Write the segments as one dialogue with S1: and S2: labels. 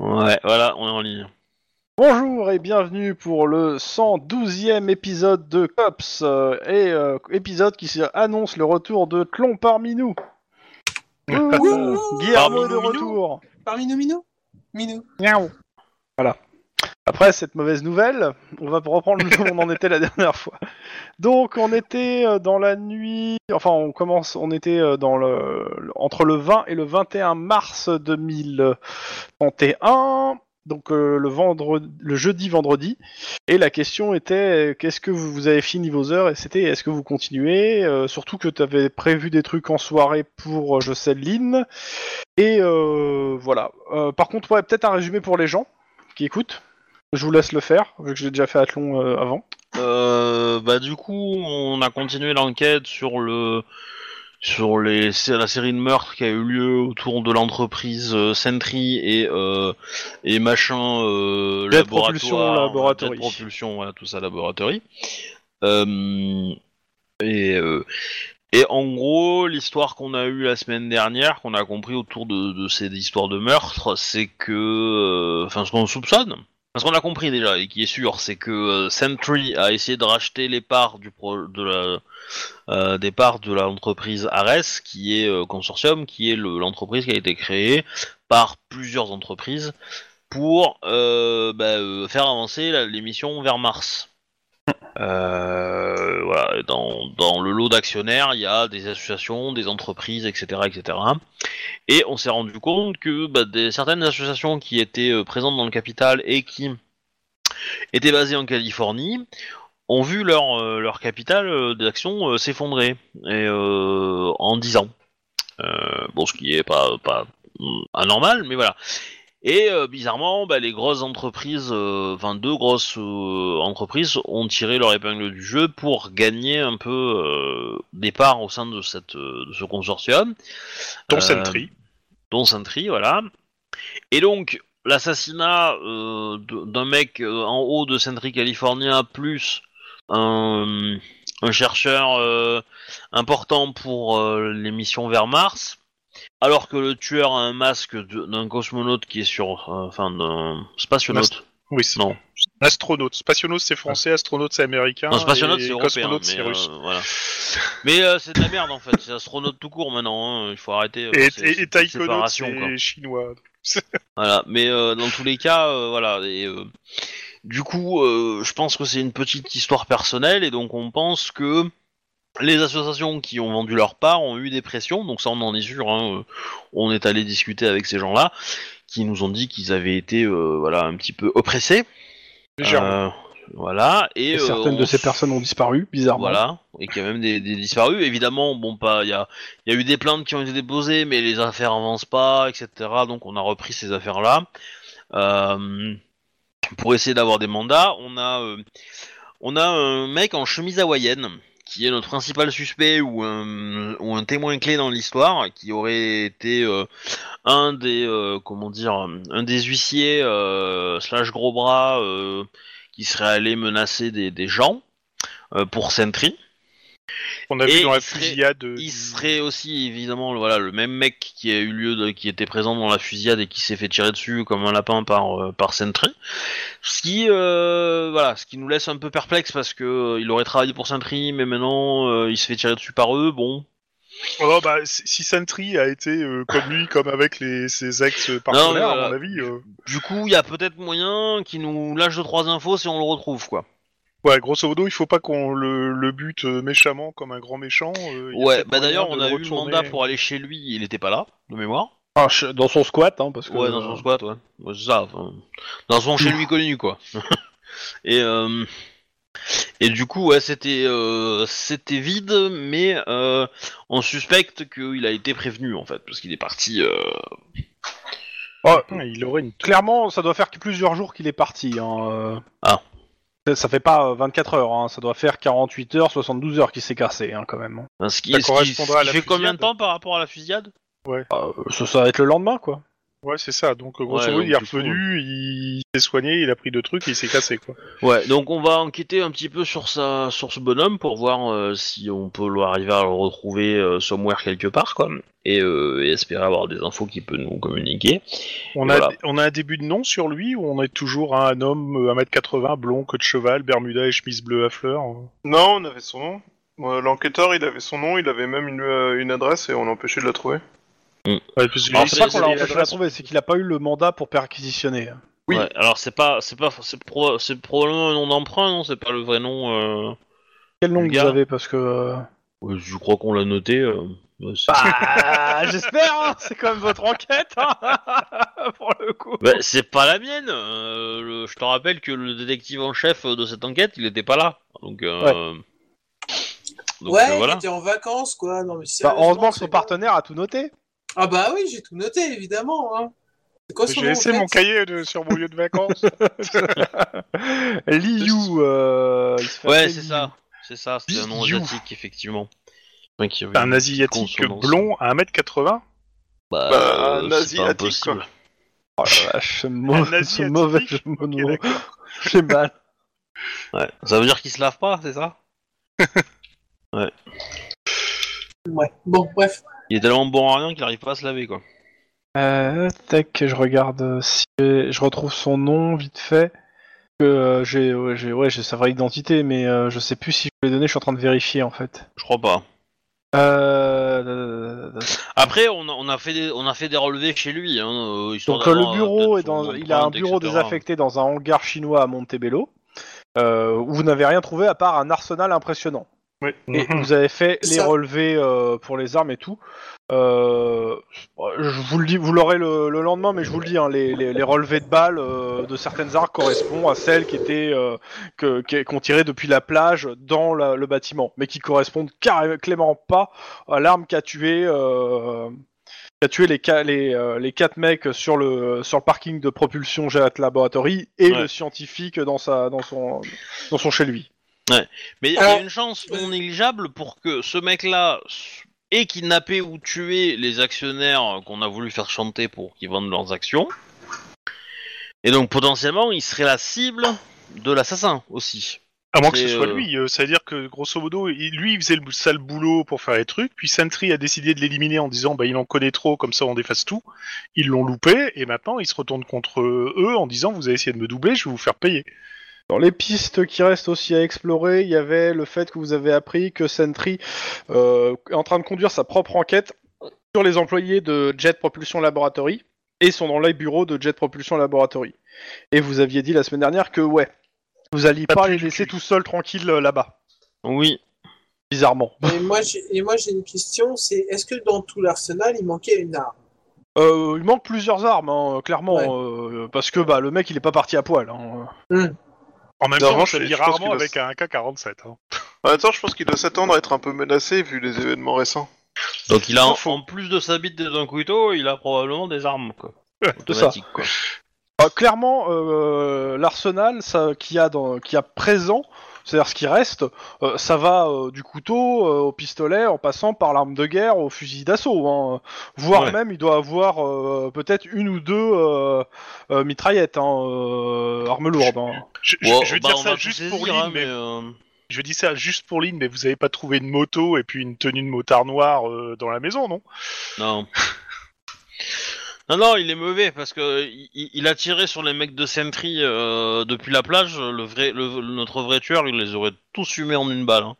S1: Ouais, voilà, on est en ligne.
S2: Bonjour et bienvenue pour le 112e épisode de Cops, euh, et euh, épisode qui s- annonce le retour de Tlon parmi nous.
S3: Wouhou
S2: Guillermo
S1: Parmi
S2: de
S1: nous, minou.
S2: retour.
S3: Parmi nous, Minou Minou.
S2: Après cette mauvaise nouvelle, on va reprendre où on en était la dernière fois. Donc on était euh, dans la nuit, enfin on commence, on était euh, dans le entre le 20 et le 21 mars 2031. Donc euh, le vendredi, le jeudi vendredi, et la question était euh, qu'est-ce que vous, vous avez fini vos heures et c'était est-ce que vous continuez Euh, surtout que tu avais prévu des trucs en soirée pour euh, je sais Lynn et euh, voilà. Euh, par contre ouais peut-être un résumé pour les gens qui écoutent. Je vous laisse le faire, vu que j'ai déjà fait Athlon euh, avant.
S1: Euh, bah du coup, on a continué l'enquête sur le sur les c'est la série de meurtres qui a eu lieu autour de l'entreprise euh, Sentry et euh, et machin euh,
S2: Jet
S1: laboratoire,
S2: Propulsion Laboratory.
S1: Jet propulsion, voilà, tout ça laboratory. Euh, et euh, et en gros, l'histoire qu'on a eue la semaine dernière, qu'on a compris autour de, de ces histoires de meurtre, c'est que, euh, enfin, ce qu'on soupçonne, ce qu'on a compris déjà et qui est sûr, c'est que euh, Sentry a essayé de racheter les parts du pro- de la, euh, des parts de l'entreprise Ares, qui est euh, consortium, qui est le- l'entreprise qui a été créée par plusieurs entreprises pour euh, bah, euh, faire avancer la- les missions vers Mars. Euh, voilà, dans, dans le lot d'actionnaires, il y a des associations, des entreprises, etc., etc. Et on s'est rendu compte que bah, des, certaines associations qui étaient euh, présentes dans le capital et qui étaient basées en Californie ont vu leur, euh, leur capital euh, d'action euh, s'effondrer et, euh, en 10 ans. Euh, bon, ce qui est pas, pas mm, anormal, mais voilà. Et euh, bizarrement, bah, les grosses entreprises, euh, enfin deux grosses euh, entreprises, ont tiré leur épingle du jeu pour gagner un peu euh, des parts au sein de, cette, euh, de ce consortium.
S4: Ton
S1: Euh,
S4: Sentry.
S1: dont Sentry, voilà. Et donc, l'assassinat euh, de- d'un mec euh, en haut de Sentry California, plus un, un chercheur euh, important pour euh, les missions vers Mars, alors que le tueur a un masque de- d'un cosmonaute qui est sur... euh, Enfin, d'un spationaute.
S4: Oui, c'est
S1: Non.
S4: Astronaute. Spationaute, c'est français. Astronaute, c'est américain.
S1: Non, spationaute,
S4: et
S1: c'est européen,
S4: cosmonaute,
S1: mais
S4: c'est
S1: euh,
S4: russe.
S1: voilà. Mais euh, c'est de la merde, en fait. C'est astronaute tout court, maintenant. hein. Il faut arrêter. euh,
S4: Et,
S1: ces- ces
S4: et, et
S1: petites
S4: taïkonaute,
S1: séparations, quoi.
S4: c'est chinois.
S1: Voilà, mais euh, dans tous les cas, euh, voilà. Et, euh, du coup, euh, je pense que c'est une petite histoire personnelle, et donc on pense que les associations qui ont vendu leur part ont eu des pressions, donc ça on en est sûr. hein, euh, on est allé discuter avec ces gens-là, qui nous ont dit qu'ils avaient été, euh, voilà, un petit peu oppressés.
S4: Légèrement.
S1: Euh, voilà, et,
S2: Et,
S1: euh,
S2: certaines
S1: on
S2: de ces
S1: s-
S2: personnes ont disparu, bizarrement.
S1: voilà, et qu'il y a même des, des disparus. Évidemment, bon, pas, il y a, il y a eu des plaintes qui ont été déposées, mais les affaires avancent pas, etc. Donc, on a repris ces affaires-là Euh, pour essayer d'avoir des mandats. On a, euh, on a un mec en chemise hawaïenne qui est notre principal suspect ou un, ou un témoin clé dans l'histoire, qui aurait été euh, un des, euh, comment dire, un des huissiers euh, slash gros bras euh, qui serait allé menacer des, des gens euh, pour Sentry.
S4: On a
S1: et
S4: vu dans la
S1: il serait-
S4: fusillade. euh,
S1: Il serait aussi évidemment le- voilà le même mec qui a eu lieu de- qui était présent dans la fusillade et qui s'est fait tirer dessus comme un lapin par euh, par Sentry. Ce qui euh, voilà, ce qui nous laisse un peu perplexe parce que euh, il aurait travaillé pour Sentry mais maintenant euh, il se fait tirer dessus par eux. Bon,
S4: Oh, bah, si si Sentry a été euh, comme lui, comme avec les, ses
S1: Non, mais
S4: ex-partenaires, à
S1: voilà.
S4: mon avis. euh,
S1: du coup, il y a peut-être moyen qu'il nous lâche deux trois infos si on le retrouve quoi.
S4: Ouais, grosso modo, il faut pas qu'on le, le bute euh, méchamment comme un grand méchant. euh, il y a
S1: Ouais,
S4: peut-être
S1: bah
S4: moyen
S1: d'ailleurs,
S4: de
S1: on
S4: le
S1: a eu le
S4: retourner.
S1: mandat pour aller chez lui, il était pas là de mémoire.
S2: Enfin, ch- dans son squat, hein, parce que.
S1: Ouais, dans son squat, ouais. Ouais, c'est ça. enfin, Dans son chez lui connu, quoi. et, euh, et du coup, ouais, c'était, euh, c'était vide, mais euh, on suspecte qu'il a été prévenu, en fait, parce qu'il est parti. euh,
S2: Oh,
S4: Ouais, il aurait une.
S2: clairement, ça doit faire plusieurs jours qu'il est parti. hein, euh.
S1: Ah.
S2: Ça, ça fait pas euh, 24 heures, hein, ça doit faire 48 heures, 72 heures qu'il s'est cassé, hein, quand même.
S1: enfin, ce qui,
S4: Ça
S1: ce qui-
S4: correspondra à
S1: ce qui
S4: la
S1: fait combien de
S4: fusillade
S1: temps par rapport à la fusillade
S2: Euh, ça, ça va être le lendemain, quoi.
S4: Ouais, c'est ça. Donc, grosso
S1: Ouais,
S4: modo,
S1: donc,
S4: il est
S1: du coup,
S4: revenu, il s'est soigné, il a pris deux trucs et il s'est cassé, quoi.
S1: Ouais, donc on va enquêter un petit peu sur sa sur ce bonhomme pour voir euh, si on peut le- arriver à le retrouver euh, somewhere quelque part quoi et, euh, et espérer avoir des infos qu'il peut nous communiquer.
S4: On
S1: Et
S4: a,
S1: voilà.
S4: on a un début de nom sur lui ou on est toujours un, un homme euh, 1m80, blond, queue de cheval, bermuda et chemise bleue à fleurs hein
S5: Non, on avait son nom. Euh, L'enquêteur, il avait son nom, il avait même une, euh, une adresse et on l'empêchait de la trouver.
S1: Mm.
S4: Ouais, parce que
S1: Alors,
S4: lui,
S2: C'est pas qu'on
S1: les
S2: l'a empêché de la
S1: adresses-
S2: trouver, c'est qu'il a pas eu le mandat pour perquisitionner.
S5: Oui.
S1: Ouais, alors c'est pas c'est pas c'est pro- c'est probablement un nom d'emprunt non c'est pas le vrai nom. euh.
S2: Quel nom
S1: Le
S2: que
S1: gars.
S2: vous avez Parce que. euh,
S1: Ouais, Je crois qu'on l'a noté. euh, ouais, c'est-
S2: Bah, j'espère, hein, c'est quand même votre enquête, hein, pour le coup.
S1: Bah, c'est pas la mienne. euh, le- je te rappelle que le détective en chef de cette enquête, il était pas là. Donc, euh, donc
S3: ouais,
S1: euh, voilà.
S3: il était en vacances, quoi. Non, mais
S2: Bah,
S3: sérieusement,
S2: heureusement que
S3: c'est
S2: son
S3: bon.
S2: partenaire a tout noté.
S3: Ah bah oui, j'ai tout noté, évidemment. hein. C'est quoi son
S4: J'ai
S3: nom,
S4: laissé
S3: en fait
S4: mon cahier de- sur mon lieu de vacances.
S2: Liu, euh, il se fait
S1: Ouais,
S2: appeler
S1: c'est
S2: Liu.
S1: ça. C'est ça, c'est un nom
S4: Bisous.
S1: asiatique, effectivement. Ouais, qui-
S4: un asiatique
S1: Consonance.
S4: blond à 1m80
S1: Bah,
S5: Bah, un
S1: c'est pas
S5: asiatique,
S1: impossible.
S5: quoi.
S2: Oh la vache, ce mauvais, ce
S4: asiatique.
S2: mauvais jeu de mots de
S4: Ok,
S2: mots. J'ai mal.
S1: Ouais. Ça veut dire qu'il se lave pas, c'est ça
S3: Ouais. Bon, bref.
S1: Il est tellement bon à rien qu'il arrive pas à se laver, quoi.
S2: Euh, tac, je regarde euh, si j'ai- je retrouve son nom vite fait. Que euh, j'ai, ouais, j'ai, ouais, j'ai sa vraie identité, mais euh, je sais plus si je l'ai donné. Je suis en train de vérifier en fait.
S1: Je crois pas.
S2: Euh,
S1: Après, on a, on a fait des, on a fait des relevés chez lui. Hein, euh, histoire
S2: Donc euh, le
S1: d'avoir, euh,
S2: bureau
S1: peut-être
S2: est dans,
S1: son
S2: il a un
S1: empreinte,
S2: bureau
S1: etc..
S2: désaffecté dans un hangar chinois à Montebello, euh, où vous n'avez rien trouvé à part un arsenal impressionnant.
S4: Oui.
S2: Et vous avez fait
S3: C'est
S2: les
S3: ça.
S2: relevés euh, pour les armes et tout. Euh, je vous le dis, vous l'aurez le, le lendemain, mais je vous le dis, hein, les, les- les relevés de balles euh, de certaines armes correspondent à celles qui étaient euh, que- qui- qu'on tirait depuis la plage dans la- le bâtiment, mais qui correspondent carrément pas à l'arme qu'a tué euh, qui a tué les, ca- les, euh, les quatre mecs sur le, sur le parking de propulsion Jet Laboratory et
S1: Ouais.
S2: le scientifique dans, sa, dans, son, dans son chez lui.
S1: Mais il y a
S3: Alors-
S1: une chance non négligeable pour que ce mec-là s- ait kidnappé ou tué les actionnaires qu'on a voulu faire chanter pour qu'ils vendent leurs actions. Et donc potentiellement, il serait la cible de l'assassin aussi.
S4: À moins que ce
S1: C'est,
S4: soit
S1: euh,
S4: lui. euh, C'est-à-dire que, grosso modo, il- lui, il faisait le sale boulot pour faire les trucs, puis Sentry a décidé de l'éliminer en disant bah, il en connaît trop, comme ça on déface tout. Ils l'ont loupé, et maintenant ils se retournent contre eux en disant vous avez essayé de me doubler, je vais vous faire payer.
S2: Dans les pistes qui restent aussi à explorer, il y avait le fait que vous avez appris que Sentry euh, est en train de conduire sa propre enquête sur les employés de Jet Propulsion Laboratory et sont dans les bureaux de Jet Propulsion Laboratory. Et vous aviez dit la semaine dernière que, ouais, vous alliez
S4: Pas
S2: pas
S4: plus
S2: les
S4: du
S2: laisser
S4: cul.
S2: tout seuls tranquilles euh, là-bas,
S1: Oui.
S2: bizarrement.
S3: Et moi, j'ai et moi, j'ai une question, c'est est-ce que dans tout l'arsenal, il manquait une arme
S2: Euh, il manque plusieurs armes, hein, clairement,
S3: Ouais.
S2: euh, parce que bah, le mec il est pas parti à poil. hein.
S4: En même
S5: Non,
S4: temps,
S5: moi,
S4: je
S5: je-
S4: le
S5: je pense
S4: rarement
S5: que
S4: avec
S5: le-
S4: un AK-47. hein.
S5: En même temps, je pense qu'il doit s'attendre à être un peu menacé vu les événements récents.
S1: Donc il a
S5: Pas
S1: en,
S5: faux.
S1: en plus de sa bite et d'un couteau, il a probablement des armes quoi.
S2: c'est ça.
S1: Automatiques quoi.
S2: Bah, clairement, euh, l'arsenal ça, qu'il y a dans, qu'il y a présent, c'est-à-dire ce qui reste, euh, ça va euh, du couteau euh, au pistolet, en passant par l'arme de guerre, au fusil d'assaut, hein. voire
S1: Ouais.
S2: même il doit avoir euh, peut-être une ou deux euh, euh, mitraillettes, hein, euh, armes lourdes. hein.
S4: Je, je-
S1: Wow,
S4: je vais
S1: bah,
S4: dire
S1: on
S4: ça
S1: va tout
S4: juste pour
S1: saisir,
S4: Lynn,
S1: hein,
S4: mais...
S1: euh,
S4: Je dis ça juste pour Lynn, mais vous avez pas trouvé une moto et puis une tenue de motard noir euh, dans la maison, non
S1: Non. Non, non, il est mauvais parce que il, il- il a tiré sur les mecs de Sentry euh, depuis la plage. Le vrai, le- notre vrai tueur, il les aurait tous humés en une balle. hein.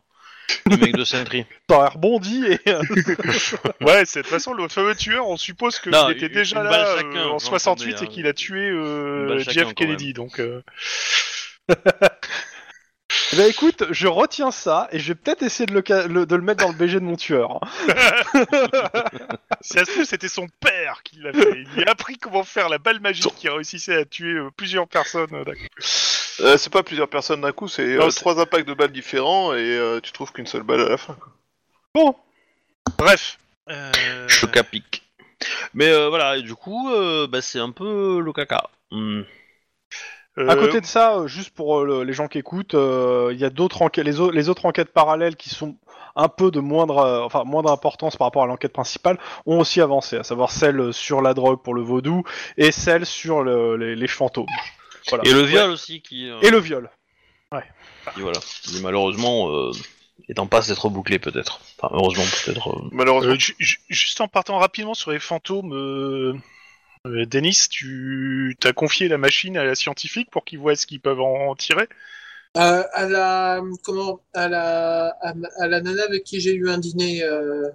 S1: Les mecs de Sentry.
S2: T'aurais rebondi et euh,
S4: Ouais, c'est- de toute façon, le fameux tueur, on suppose qu'il
S1: Non,
S4: était
S1: une-
S4: déjà
S1: une
S4: là
S1: balle
S4: euh,
S1: chacun,
S4: en
S1: j'entendais,
S4: 68
S1: hein.
S4: et qu'il a tué euh,
S1: Une balle chacun,
S4: Jeff
S1: quand
S4: Kennedy, donc... euh,
S2: Eh ben, écoute, je retiens ça et je vais peut-être essayer de le, ca- le- de le mettre dans le BG de mon tueur. hein.
S4: Si ça se trouve, c'était son père qui l'a fait. Il lui a appris comment faire la balle magique qui réussissait à tuer euh, plusieurs personnes. euh, d'un coup.
S5: Euh, c'est pas plusieurs personnes d'un coup, c'est euh,
S4: Non, c'est-
S5: trois impacts de balles différents et euh, tu trouves qu'une seule balle à la fin. quoi.
S4: Bref. Euh,
S1: Chocapic. Mais euh, voilà, et du coup, euh, bah, c'est un peu le caca. Hmm.
S4: euh,
S2: À côté de ça, euh, juste pour euh, le- les gens qui écoutent, euh, il y a d'autres enquêtes, les, au- les autres enquêtes parallèles qui sont un peu de moindre, euh, enfin, moindre importance par rapport à l'enquête principale ont aussi avancé, à savoir celle euh, sur la drogue pour le vaudou et celle sur le- les, les fantômes. Voilà.
S1: Et le viol aussi qui, euh,
S2: Et le viol.
S1: qui, voilà, qui, malheureusement euh, est en passe d'être bouclé peut-être. Enfin, heureusement peut-être. euh.
S5: Malheureusement.
S4: Euh, ju- ju- juste en partant rapidement sur les fantômes, euh, euh, Denis, tu t'as confié la machine à la scientifique pour qu'ils voient ce qu'ils peuvent en tirer.
S3: Euh, à la comment à la à, ma- à la nana avec qui j'ai eu un dîner. Euh...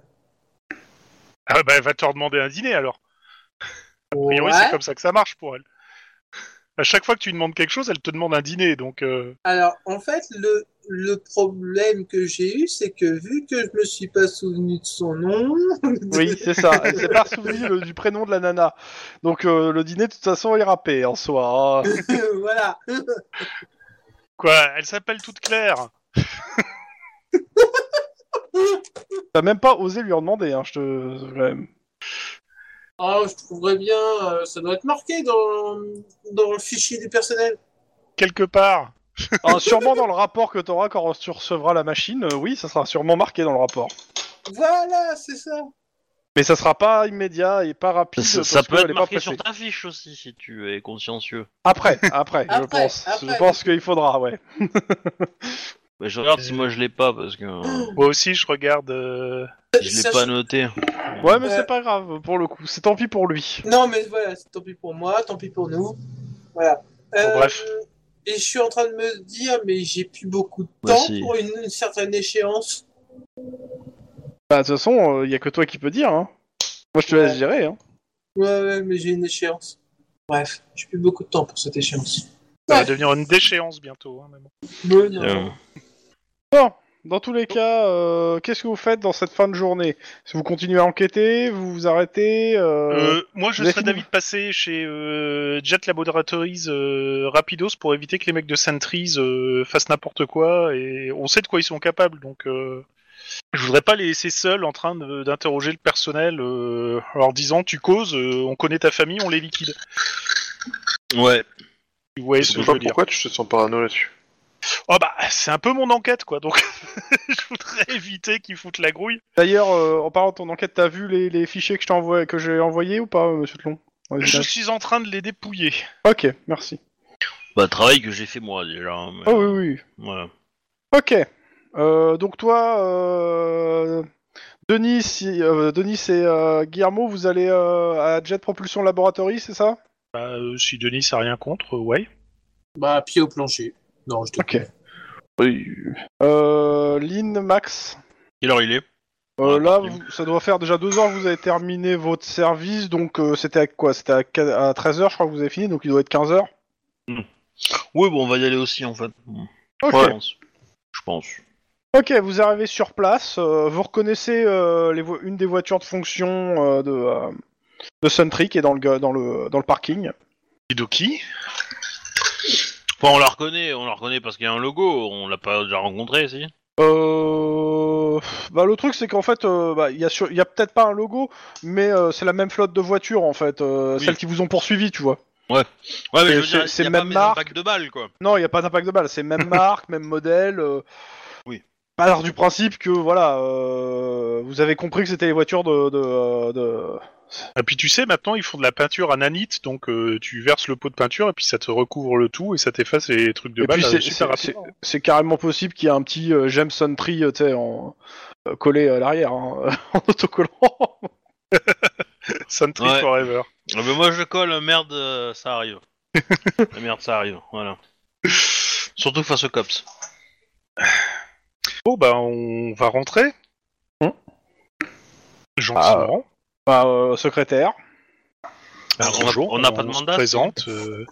S4: Ah bah, elle va te redemander un dîner alors. A priori,
S3: ouais.
S4: c'est comme ça que ça marche pour elle. À chaque fois que tu demandes quelque chose, elle te demande un dîner, donc. euh,
S3: Alors en fait le le problème que j'ai eu c'est que vu que je me suis pas souvenu de son nom.
S2: Oui, c'est ça. Elle s'est pas souvenue le- du prénom de la nana. Donc euh, le dîner, de toute façon, est râpé en soi. hein.
S3: voilà.
S4: Quoi Elle s'appelle toute Claire.
S2: T'as même pas osé lui en demander, hein, je te. quand même.
S3: Ah je trouverais bien euh, ça doit être marqué dans dans le fichier du personnel.
S4: Quelque part.
S2: Ah, sûrement dans le rapport que t'auras quand tu recevras la machine, euh, oui, ça sera sûrement marqué dans le rapport.
S3: Voilà c'est ça.
S2: Mais ça sera pas immédiat et pas rapide.
S1: Ça,
S2: parce
S1: ça peut
S2: qu'elle
S1: être
S2: est pas
S1: marqué
S2: pressée.
S1: sur ta fiche aussi si tu es consciencieux.
S2: Après, après, je
S3: Après,
S2: pense. Je
S3: après.
S2: pense qu'il faudra, ouais.
S1: Bah, je regarde si moi je l'ai pas parce que
S2: Ah.
S1: euh,
S4: Moi aussi, je regarde. euh,
S1: je l'ai
S3: Ça-
S1: pas noté.
S2: Ouais, mais
S3: Ouais.
S2: c'est pas grave, pour le coup. C'est tant pis pour lui.
S3: Non, mais voilà, c'est tant pis pour moi, tant pis pour nous. Voilà. Euh,
S4: bref.
S3: Et je suis en train de me dire, mais j'ai plus beaucoup de
S1: Moi
S3: temps
S1: aussi.
S3: pour une, une certaine échéance.
S2: Bah, de toute façon, il y a que toi qui peux dire, hein. Moi, je te laisse
S3: Ouais.
S2: gérer, hein.
S3: Ouais, ouais, mais j'ai une échéance. Bref, j'ai plus beaucoup de temps pour cette échéance.
S4: Ça va
S3: Ouais.
S4: devenir une déchéance bientôt. hein, mais bon.
S3: Mais non.
S1: Euh,
S2: Bon, dans tous les cas, euh, qu'est-ce que vous faites dans cette fin de journée Si vous continuez à enquêter, vous vous arrêtez euh,
S4: Euh, moi, je
S2: vous avez
S4: serais
S2: fini
S4: d'avis de passer chez euh, Jet Laboratories euh, rapidos pour éviter que les mecs de Sentries euh, fassent n'importe quoi. Et on sait de quoi ils sont capables, donc euh, je voudrais pas les laisser seuls en train de- d'interroger le personnel euh, en leur disant tu causes, euh, on connaît ta famille, on les liquide.
S1: Ouais.
S4: Vous voyez ce
S5: Je
S4: que
S5: sais
S4: je
S5: pas
S4: veux dire
S5: pourquoi tu te sens parano là-dessus.
S4: Oh bah, c'est un peu mon enquête, quoi. Donc, je voudrais éviter qu'ils foutent la grouille.
S2: D'ailleurs, euh, en parlant de ton enquête, t'as vu les, les fichiers que je t'envoie, que j'ai envoyés ou pas, euh, Monsieur Tlon Ouais,
S4: Je
S2: j'ai-
S4: suis en train de les dépouiller.
S2: Ok, merci.
S1: Bah travail que j'ai fait moi déjà. hein, mais,
S2: Oh oui, oui, oui.
S1: voilà.
S2: Ok. Euh, donc toi, euh, Denis, si- euh, Denis et euh, Guillermo, vous allez euh, à Jet Propulsion Laboratory, c'est ça
S4: Bah, euh, si Denis a rien contre, euh, ouais.
S3: Bah, pied au plancher. Non, je te
S2: Ok. Oui. Euh, Lynn, Max,
S1: Quelle heure il est
S2: euh,
S1: Ah,
S2: là,
S1: pardon.
S2: vous- ça doit faire déjà deux heures que vous avez terminé votre service, donc euh, c'était à quoi C'était à, 13h, je crois que vous avez fini, donc il doit être 15h.
S1: Oui, bon, on va y aller aussi en fait.
S2: Ok.
S1: Je pense. Je pense.
S2: Ok, vous arrivez sur place, euh, vous reconnaissez euh, les vo- une des voitures de fonction euh, de, euh, de Sentry qui est dans le, ga- dans le, dans le parking.
S4: Et Doki
S1: Enfin, on la reconnaît, on la reconnaît parce qu'il y a un logo. On l'a pas déjà rencontré, si
S2: Euh... Bah, le truc c'est qu'en fait, euh, bah, il y a, sur- il y a peut-être pas un logo, mais euh, c'est la même flotte de voitures en fait, euh,
S1: Oui.
S2: celles qui vous ont poursuivi, tu vois.
S1: Ouais, mais
S2: C'est-
S1: je veux dire, il
S2: c'est-
S1: y a
S2: c'est
S1: pas
S2: même
S1: mes
S2: marque.
S1: impacts de balles, quoi.
S2: Non, il n'y a pas d'impact de balle, c'est même marque, même modèle. euh,
S1: Oui.
S2: Alors du principe que voilà, euh, vous avez compris que c'était les voitures de, de, de-
S4: Et Ah, puis tu sais, maintenant ils font de la peinture à nanite, donc euh, tu verses le pot de peinture et puis ça te recouvre le tout et ça t'efface les trucs de
S2: Et
S4: balle
S2: puis
S4: euh,
S2: c'est-
S4: super
S2: c'est-
S4: rapidement.
S2: c'est carrément possible qu'il y ait un petit euh, Jameson Tree euh, tu sais, en... euh, collé à l'arrière hein, en autocollant.
S4: Sentry
S1: Ouais.
S4: Forever.
S1: Ah, mais moi, je colle, merde, euh, ça arrive. La merde, ça arrive, voilà. Surtout face au cops.
S4: Bon bah on va rentrer.
S2: Hein
S4: Gentiment.
S2: Bah, euh, secrétaire.
S1: Ah, on a-
S4: Bonjour,
S1: on n'a pas de
S4: se
S1: mandat,
S4: Présente, euh,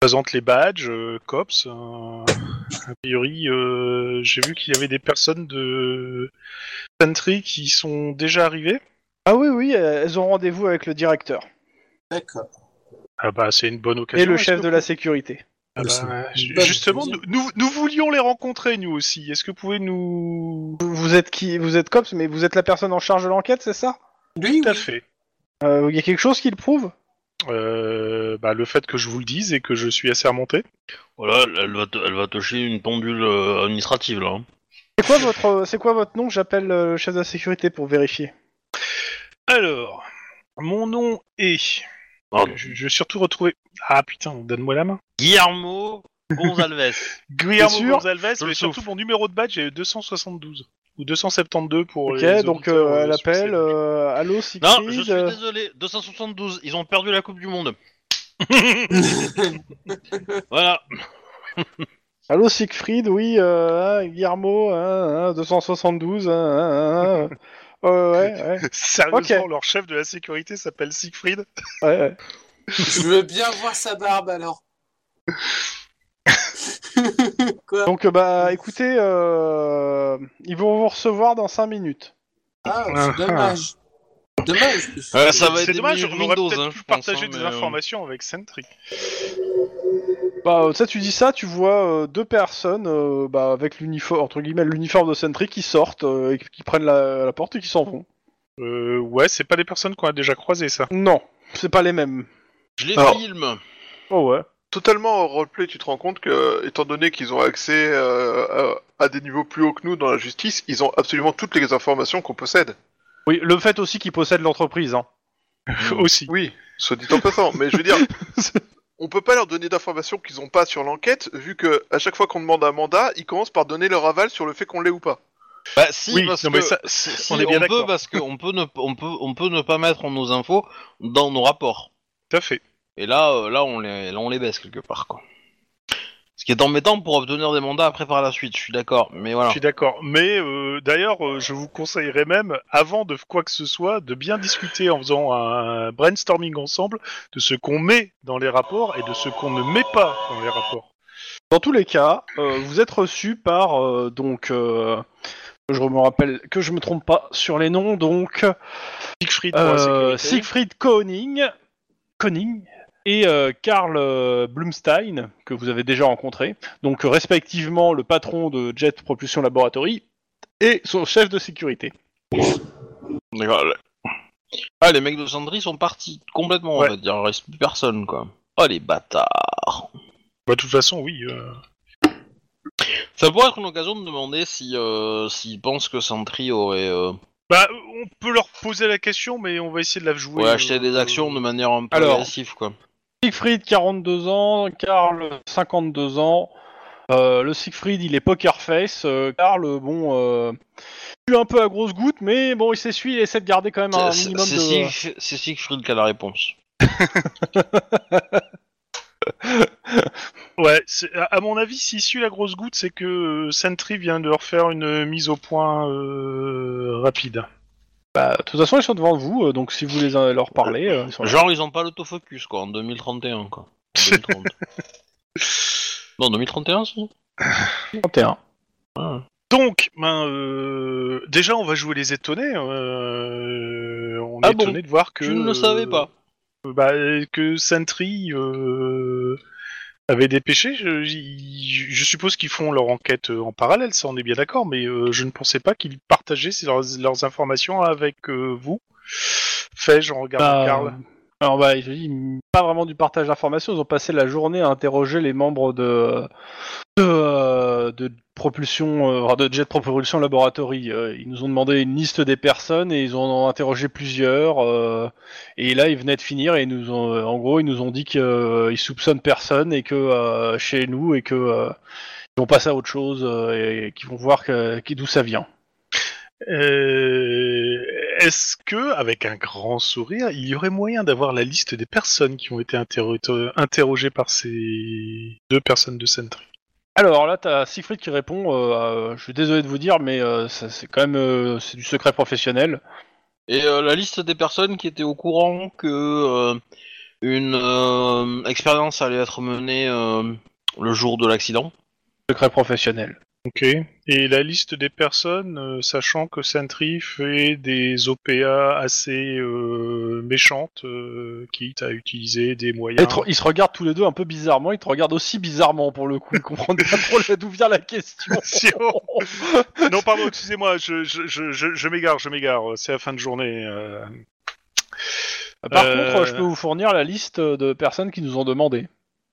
S4: présente les badges, euh, cops. euh, a priori, euh, j'ai vu qu'il y avait des personnes de Sentry qui sont déjà arrivées.
S2: Ah oui, oui, euh, elles ont rendez-vous avec le directeur
S3: D'accord.
S4: Ah bah c'est une bonne occasion.
S2: et le
S4: est-ce
S2: chef
S4: que
S2: de la sécurité.
S4: Ah bah, ju-
S3: bonne
S4: justement, nous,
S3: occasion.
S4: nous, nous voulions les rencontrer, nous aussi. Est-ce que vous pouvez nous...
S2: Vous- Vous êtes qui Vous êtes cops, mais vous êtes la personne en charge de l'enquête, c'est ça
S3: Lui,
S4: Tout à
S3: oui.
S4: fait.
S2: Euh, Il y a quelque chose qui le prouve
S4: Euh, bah, le fait que je vous le dise et que je suis assermenté.
S1: Voilà, elle va, te, elle va te chier une pendule euh, administrative, là. hein.
S2: C'est quoi votre, euh, c'est quoi votre nom J'appelle euh, le chef de la sécurité pour vérifier.
S4: Alors, mon nom est.
S1: Pardon.
S4: Je, je vais surtout retrouver. Ah putain, donne-moi la main.
S1: Guillermo Gonzalves.
S4: Guillermo
S2: sûr
S4: Gonzalves,
S1: Je le
S4: mais surtout
S1: souffle.
S4: mon numéro de badge est 272 ou 272 pour
S2: ok,
S4: les
S2: donc
S4: auditeurs,
S2: euh,
S4: euh,
S2: elle
S4: sur ces-
S2: appelle. euh, Allô, Siegfried.
S1: non, je suis
S2: euh,
S1: désolé. 272, ils ont perdu la Coupe du Monde. voilà.
S2: Allô, Siegfried. Oui, euh, hein, Guillermo. hein, hein, 272. hein, hein, hein, hein. Euh, ouais, ouais,
S4: Sérieusement,
S2: Ok.
S4: leur chef de la sécurité s'appelle Siegfried.
S2: ouais, ouais.
S3: Je veux bien voir sa barbe alors. Quoi
S2: Donc euh, bah, écoutez, euh, ils vont vous recevoir dans 5 minutes.
S4: Ah,
S3: Ah,
S4: ah.
S3: c'est dommage.
S1: ah.
S3: Dommage. parce que-
S1: Ouais, ça va être
S4: C'est
S1: des
S4: dommage,
S1: menus
S4: on aurait
S1: Windows,
S4: peut-être
S1: hein,
S4: pu
S1: je pense,
S4: partager
S1: hein,
S4: des
S1: mais, euh,
S4: informations avec Sentry.
S2: Bah, euh, ça, tu dis ça, tu vois euh, deux personnes euh, bah, avec l'uniforme, entre guillemets, l'uniforme de Sentry qui sortent, euh, et qui prennent la, la porte et qui s'en vont.
S4: Euh, ouais, c'est pas des personnes qu'on a déjà croisées, ça.
S2: Non, c'est pas les mêmes.
S1: Je les
S5: Alors.
S1: filme.
S2: Oh ouais.
S5: Totalement en roleplay, tu te rends compte que, étant donné qu'ils ont accès euh, à, à des niveaux plus hauts que nous dans la justice, ils ont absolument toutes les informations qu'on possède.
S2: Oui, le fait aussi qu'ils possèdent l'entreprise. Hein.
S4: Aussi.
S5: Oui, soit dit en passant, mais je veux dire, on peut pas leur donner d'informations qu'ils ont pas sur l'enquête, vu que à chaque fois qu'on demande un mandat, ils commencent par donner leur aval sur le fait qu'on l'ait ou pas.
S1: Bah si,
S4: Oui,
S1: parce
S4: non,
S1: que
S4: mais ça,
S1: si,
S4: on est bien
S1: peut
S4: d'accord.
S1: parce qu'on peut ne on peut on peut ne pas mettre nos infos dans nos rapports.
S4: Tout à fait.
S1: Et là euh, là on les là, on les baisse quelque part quoi. Ce qui est embêtant pour obtenir des mandats après par la suite. Je suis d'accord, mais
S4: Je
S1: voilà.
S4: suis d'accord. Mais euh, d'ailleurs, euh, je vous conseillerais même, avant de quoi que ce soit, de bien discuter en faisant un brainstorming ensemble de ce qu'on met dans les rapports et de ce qu'on ne met pas dans les rapports.
S2: Dans tous les cas, euh, vous êtes reçu par euh, donc. euh, je me rappelle que je me trompe pas sur les noms, donc
S4: Siegfried, pour la
S2: euh,
S4: sécurité.
S2: Siegfried Koenig, Koenig et euh, Karl euh, Blumstein, que vous avez déjà rencontré, donc euh, respectivement le patron de Jet Propulsion Laboratory et son chef de sécurité.
S1: D'accord. Ah les mecs de Sandry sont partis complètement
S4: Ouais.
S1: on va dire, il reste plus personne quoi. Oh les bâtards.
S4: Bah, de toute façon, oui. euh,
S1: Ça pourrait être une occasion de demander si euh, s'ils pensent que Sentry aurait euh,
S4: Bah, on peut leur poser la question, mais on va essayer de la jouer.
S1: aurait
S4: euh,
S1: acheté des actions de manière un peu
S2: Alors.
S1: agressive quoi.
S2: Siegfried 42 ans, Karl 52 ans. Euh, le Siegfried, il est poker face. euh, Karl, bon, euh, il est un peu à grosse goutte, mais bon, il s'essuie et essaie de garder quand même un
S1: C'est
S2: minimum
S1: c'est
S2: de.
S1: Siegf- c'est Siegfried qui a la réponse.
S4: Ouais, c'est- à à mon avis, s'il suit la grosse goutte, c'est que euh, Sentry vient de leur faire une euh, mise au point euh, rapide.
S2: Bah, de toute façon, ils sont devant vous, euh, donc si vous voulez euh, leur parler, euh, ils sont là.
S1: Genre, ils ont pas l'autofocus, quoi, en 2031, quoi. En 2030. non, 2031, si.
S2: 31.
S4: Donc, ben, euh, déjà, on va jouer les étonnés. euh, on
S1: Ah
S4: est
S1: bon
S4: étonné de voir que.
S1: Tu ne le savais pas.
S4: euh, bah, que Sentry euh, avait des péchés. Je, je- je suppose qu'ils font leur enquête euh, en parallèle, ça, on est bien d'accord, mais euh, je ne pensais pas qu'ils partageaient ces- leurs, leurs informations avec euh, vous. Fais-je en regardant
S2: Bah,
S4: Karl
S2: Alors, bah, je dis, mm, pas vraiment du partage d'informations, ils ont passé la journée à interroger les membres de. de, euh, de propulsion, euh, enfin, de Jet Propulsion Laboratory. Euh, ils nous ont demandé une liste des personnes et ils en ont interrogé plusieurs. euh, et là, ils venaient de finir et ils nous ont, euh, en gros, ils nous ont dit qu'ils soupçonnent personne et que euh, chez nous et que. euh, ils vont passer à autre chose euh, et, qu'ils vont voir que- qui- d'où ça vient.
S4: Euh, Est-ce que, avec un grand sourire, il y aurait moyen d'avoir la liste des personnes qui ont été interro- interrogées par ces deux personnes de Sentry
S2: Alors là, t'as Siegfried qui répond. euh, euh, je suis désolé de vous dire, mais euh, ça, c'est quand même euh, c'est du secret professionnel.
S1: Et euh, la liste des personnes qui étaient au courant que euh, une euh, expérience allait être menée euh, le jour de l'accident.
S2: Secret professionnel.
S4: Ok. Et la liste des personnes, euh, sachant que Sentry fait des OPA assez euh, méchantes, euh, quitte à utiliser des moyens.
S2: Ils, te- ils se regardent tous les deux un peu bizarrement. Ils te regardent aussi bizarrement pour le coup. Ils comprennent pas trop le- d'où vient la question.
S4: non, pardon, excusez-moi, je, je, je, je, je m'égare, je m'égare, c'est la fin de journée. euh.
S2: Par
S4: Euh.
S2: contre, je peux vous fournir la liste de personnes qui nous ont demandé.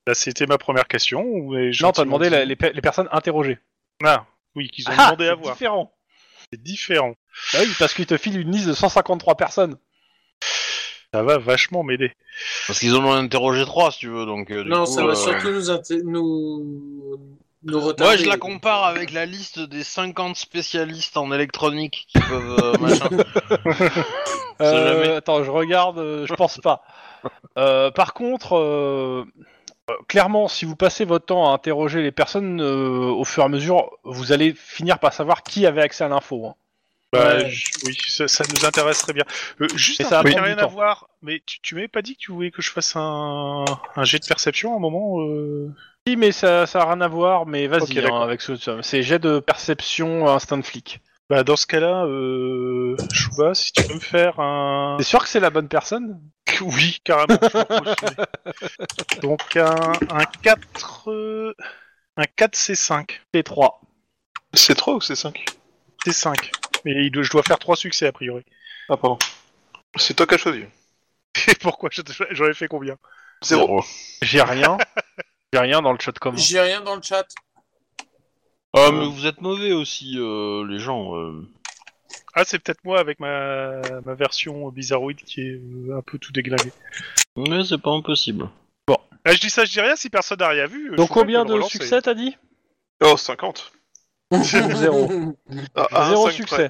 S4: Là, c'était ma première question. Ou
S2: Non, t'as demandé la- les, pe- les personnes interrogées.
S4: Ah, Oui, qu'ils ont
S2: Ah,
S4: demandé à
S2: c'est
S4: voir.
S2: Différent.
S4: C'est différent.
S2: Bah oui, parce qu'il te file une liste de 153 personnes.
S4: Ça va vachement m'aider.
S1: Parce qu'ils en ont interrogé trois, si tu veux. Donc, euh, du
S3: Non,
S1: coup,
S3: ça va
S1: euh,
S3: surtout nous, inté- nous... nous retarder.
S1: Moi, je la compare avec la liste des 50 spécialistes en électronique qui peuvent. euh, machin. sait
S2: Euh,
S1: jamais.
S2: attends, je regarde, euh, je pense pas. Euh, par contre, euh, euh, clairement, si vous passez votre temps à interroger les personnes euh, au fur et à mesure, vous allez finir par savoir qui avait accès à l'info. hein.
S4: Bah,
S3: Ouais.
S4: je- oui, ça, ça nous intéresse très bien. Euh, juste
S2: Mais
S4: un
S2: ça va
S4: truc qui n'a
S2: prendre
S4: rien
S2: du
S4: à
S2: temps.
S4: voir, mais tu, tu m'avais pas dit que tu voulais que je fasse un, un jet de perception à un moment euh
S2: Oui, mais ça, ça a rien à voir, mais vas-y,
S4: Ok,
S2: hein,
S4: d'accord.
S2: avec ce. ça- C'est jet de perception euh, instinct de flic.
S4: Bah, dans ce cas-là, euh, Chouba, si tu peux me faire un...
S2: T'es sûr que c'est la bonne personne
S4: Oui, carrément. je me refuse. Donc un, un 4... euh, Un 4 C5.
S2: T3.
S5: C'est 3 ou c'est 5
S4: C5. Mais il doit- je dois faire 3 succès, a priori.
S5: Ah, pardon. C'est toi qui as choisi.
S4: Et pourquoi Je- J'en ai fait combien
S5: Zéro.
S2: J'ai rien. J'ai rien dans le chat commun.
S3: J'ai rien dans le chat.
S1: Ah, mais vous êtes mauvais aussi, euh, les gens. euh.
S4: Ah, c'est peut-être moi avec ma, ma version bizarroïde qui est euh, un peu tout déglinguée.
S1: Mais c'est pas impossible.
S4: Ah, je dis ça, je dis rien si personne n'a rien vu. euh,
S2: Donc
S4: je vous
S2: combien
S4: peux le
S2: de
S4: relancer.
S2: succès t'as dit
S5: Oh, 50.
S2: Zéro.
S5: Ah, à un
S2: Zéro
S5: cinq près.
S2: succès.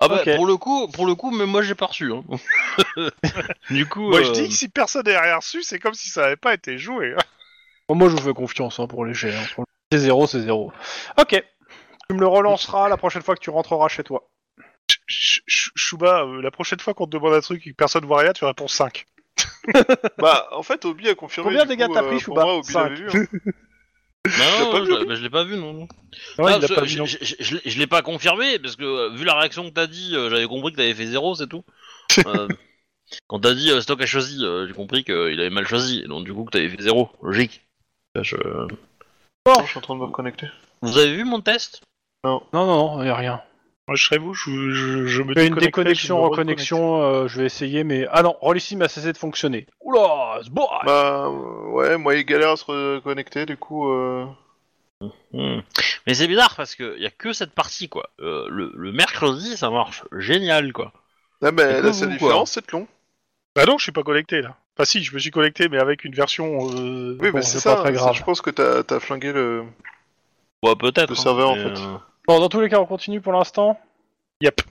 S1: Ah bah
S2: Ok.
S1: pour le coup, pour le coup, même moi j'ai pas reçu. Hein. du coup,
S4: Moi, je
S1: euh,
S4: dis que si personne n'a rien reçu, c'est comme si ça n'avait pas été joué. hein.
S2: Bon, moi, je vous fais confiance hein, pour les jets. hein. Pour le- C'est zéro, c'est zéro. Ok. Tu me le relanceras la prochaine fois que tu rentreras chez toi.
S4: Ch- Ch- Chouba, euh, la prochaine fois qu'on te demande un truc et que personne ne voit rien, tu réponds 5.
S5: Bah, en fait, Obi a confirmé.
S2: Combien
S5: du
S2: de dégâts
S5: coup,
S2: t'as
S5: euh,
S2: pris,
S5: pour
S2: Chouba
S5: moi, Obi
S2: Cinq.
S5: l'avait vu, hein.
S1: non,
S5: pas
S1: non,
S5: vu,
S1: je, bah, je l'ai pas vu non. non.
S5: hein.
S1: Ah, je, je- je- je- je l'ai- je l'ai pas confirmé parce que euh, vu la réaction que t'as dit, euh, j'avais compris que t'avais fait zéro, c'est tout. Euh, quand t'as dit euh, Stock a choisi, euh, j'ai compris qu'il avait mal choisi, donc du coup que t'avais fait zéro, logique. Bah, je-
S5: Attends, Oh, Je suis en train de me reconnecter.
S1: Vous avez vu mon test
S2: Non, non, non, y a rien.
S4: Moi, je serais vous, je, je, je me
S2: Il y a une
S4: déconnectais, je
S2: déconnexion,
S4: me
S2: reconnexion, euh, je vais essayer, mais. Ah non, Rollissim a cessé de fonctionner. Oula, c'est bon
S5: Bah, euh, ouais, moi, il galère à se reconnecter, du coup. euh,
S1: Hmm. Mais c'est bizarre parce que y a que cette partie quoi. Euh, le, le mercredi ça marche génial quoi.
S5: Ah,
S1: Et
S5: mais
S1: vous,
S5: la seule
S1: vous, quoi
S5: différence, c'est de long.
S4: Bah non, je suis pas connecté là. Enfin si, je me suis connecté, mais avec une version. euh,
S5: Oui,
S2: Bon,
S5: bah, c'est
S2: c'est
S5: ça.
S2: pas très
S5: c'est-
S2: grave.
S5: Je pense que t'as t'as flingué le.
S1: Ouais Bah, peut-être.
S5: Le serveur, en
S1: mais,
S5: fait.
S1: euh,
S2: Bon, dans tous les cas, on continue pour l'instant.
S4: Yep.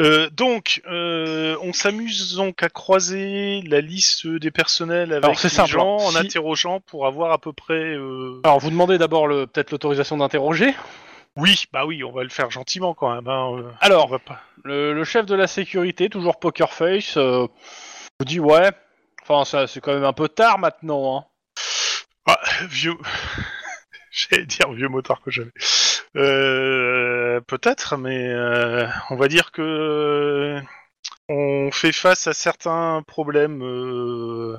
S4: Euh, donc, euh, on s'amuse donc à croiser la liste des personnels avec
S2: Alors, c'est
S4: les
S2: simple,
S4: gens
S2: hein.
S4: en
S2: Si- Ah.
S4: interrogeant pour avoir à peu près. euh,
S2: Alors, vous demandez d'abord le... peut-être l'autorisation d'interroger.
S4: Oui, bah oui, on va le faire gentiment quand même. hein, euh, on
S2: Alors,
S4: va pas.
S2: le, le chef de la sécurité, toujours Poker Face, euh, vous dit ouais. Enfin, ça, c'est quand même un peu tard maintenant. Hein.
S4: Ah, vieux. J'allais dire vieux motard que j'avais. Euh, Peut-être, mais euh, on va dire que on fait face à certains problèmes euh,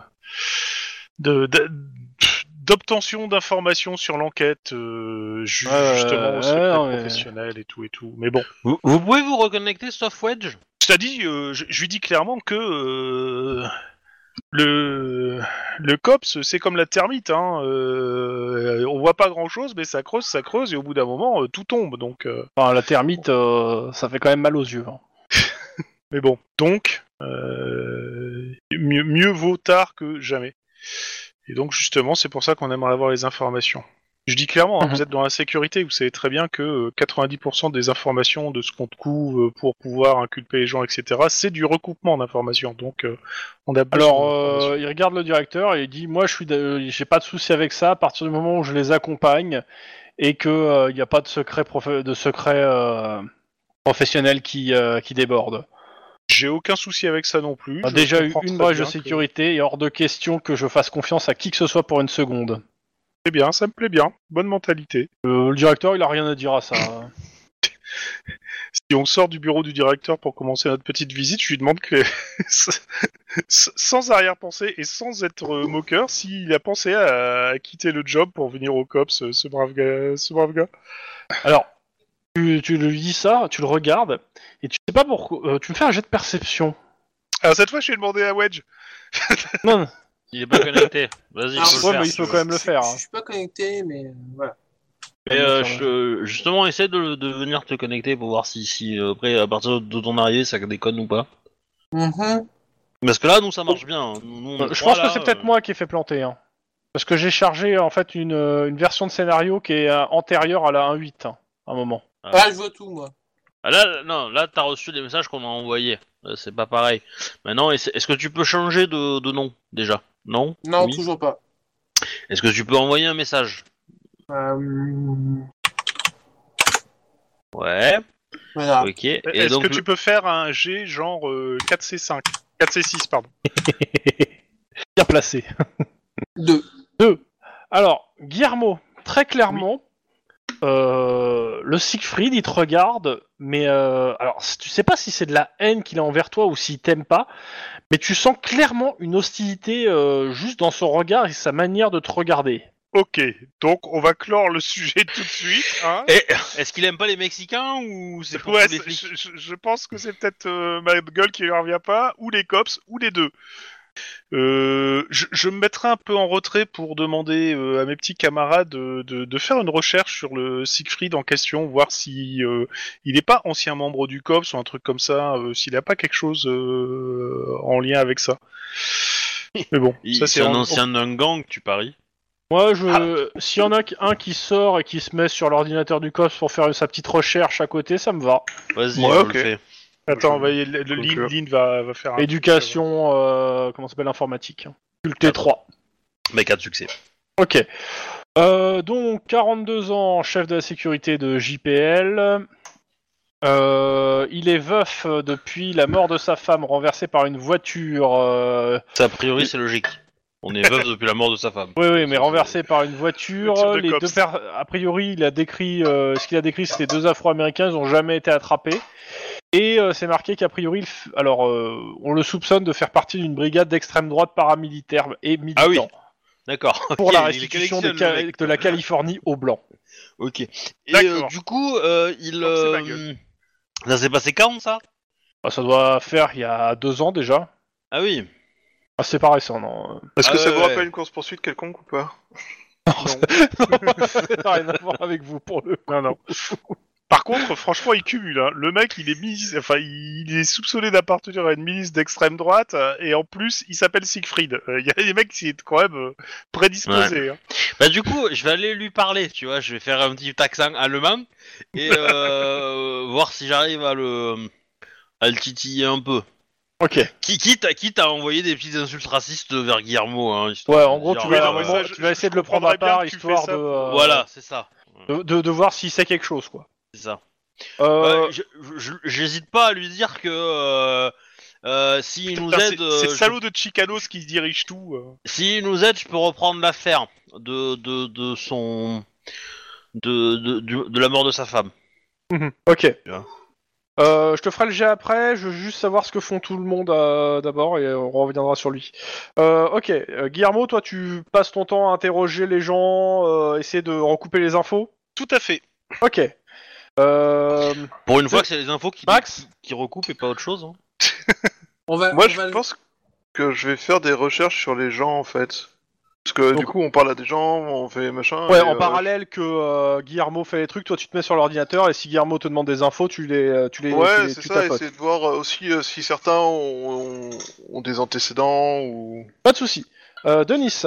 S4: de. de- d'obtention d'informations sur l'enquête euh, ju-
S2: Ouais, ouais,
S4: justement au
S2: ouais,
S4: secret
S2: non, mais-
S4: professionnel et tout et tout mais bon
S1: Vous, vous pouvez vous reconnecter sauf Wedge
S4: cest à dit, euh, je, je lui dis clairement que euh, le, le COPS, c'est comme la termite. Hein, euh, on voit pas grand-chose, mais ça creuse, ça creuse, et au bout d'un moment, euh, tout tombe. Donc, euh,
S2: Enfin, la termite, euh, ça fait quand même mal aux yeux. hein.
S4: mais bon, donc, euh, mieux, mieux vaut tard que jamais. Et donc, justement, c'est pour ça qu'on aimerait avoir les informations. Je dis clairement, hein,
S2: Mhm.
S4: vous êtes dans la sécurité, vous savez très bien que euh, 90% des informations de ce qu'on te couvre pour pouvoir inculper les gens, etc., c'est du recoupement d'informations. Donc, euh, on a besoin
S2: Alors,
S4: d'informations.
S2: euh, il regarde le directeur et il dit Moi, je suis, d'a- euh, j'ai pas de souci avec ça. À partir du moment où je les accompagne et que euh, il n'y a pas de secret, prof- de secret euh, professionnel qui, euh, qui déborde.
S4: J'ai aucun souci avec ça non plus.
S2: On a
S4: Je
S2: Bah, déjà eu
S4: comprends
S2: une
S4: très
S2: brèche de
S4: bien que-
S2: sécurité et hors de question que je fasse confiance à qui que ce soit pour une seconde.
S4: C'est bien, ça me plaît bien. Bonne mentalité.
S2: Euh, le directeur, il a rien à dire à ça. hein.
S4: Si on sort du bureau du directeur pour commencer notre petite visite, je lui demande que, sans arrière-pensée et sans être euh, moqueur, s'il a pensé à quitter le job pour venir au COPS, euh, ce- ce brave gars. Ce brave gars.
S2: Alors, tu, tu lui dis ça, tu le regardes et tu sais pas pourquoi. euh, tu me fais un jet de perception.
S4: Alors cette fois, je lui ai demandé à Wedge.
S2: Non, non,
S1: Il est pas connecté. Vas-y,
S3: Ah,
S1: faut le
S2: ouais,
S1: faire.
S2: mais il faut quand même le faire.
S3: Je
S2: hein.
S3: suis pas connecté, mais euh, voilà.
S1: Mais euh, je- justement, essaie de, de venir te connecter pour voir si, si euh, après, à partir de ton arrivée, ça déconne ou pas.
S3: Mhm.
S1: Parce que là, nous, ça marche bien. hein. Nous, nous, on est
S2: Je
S1: trois,
S2: pense
S1: là,
S2: que c'est peut-être
S1: euh,
S2: moi qui ai fait planter. hein. Parce que j'ai chargé en fait une, euh, une version de scénario qui est euh, antérieure à la 1.8 hein, à un moment.
S1: Ah.
S3: Ah, je vois tout, moi.
S1: Ah, Là, non, là, t'as reçu des messages qu'on a envoyés. Euh, C'est pas pareil. Maintenant, est-ce est-ce que tu peux changer de, de nom déjà Non.
S3: Non,
S1: Oui
S3: toujours pas.
S1: Est-ce que tu peux envoyer un message
S3: Euh,
S1: Ouais.
S3: Voilà.
S1: Ok. Et
S4: Est-ce
S1: donc,
S4: que tu peux faire un G genre euh, 4C5 4C6, pardon.
S2: Bien placé.
S3: Deux.
S2: Alors, Guillermo, très clairement, euh, le Siegfried, il te regarde, mais euh, alors c- tu sais pas si c'est de la haine qu'il a envers toi ou s'il t'aime pas, mais tu sens clairement une hostilité euh, juste dans son regard et sa manière de te regarder.
S4: Ok, donc on va clore le sujet tout de suite. Hein
S1: Et- est-ce qu'il aime pas les Mexicains ou c'est pour
S4: Ouais,
S1: tous les flics
S4: je, je- je pense que c'est peut-être euh, ma gueule qui ne revient pas, ou les cops, ou les deux. Euh, je, je me mettrai un peu en retrait pour demander euh, à mes petits camarades de, de- de faire une recherche sur le Siegfried en question, voir si euh, il n'est pas ancien membre du COPS ou un truc comme ça, euh, s'il n'a pas quelque chose euh, en lien avec ça. Mais bon,
S1: Il-
S4: ça
S1: C'est
S4: c'est
S1: un
S4: en-
S1: ancien d'un gang, tu paries.
S2: Moi, je, s'il y en a un qui sort et qui se met sur l'ordinateur du COPS pour faire sa petite recherche à côté, ça me va.
S1: Vas-y,
S5: Ouais,
S1: je
S5: ok.
S1: le fais.
S4: Attends, on va y- le, le-
S5: Donc,
S4: Lynn-
S5: euh,
S4: Lynn va, va faire un
S2: Éducation, euh, comment ça s'appelle l'informatique Culté 3.
S1: Mais 4 succès.
S2: Ok. Euh, donc, 42 ans, chef de la sécurité de JPL. Euh, il est veuf depuis la mort de sa femme renversée par une voiture. euh,
S1: Ça, a priori, c'est logique. On est veuf depuis la mort de sa femme.
S2: Oui, oui, mais renversé par une voiture.
S4: Le tir de
S2: les
S4: cops.
S2: deux per- A priori, il a décrit euh, ce qu'il a décrit, c'était deux Afro-Américains, ils n'ont jamais été attrapés. Et euh, c'est marqué qu'a priori, il f- alors euh, on le soupçonne de faire partie d'une brigade d'extrême droite paramilitaire et militant
S1: Ah oui, D'accord.
S2: pour
S1: Ok,
S2: la
S1: il
S2: restitution des
S1: collectionne,
S2: Ca-
S1: le mec.
S2: de la Californie aux blancs.
S1: Ok. Et
S4: D'accord.
S1: euh, du coup, euh, il.
S4: Donc, c'est ma
S1: euh,
S4: gueule.
S1: ça s'est passé quand ça
S2: Ah, ça doit faire il y a deux ans déjà.
S1: Ah oui.
S2: Ah, c'est pas récent, non.
S5: Est-ce que
S1: Ah
S5: ça vous
S1: ouais.
S5: rappelle une course-poursuite quelconque ou pas
S2: ça n'a rien à voir avec vous pour le.
S4: Non, non. Par contre, franchement, il cumule. hein. Le mec, il est mis, enfin, il est soupçonné d'appartenir à une milice d'extrême droite, euh, et en plus, il s'appelle Siegfried. Euh, Il y a des mecs qui sont quand même euh, prédisposés. hein.
S1: Bah du coup, je vais aller lui parler, tu vois, je vais faire un petit accent allemand et euh, voir si j'arrive à le à le titiller un peu.
S2: Ok.
S1: Qui quitte à quitte à envoyer des petites insultes racistes vers Guillermo hein, histoire
S2: Ouais,
S1: de
S2: en gros,
S1: dire,
S2: tu
S4: Oui,
S2: vas,
S4: non, mais
S1: euh,
S4: ça,
S2: tu
S4: je-
S2: vas
S4: je
S2: essayer de le prendre à
S4: comprendrais
S2: part
S4: bien que tu
S2: histoire
S4: fais ça
S2: de,
S4: pour-
S2: euh,
S1: voilà, c'est ça.
S2: de, de- de voir si c'est quelque chose quoi.
S1: C'est ça.
S2: Euh,
S1: Euh, je- je- J'hésite pas à lui dire que euh, euh, s'il nous
S4: Putain,
S1: aide,
S4: C'est
S1: euh,
S4: c'est le
S1: je-
S4: salaud de Chicanos qui dirige tout. euh.
S1: s'il nous aide, je peux reprendre l'affaire de, de de son de de, du- de la mort de sa femme.
S2: Ok.
S1: Bien.
S2: Euh, je te ferai le jet après, je veux juste savoir ce que font tout le monde euh, d'abord et on reviendra sur lui. Euh, ok, euh, Guillermo, toi tu passes ton temps à interroger les gens, euh, essayer de recouper les infos
S4: Tout à fait.
S2: Ok. Euh,
S1: Pour une fois que c'est les infos qui
S2: Max
S1: qui recoupent et pas autre chose. hein.
S3: On va,
S5: Moi,
S3: on
S5: je
S2: bah,
S3: va-
S5: pense que je vais faire des recherches sur les gens, en fait. Parce que du
S2: Donc-
S5: coup, on parle à des gens, on fait machin.
S2: Ouais,
S5: et,
S2: en
S5: euh,
S2: parallèle que euh, Guillermo fait les trucs, toi tu te mets sur l'ordinateur et si Guillermo te demande des infos, tu les, euh, tu les, tu
S5: Ouais,
S2: les-
S5: c'est
S2: tu
S5: ça,
S2: tapotes.
S5: essayer de voir euh, aussi euh, si certains ont, ont- ont des antécédents ou.
S2: Pas de souci. Euh, Denis.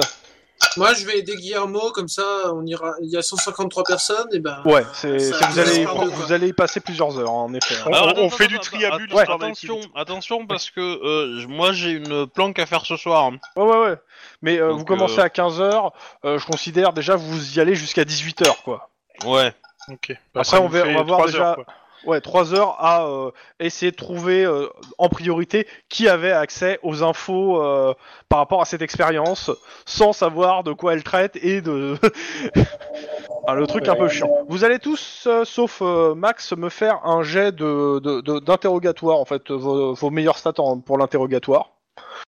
S3: Moi, je vais aider Guillermo, comme ça, on ira. Il y a 153 personnes, et ben.
S2: Ouais, c'est,
S3: Ça-
S2: c'est- vous, allez,
S3: ça part de
S2: vous
S3: quoi
S2: allez y passer plusieurs heures hein, en effet.
S4: On-
S1: Alors,
S4: on
S1: attends,
S4: fait
S1: attends,
S4: du
S1: attends,
S4: triabule,
S1: attends,
S4: histoire d'aller
S1: attention,
S4: plus vite.
S1: attention, parce que euh, je- moi j'ai une planque à faire ce soir. hein.
S2: Ouais, ouais, ouais. Mais euh,
S1: Donc,
S2: vous commencez
S1: euh,
S2: à 15h, je considère déjà vous y allez jusqu'à 18h, quoi.
S1: Ouais.
S4: Ok.
S2: Après,
S4: ça
S2: on
S4: nous
S2: va-
S4: fait
S2: on va voir
S4: trois
S2: déjà-
S4: heures, quoi.
S2: Ouais, 3 heures à euh, essayer de trouver euh, en priorité qui avait accès aux infos euh, par rapport à cette expérience, sans savoir de quoi elle traite et de. Ah, le truc un peu chiant. Vous allez tous, euh, sauf euh, Max, me faire un jet de, de- de- d'interrogatoire, en fait, vos, vos meilleurs stats en- pour l'interrogatoire.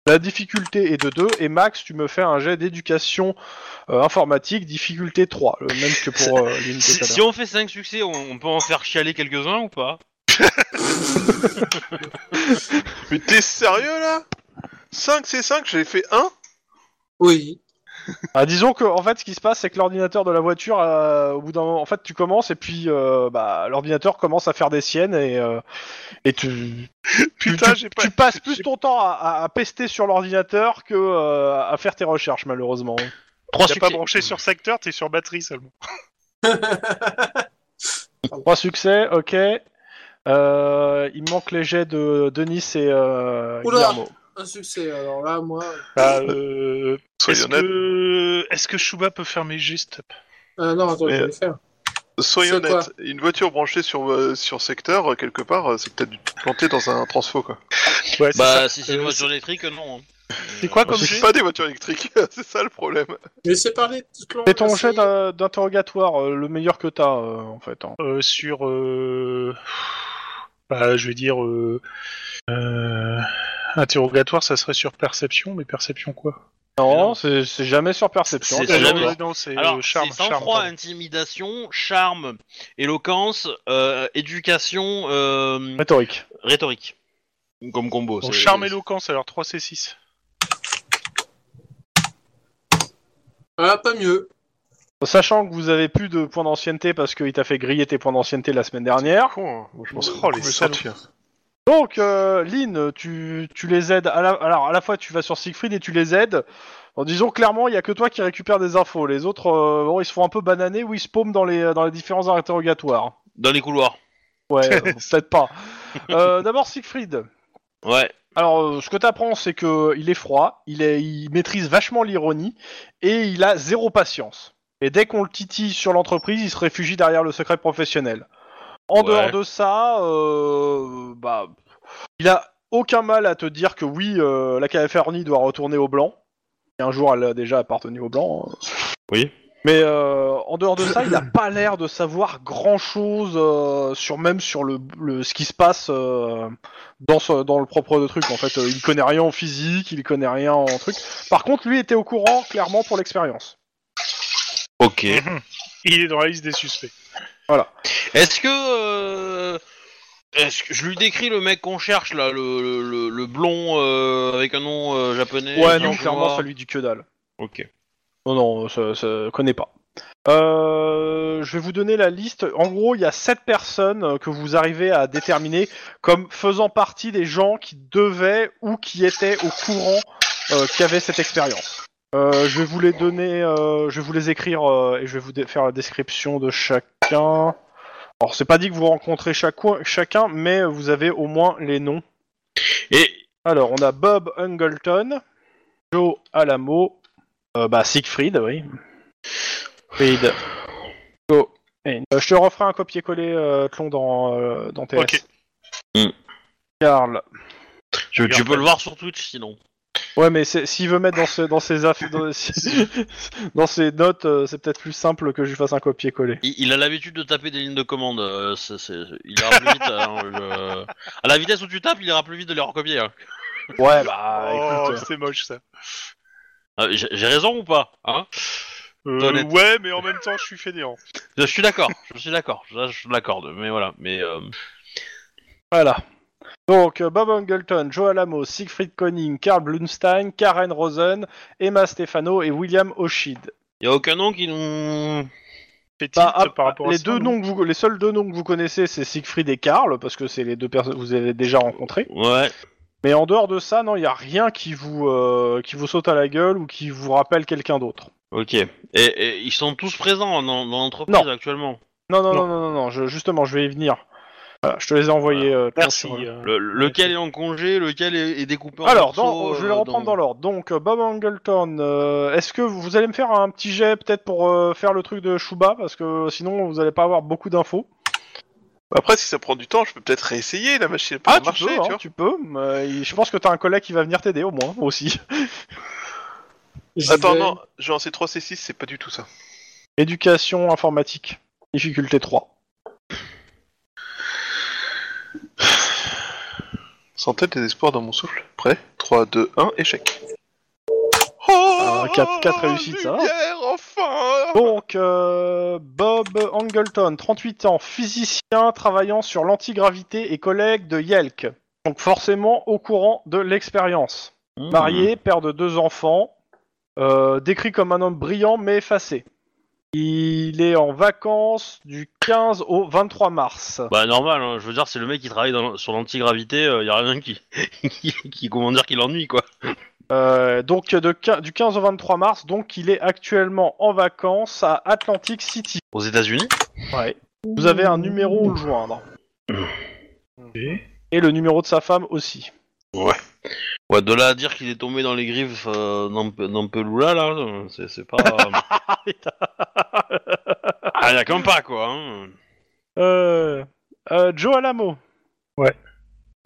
S2: La difficulté est de 2, et Max, tu me fais un jet d'éducation euh, informatique, difficulté 3, le même que pour euh, Lynn tout
S1: Si,
S2: à l'heure.
S1: si on fait 5 succès, on, on peut en faire chialer quelques-uns ou pas
S5: Mais t'es sérieux là 5 c'est 5, j'ai fait 1
S3: Oui.
S2: Ah, disons que en fait, ce qui se passe, c'est que l'ordinateur de la voiture, euh, au bout d'un moment, en fait, tu commences et puis euh, bah, l'ordinateur commence à faire des siennes et, euh, et tu, tu,
S5: Putain,
S2: tu-
S5: j'ai pas.
S2: tu passes plus ton temps à, à- à pester sur l'ordinateur que euh, à faire tes recherches, malheureusement.
S1: Trois
S4: T'as pas
S1: succès.
S4: branché sur secteur, t'es sur batterie seulement.
S2: Trois succès, ok. Euh, il me manque les jets de Denis et euh,
S3: Oula.
S2: Guillermo.
S3: Un succès, alors là, moi.
S4: Bah, euh,
S5: Soyez
S4: est-ce
S5: honnête.
S4: que est-ce que Shuba peut faire mes gestes
S3: Euh, non, attends, je
S5: Mais-
S3: vais le faire.
S5: Soyons
S3: C'est quoi
S5: honnêtes, une voiture branchée sur, euh, sur secteur, euh, quelque part, euh, c'est que t'as dû te planter dans un transfo, quoi.
S4: Ouais, c'est ça.
S1: Bah, si c'est
S4: Euh,
S1: une voiture électrique, non. hein.
S4: C'est quoi comme
S5: C'est
S4: jet
S5: pas des voitures électriques, c'est ça le problème.
S3: Mais c'est parler de tout le monde,
S2: C'est ton
S3: merci.
S2: jet d'in- d'interrogatoire, euh, le meilleur que t'as, euh, en fait. hein.
S4: Euh, sur euh, bah, je vais dire euh, euh, interrogatoire, ça serait sur perception, mais perception quoi
S2: Non, c'est c'est jamais sur perception.
S1: C'est jamais-
S4: non, non, c'est
S1: Alors,
S4: euh, charme,
S1: c'est hein.
S4: charme.
S1: sang-froid,
S4: pardon.
S1: intimidation, charme, éloquence, euh, éducation, euh,
S2: Rhétorique.
S1: rhétorique. Comme combo.
S4: Bon,
S1: c'est-
S4: charme éloquence, alors 3 C6.
S3: Ah, pas mieux.
S2: Sachant que vous avez plus de points d'ancienneté parce qu'il t'a fait griller tes points d'ancienneté la semaine dernière.
S5: Con, hein. Moi, je pense
S4: Oh,
S5: qu'on
S4: les
S5: pouvait
S4: salauds.
S5: sortir.
S2: Donc, euh, Lynn, tu, tu les aides. À la, alors, à la fois, tu vas sur Siegfried et tu les aides. En disant clairement, il y a que toi qui récupères des infos. Les autres, euh, bon, ils se font un peu bananer ou ils se paument dans les, dans les différents interrogatoires.
S1: Dans les couloirs.
S2: Ouais, euh, peut-être pas. Euh, D'abord, Siegfried.
S1: Ouais.
S2: Alors, euh, ce que t'apprends, c'est que euh, il est froid, il, est, il maîtrise vachement l'ironie et il a zéro patience. Et dès qu'on le titille sur l'entreprise, il se réfugie derrière le secret professionnel. En
S1: Ouais.
S2: dehors de ça, euh, bah, il a aucun mal à te dire que oui, euh, la Californie doit retourner au blanc. Et un jour, elle a déjà appartenu au blanc. hein.
S1: Oui.
S2: Mais euh, en dehors de ça, il n'a pas l'air de savoir grand-chose euh, sur même sur le, le- ce qui se passe. euh, dans, ce- dans le propre de truc. En fait, euh, il connaît rien en physique, il connaît rien en truc. Par contre, lui était au courant clairement pour l'expérience.
S1: Ok.
S4: Mhm. Il est dans la liste des suspects.
S1: Est-ce que. euh, Est-ce que je lui décris le mec qu'on cherche là, le, le- le- le blond euh, avec un nom euh, japonais
S2: Ouais,
S1: blanc,
S2: non, clairement,
S1: noir
S2: ça lui dit que dalle.
S1: Ok.
S2: Non, Oh non, ça, ça connaît pas. Euh, je vais vous donner la liste. En gros, il y a sept personnes euh, que vous arrivez à déterminer comme faisant partie des gens qui devaient ou qui étaient au courant euh, qui avaient cette expérience. Euh, je vais vous les donner, euh, je vais vous les écrire euh, et je vais vous dé- faire la description de chacun. Alors, c'est pas dit que vous rencontrez chacun, chacun, mais vous avez au moins les noms.
S1: Et.
S2: Alors, on a Bob Ungleton, Joe Alamo, euh, bah Siegfried, oui. Siegfried. Go. Et- euh, je te referai un copier-coller, euh, Tlon, dans, euh, dans TS.
S4: Ok.
S1: Hmm.
S2: Carl.
S1: Tu, tu
S4: Regarde.
S1: peux le voir sur Twitch sinon.
S2: Ouais, mais c'est- s'il veut mettre dans, ce- dans, ses, aff- dans, si- dans ses notes, euh, c'est peut-être plus simple que je lui fasse un copier-coller.
S1: Il, il a l'habitude de taper des lignes de commande. euh, c'est- c'est- il ira plus vite. hein, je- À la vitesse où tu tapes, il ira plus vite de les recopier. hein.
S2: Ouais, bah
S4: oh,
S2: écoute.
S4: c'est moche ça.
S1: Euh, J'ai j'ai raison ou pas hein
S4: Euh,
S1: Honnête.
S4: ouais, mais en même temps, je suis fainéant.
S1: Je suis d'accord, je suis d'accord, je, je l'accorde, mais voilà, mais euh,
S2: Voilà. Donc, euh, Bob Angleton, Joe Alamo, Siegfried Conning, Karl Blumstein, Karen Rosen, Emma Stefano et William Oshid.
S1: y a aucun nom qui nous.
S4: Fétite
S2: Bah, ah,
S4: par rapport à
S2: les
S4: ça,
S2: deux
S4: non
S2: noms que vous, les seuls deux noms que vous connaissez, c'est Siegfried et Karl, parce que c'est les deux personnes que vous avez déjà rencontrées.
S1: Ouais.
S2: Mais en dehors de ça, non, il n'y a rien qui vous, euh, qui vous saute à la gueule ou qui vous rappelle quelqu'un d'autre.
S1: Ok. Et, et ils sont tous présents dans, dans l'entreprise
S2: Non.
S1: actuellement.
S2: Non, non, non, non,
S4: Non.
S2: non, non, je- justement, je vais y venir. Voilà, je te les ai envoyés. euh,
S4: Merci.
S2: sur le-
S4: euh,
S1: Le- lequel est en congé, lequel est, est découpé en
S2: Alors, dans-
S1: morceaux,
S2: je vais les
S1: euh,
S2: reprendre dans, l'ordre. Donc, euh, Bob Angleton, euh, est-ce que vous vous allez me faire un petit jet peut-être pour euh, faire le truc de Shuba Parce que euh, sinon, vous n'allez pas avoir beaucoup d'infos.
S5: Après, si ça prend du temps, je peux peut-être réessayer la machine pour
S2: Ah, tu
S5: marcher,
S2: peux, hein,
S5: tu vois.
S2: tu peux. mais il- je pense que t'as un collègue qui va venir t'aider au moins, aussi.
S3: J'y
S5: Attends,
S3: vais.
S5: non, genre c'est 3C6, c'est pas du tout ça.
S2: Éducation informatique. Difficulté 3.
S5: Sentais le désespoir dans mon souffle. Prêt 3, 2, 1, échec.
S2: Ah,
S5: Oh
S2: quatre- quatre réussites, ça va.
S5: lumière, enfin
S2: Donc, euh, Bob Angleton, 38 ans, physicien travaillant sur l'antigravité et collègue de Yelk. Donc forcément au courant de l'expérience.
S1: Mmh.
S2: Marié, père de deux enfants. euh, décrit comme un homme brillant mais effacé. Il est en vacances du 15 au 23 mars.
S1: Bah normal, hein, je veux dire, c'est le mec qui travaille dans- sur l'antigravité, il y a rien qui, qui, qui- comment dire, qui l'ennuie quoi.
S2: Euh, donc de quin- du 15 au 23 mars, donc il est actuellement en vacances à Atlantic City.
S1: Aux États-Unis.
S2: Ouais. Vous avez un numéro où le joindre. Et le numéro de sa femme aussi.
S1: Ouais, de là à dire qu'il est tombé dans les griffes euh, d'Amp- d'Ampeloula là, euh, c'est c'est pas. ah, y a comme pas quoi. hein.
S2: Euh, euh, Joe Alamo.
S4: Ouais.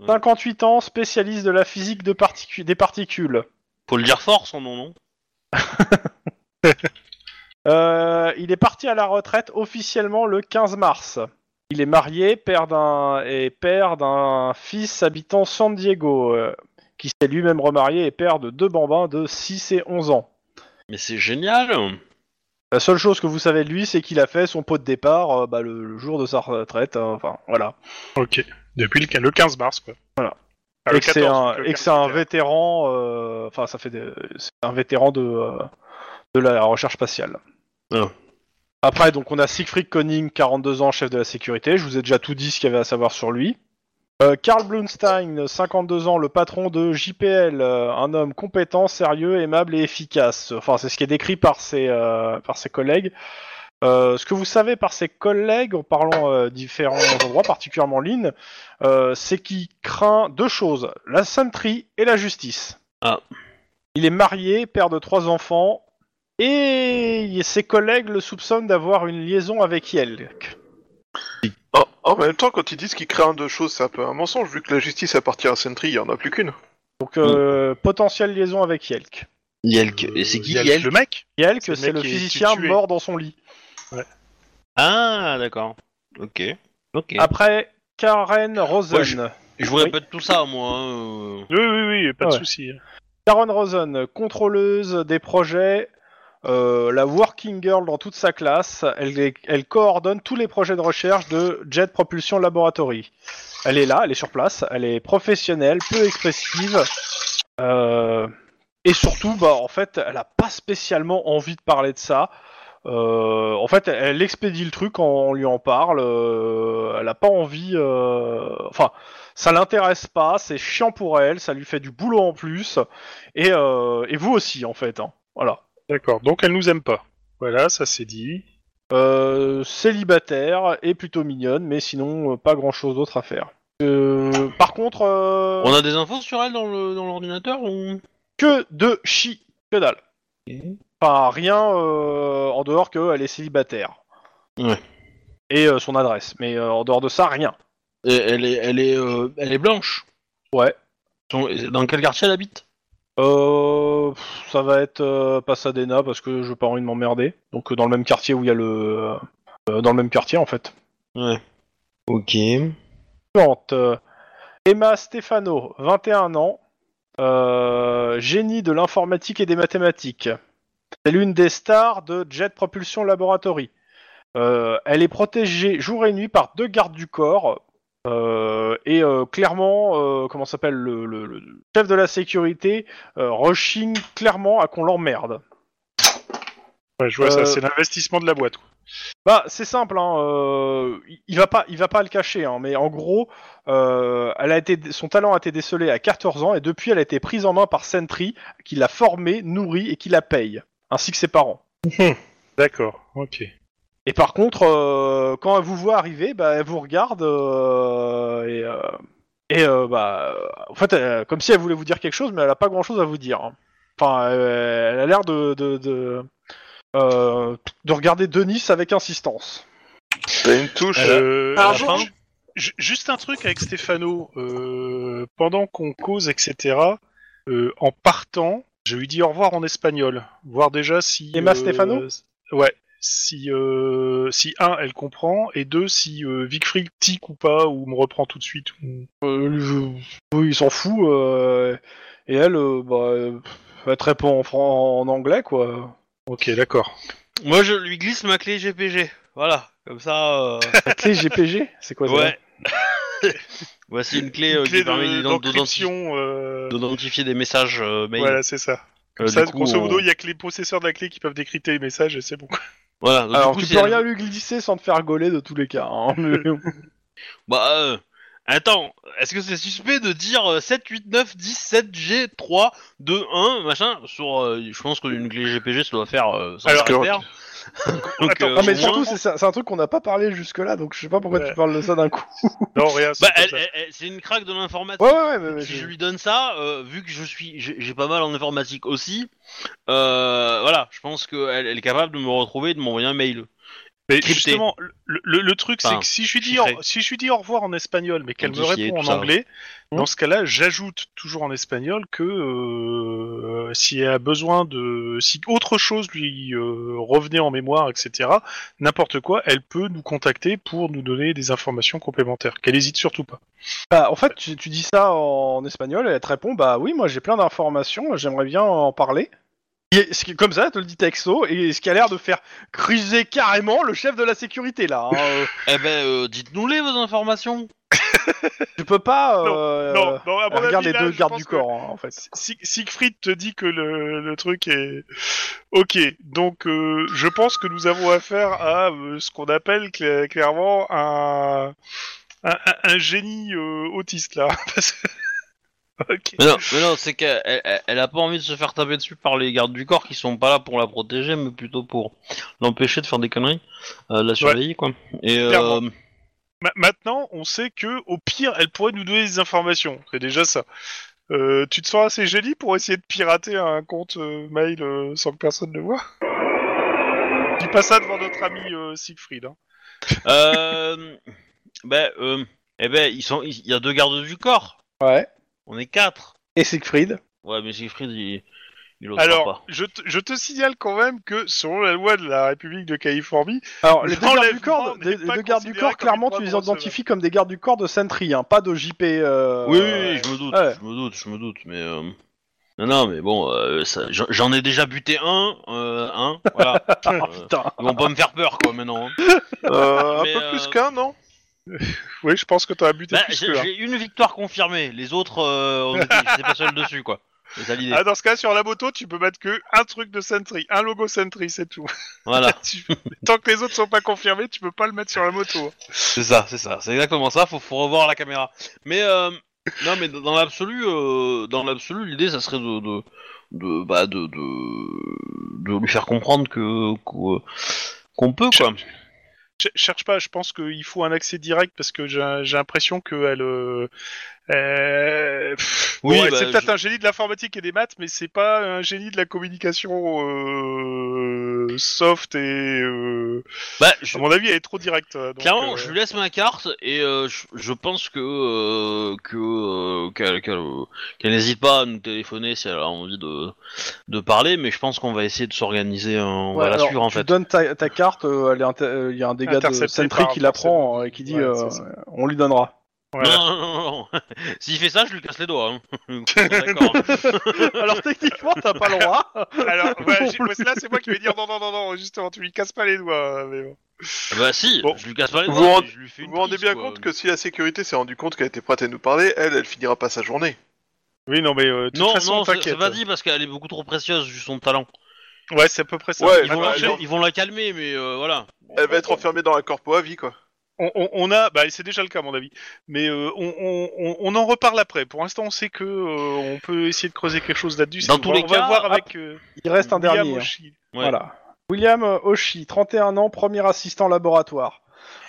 S2: 58 ans, spécialiste de la physique de particu- des particules.
S1: Faut le dire fort son nom, non
S2: Euh, il est parti à la retraite officiellement le 15 mars. Il est marié, père d'un et père d'un fils habitant San Diego, euh, qui s'est lui-même remarié et père de deux bambins de 6 et 11 ans.
S1: Mais c'est génial.
S2: La seule chose que vous savez de lui, c'est qu'il a fait son pot de départ euh, bah, le, le jour de sa retraite. hein, enfin, voilà.
S4: Ok. Depuis le, quin- le 15 mars, quoi.
S2: Voilà.
S4: Ah, le
S2: et que c'est
S4: 14,
S2: un,
S4: donc le
S2: et que c'est un
S4: 15.
S2: vétéran. euh, Enfin, ça fait des- c'est un vétéran de euh, de la recherche spatiale.
S1: Ah.
S2: Après, donc on a Siegfried Koenig, 42 ans, chef de la sécurité. Je vous ai déjà tout dit ce qu'il y avait à savoir sur lui. Euh, Karl Blumstein, 52 ans, le patron de JPL, euh, un homme compétent, sérieux, aimable et efficace. Enfin, c'est ce qui est décrit par ses, euh, par ses collègues. Euh, ce que vous savez par ses collègues, en parlant euh, différents endroits, particulièrement Lynn, euh, c'est qu'il craint deux choses, la santerie et la justice.
S1: Ah.
S2: Il est marié, père de trois enfants, et il- ses collègues le soupçonnent d'avoir une liaison avec Yelk.
S5: En, en même temps, quand ils disent qu'ils craignent deux choses, c'est un peu un mensonge, vu que la justice appartient à Sentry, il n'y en a plus qu'une.
S2: Donc,
S4: Mm.
S2: euh, potentielle liaison avec Yelk.
S1: Yelk.
S4: Euh,
S1: Et c'est qui
S4: Yelk,
S1: Yelk
S4: Le mec
S2: Yelk,
S4: C'est le
S2: c'est
S4: mec
S2: le,
S4: qui est- qui est
S2: physicien
S4: tué.
S2: mort dans son lit.
S1: Ah d'accord. Ok. Ok.
S2: Après, Karen Rosen.
S1: Ouais, je- je vous
S2: oui.
S1: répète tout ça moi. hein, euh.
S4: Oui, oui, oui,
S2: Ah
S4: pas de
S2: ouais.
S4: souci.
S2: Karen Rosen, contrôleuse des projets, euh, la working girl dans toute sa classe. Elle, elle coordonne tous les projets de recherche de Jet Propulsion Laboratory. Elle est là, elle est sur place, elle est professionnelle, peu expressive. euh, et surtout, bah, en fait, elle n'a pas spécialement envie de parler de ça. Euh, en fait, elle expédie le truc quand on lui en parle. euh, elle n'a pas envie. euh, Enfin, ça l'intéresse pas. C'est chiant pour elle. Ça lui fait du boulot en plus. Et, euh, et vous aussi, en fait. hein. Voilà.
S4: D'accord, donc elle nous aime pas. Voilà, ça c'est dit.
S2: Euh, célibataire et plutôt mignonne, mais sinon euh, pas grand chose d'autre à faire. Euh, par contre, euh,
S1: On a des infos sur elle dans le dans l'ordinateur ou
S2: que de chi, que dalle. Enfin, rien euh, en dehors que elle est célibataire.
S1: Ouais.
S2: Et euh, son adresse, mais euh, en dehors de ça, rien.
S1: Et Elle est elle est euh, elle est blanche.
S2: Ouais.
S1: Son- Dans quel quartier elle habite
S2: Euh, pff, ça va être euh, Pasadena parce que j'ai pas envie de m'emmerder. Donc euh, dans le même quartier où il y a le, euh, dans le même quartier en fait.
S1: Ouais. Ok.
S2: suivante. Euh, Emma Stefano, 21 ans, euh, génie de l'informatique et des mathématiques. C'est l'une des stars de Jet Propulsion Laboratory. Euh, elle est protégée jour et nuit par deux gardes du corps. euh, et euh, clairement, euh, comment s'appelle le, le- le chef de la sécurité euh, rechigne clairement à qu'on l'emmerde.
S4: Ouais, je vois
S2: Euh,
S4: ça, c'est l'investissement de la boîte. quoi.
S2: Bah, c'est simple, hein, euh, il- il va pas, il va pas le cacher, hein, mais en gros, euh, elle a été, son talent a été décelé à 14 ans et depuis, elle a été prise en main par Sentry, qui l'a formée, nourrie et qui la paye, ainsi que ses parents.
S4: D'accord, ok.
S2: Et par contre, euh, quand elle vous voit arriver, bah, elle vous regarde euh, et, euh, et euh, bah, en fait, euh, comme si elle voulait vous dire quelque chose, mais elle a pas grand-chose à vous dire. hein. Enfin, euh, elle a l'air de de, de, euh, de regarder Denis avec insistance.
S5: T'as une touche.
S4: Euh,
S3: Ah,
S4: ju-
S3: bon
S4: ju- ju- juste un truc avec Stéphano. euh, pendant qu'on cause, etc., euh, en partant, je lui dis au revoir en espagnol. Voir déjà si.
S2: Emma
S4: euh,
S2: Stéphano
S4: s- Ouais. Si, euh, si, un, elle comprend, et deux, si euh, Siegfried tic ou pas, ou me reprend tout de suite. ou-
S2: Euh, lui, je- oui, il s'en fout. euh, Et elle, euh, bah, euh, elle te répond en, fran- en anglais, quoi.
S4: Ok, d'accord.
S1: Moi je lui glisse ma clé GPG. Voilà. Comme ça. euh,
S2: La clé GPG C'est quoi ça
S1: Ouais. Voici une clé, euh,
S4: Une
S1: qui permet
S4: de-
S1: euh, d'ident- d'identifier
S4: d'encryption, euh,
S1: d'identifier des messages euh, mail.
S4: Voilà, c'est ça.
S1: Euh,
S4: ça,
S1: du coup,
S4: grosso
S1: on-
S4: modo, il y a que les possesseurs de la clé qui peuvent décrypter les messages et c'est bon.
S1: Voilà, donc, Bah,
S2: Alors,
S1: du coup, Euh,
S2: tu
S1: c'est-
S2: peux rien lui glisser sans te faire gauler de tous les cas. hein.
S1: Bah, euh, attends, est-ce que c'est suspect de dire euh, 7, 8, 9, 10, 7, G, 3, 2, 1, machin Sur, euh, je pense qu'une clé GPG, ça doit faire euh, sans
S4: Alors,
S1: caractère. Donc,
S4: Attends,
S1: euh,
S2: non, mais
S1: au moins-
S2: surtout, c'est ça- c'est un truc qu'on n'a pas parlé jusque-là, donc je sais pas pourquoi
S4: Ouais.
S2: tu parles de ça d'un coup.
S4: Non, rien. c'est
S1: Bah,
S4: comme
S1: elle-
S4: ça.
S1: elle- elle- c'est une craque de l'informatique.
S2: Ouais, ouais, ouais. mais- mais
S1: si
S2: je-
S1: je lui donne ça, euh, vu que je suis, j'ai j'ai pas mal en informatique aussi, euh, voilà, je pense qu'elle elle est capable de me retrouver, et de m'envoyer un mail.
S4: Mais
S1: crypté.
S4: justement, le, le- le truc,
S1: Enfin,
S4: c'est que si je, lui dis
S1: chiffré.
S4: au, si je lui dis au revoir en espagnol, mais qu'elle me
S1: Modifié,
S4: répond en
S1: tout ça.
S4: anglais,
S2: Hum.
S4: dans ce cas-là, j'ajoute toujours en espagnol que euh, si elle a besoin de. Si autre chose lui euh, revenait en mémoire, etc., n'importe quoi, elle peut nous contacter pour nous donner des informations complémentaires. Qu'elle hésite surtout pas.
S2: Bah, en fait, tu, tu dis ça en espagnol et elle te répond Bah oui, moi j'ai plein d'informations, j'aimerais bien en parler. Et ce qui, comme ça, elle te le dit texto, et ce qui a l'air de faire criser carrément le chef de la sécurité là. hein, euh.
S1: Eh ben, euh, dites-nous-les vos informations.
S2: tu peux pas euh,
S4: non, non, à mon
S2: regarder
S4: avis, là,
S2: deux
S4: je
S2: gardes
S4: pense
S2: du
S4: que-
S2: corps hein, en fait.
S4: Si- Siegfried te dit que le, le truc est... Ok, donc euh, je pense que nous avons affaire à euh, ce qu'on appelle cla- clairement un, un, un- un génie euh, autiste, là. Parce que- ok.
S1: Mais non, mais non, c'est qu'elle elle, elle a pas envie de se faire taper dessus par les gardes du corps qui sont pas là pour la protéger, mais plutôt pour l'empêcher de faire des conneries, euh, de la surveiller quoi. Et euh,
S4: Clairement. Ma- maintenant, on sait que au pire, elle pourrait nous donner des informations. C'est déjà ça. Euh, tu te sens assez génie pour essayer de pirater un compte euh, mail euh, sans que personne ne voit Dis pas ça devant notre ami euh, Siegfried. hein.
S1: euh, ben, euh, eh ben, ils sont, il y a deux gardes du corps.
S2: Ouais.
S1: On est quatre.
S2: Et Siegfried
S1: Ouais, mais Siegfried, il, il osera
S4: Alors,
S1: pas.
S4: je te, je te signale quand même que selon la loi de la République de Californie,
S2: Alors, les deux gardes du
S4: L'enlèvement
S2: corps,
S4: n'est
S2: des-
S4: pas
S2: les deux gardes du
S4: considéré
S2: corps
S4: comme
S2: clairement,
S4: une
S2: tu les
S4: preuve
S2: identifies comme des gardes du corps de Sentry, hein, pas de JP. euh,
S1: Oui, oui, oui, je me doute,
S2: ouais.
S1: je me doute, je me doute, mais euh, non, non, mais bon, euh, ça- j'en- j'en ai déjà buté un, euh, un, voilà.
S2: Ah,
S1: Euh,
S2: putain.
S1: ils vont pas me faire peur quoi maintenant. hein.
S5: Euh, un
S1: Mais,
S5: peu
S1: euh,
S5: plus qu'un, non
S4: oui, je pense que t'as buté
S1: Bah,
S4: plus que
S1: j'ai
S4: là.
S1: j'ai une victoire confirmée, les autres, euh, on était- j'étais pas seul dessus quoi. C'est ça l'idée.
S4: Ah, dans ce cas, sur la moto, tu peux mettre que un truc de Sentry, un logo Sentry, c'est tout.
S1: Voilà,
S4: Tu- Tant que les autres sont pas confirmés, tu peux pas le mettre sur la moto. hein.
S1: c'est ça, c'est ça, c'est exactement ça. Faut, faut revoir la caméra. Mais euh, non, mais dans dans l'absolu, euh, dans l'absolu, l'idée ça serait de, de, de- bah, de, de, de lui faire comprendre que qu'au- qu'on peut quoi.
S4: Ch- cherche pas, je pense qu'il faut un accès direct parce que j'ai j'ai l'impression qu'elle. Euh, euh, pff,
S1: Oui,
S4: bon, elle,
S1: bah,
S4: c'est peut-être
S1: je-
S4: un génie de l'informatique et des maths, mais c'est pas un génie de la communication euh, soft et. euh,
S1: Bah, je-
S4: À mon avis, elle est trop directe. euh, donc,
S1: Clairement,
S4: euh,
S1: je lui laisse ma carte et euh, je, je pense que euh, que euh, qu'elle qu'elle, euh, qu'elle n'hésite pas à nous téléphoner si elle a envie de, de parler, mais je pense qu'on va essayer de s'organiser, euh, on
S2: Ouais,
S1: va la
S2: alors,
S1: suivre en
S2: tu
S1: fait.
S2: donnes ta, ta carte, euh, elle est inter- euh, il y a un dégât de
S4: Intercepté
S2: Sentry
S4: par-
S2: qui la
S4: par-
S2: prend euh, et qui dit
S4: Ouais,
S2: euh,
S4: c'est ça.
S2: on lui donnera.
S4: voilà.
S1: Non, non, non, non. S'il fait ça, je lui casse les doigts. hein. D'accord.
S2: Alors techniquement, t'as pas le droit.
S4: Alors, voilà,
S2: Non
S4: j'ai-
S2: plus.
S4: ouais, c'est là, c'est moi qui vais dire non, non, non, non, justement, tu lui casses pas les doigts. Mais bon.
S1: bah si,
S4: Bon.
S1: je lui casse pas les
S5: Vous
S1: doigts.
S5: vous
S1: mais
S5: rendez-
S1: je lui fais
S5: Vous
S1: une
S5: vous rendez
S1: prise,
S5: bien
S1: quoi.
S5: compte que si la sécurité s'est rendue compte qu'elle était prête à nous parler, elle, elle finira pas sa journée.
S4: Oui, non, mais euh, de toute
S1: Non,
S4: façon,
S1: non, c'est
S4: t'inquiète.
S1: c'est pas dit parce qu'elle est beaucoup trop précieuse vu son talent.
S4: Ouais, c'est à peu près ça.
S5: Ouais,
S1: Ils vont,
S5: bah,
S1: la,
S5: alors-
S1: ils vont la calmer, mais euh, voilà.
S5: Elle va être enfermée dans la corpo à vie, quoi.
S4: On, on- on a, bah, c'est déjà le cas à mon avis. Mais euh, on, on- on- on en reparle après. Pour l'instant, on sait que euh, on peut essayer de creuser quelque chose là-dessus.
S1: Dans
S4: C'est-
S1: tous
S4: on
S1: les
S4: va- on va
S1: cas,
S4: voir
S2: hop,
S4: avec. euh,
S2: Il reste un
S4: William
S2: dernier. hein.
S4: Oshie.
S1: Ouais.
S2: Voilà. William euh, Oshi, 31 ans, premier assistant laboratoire.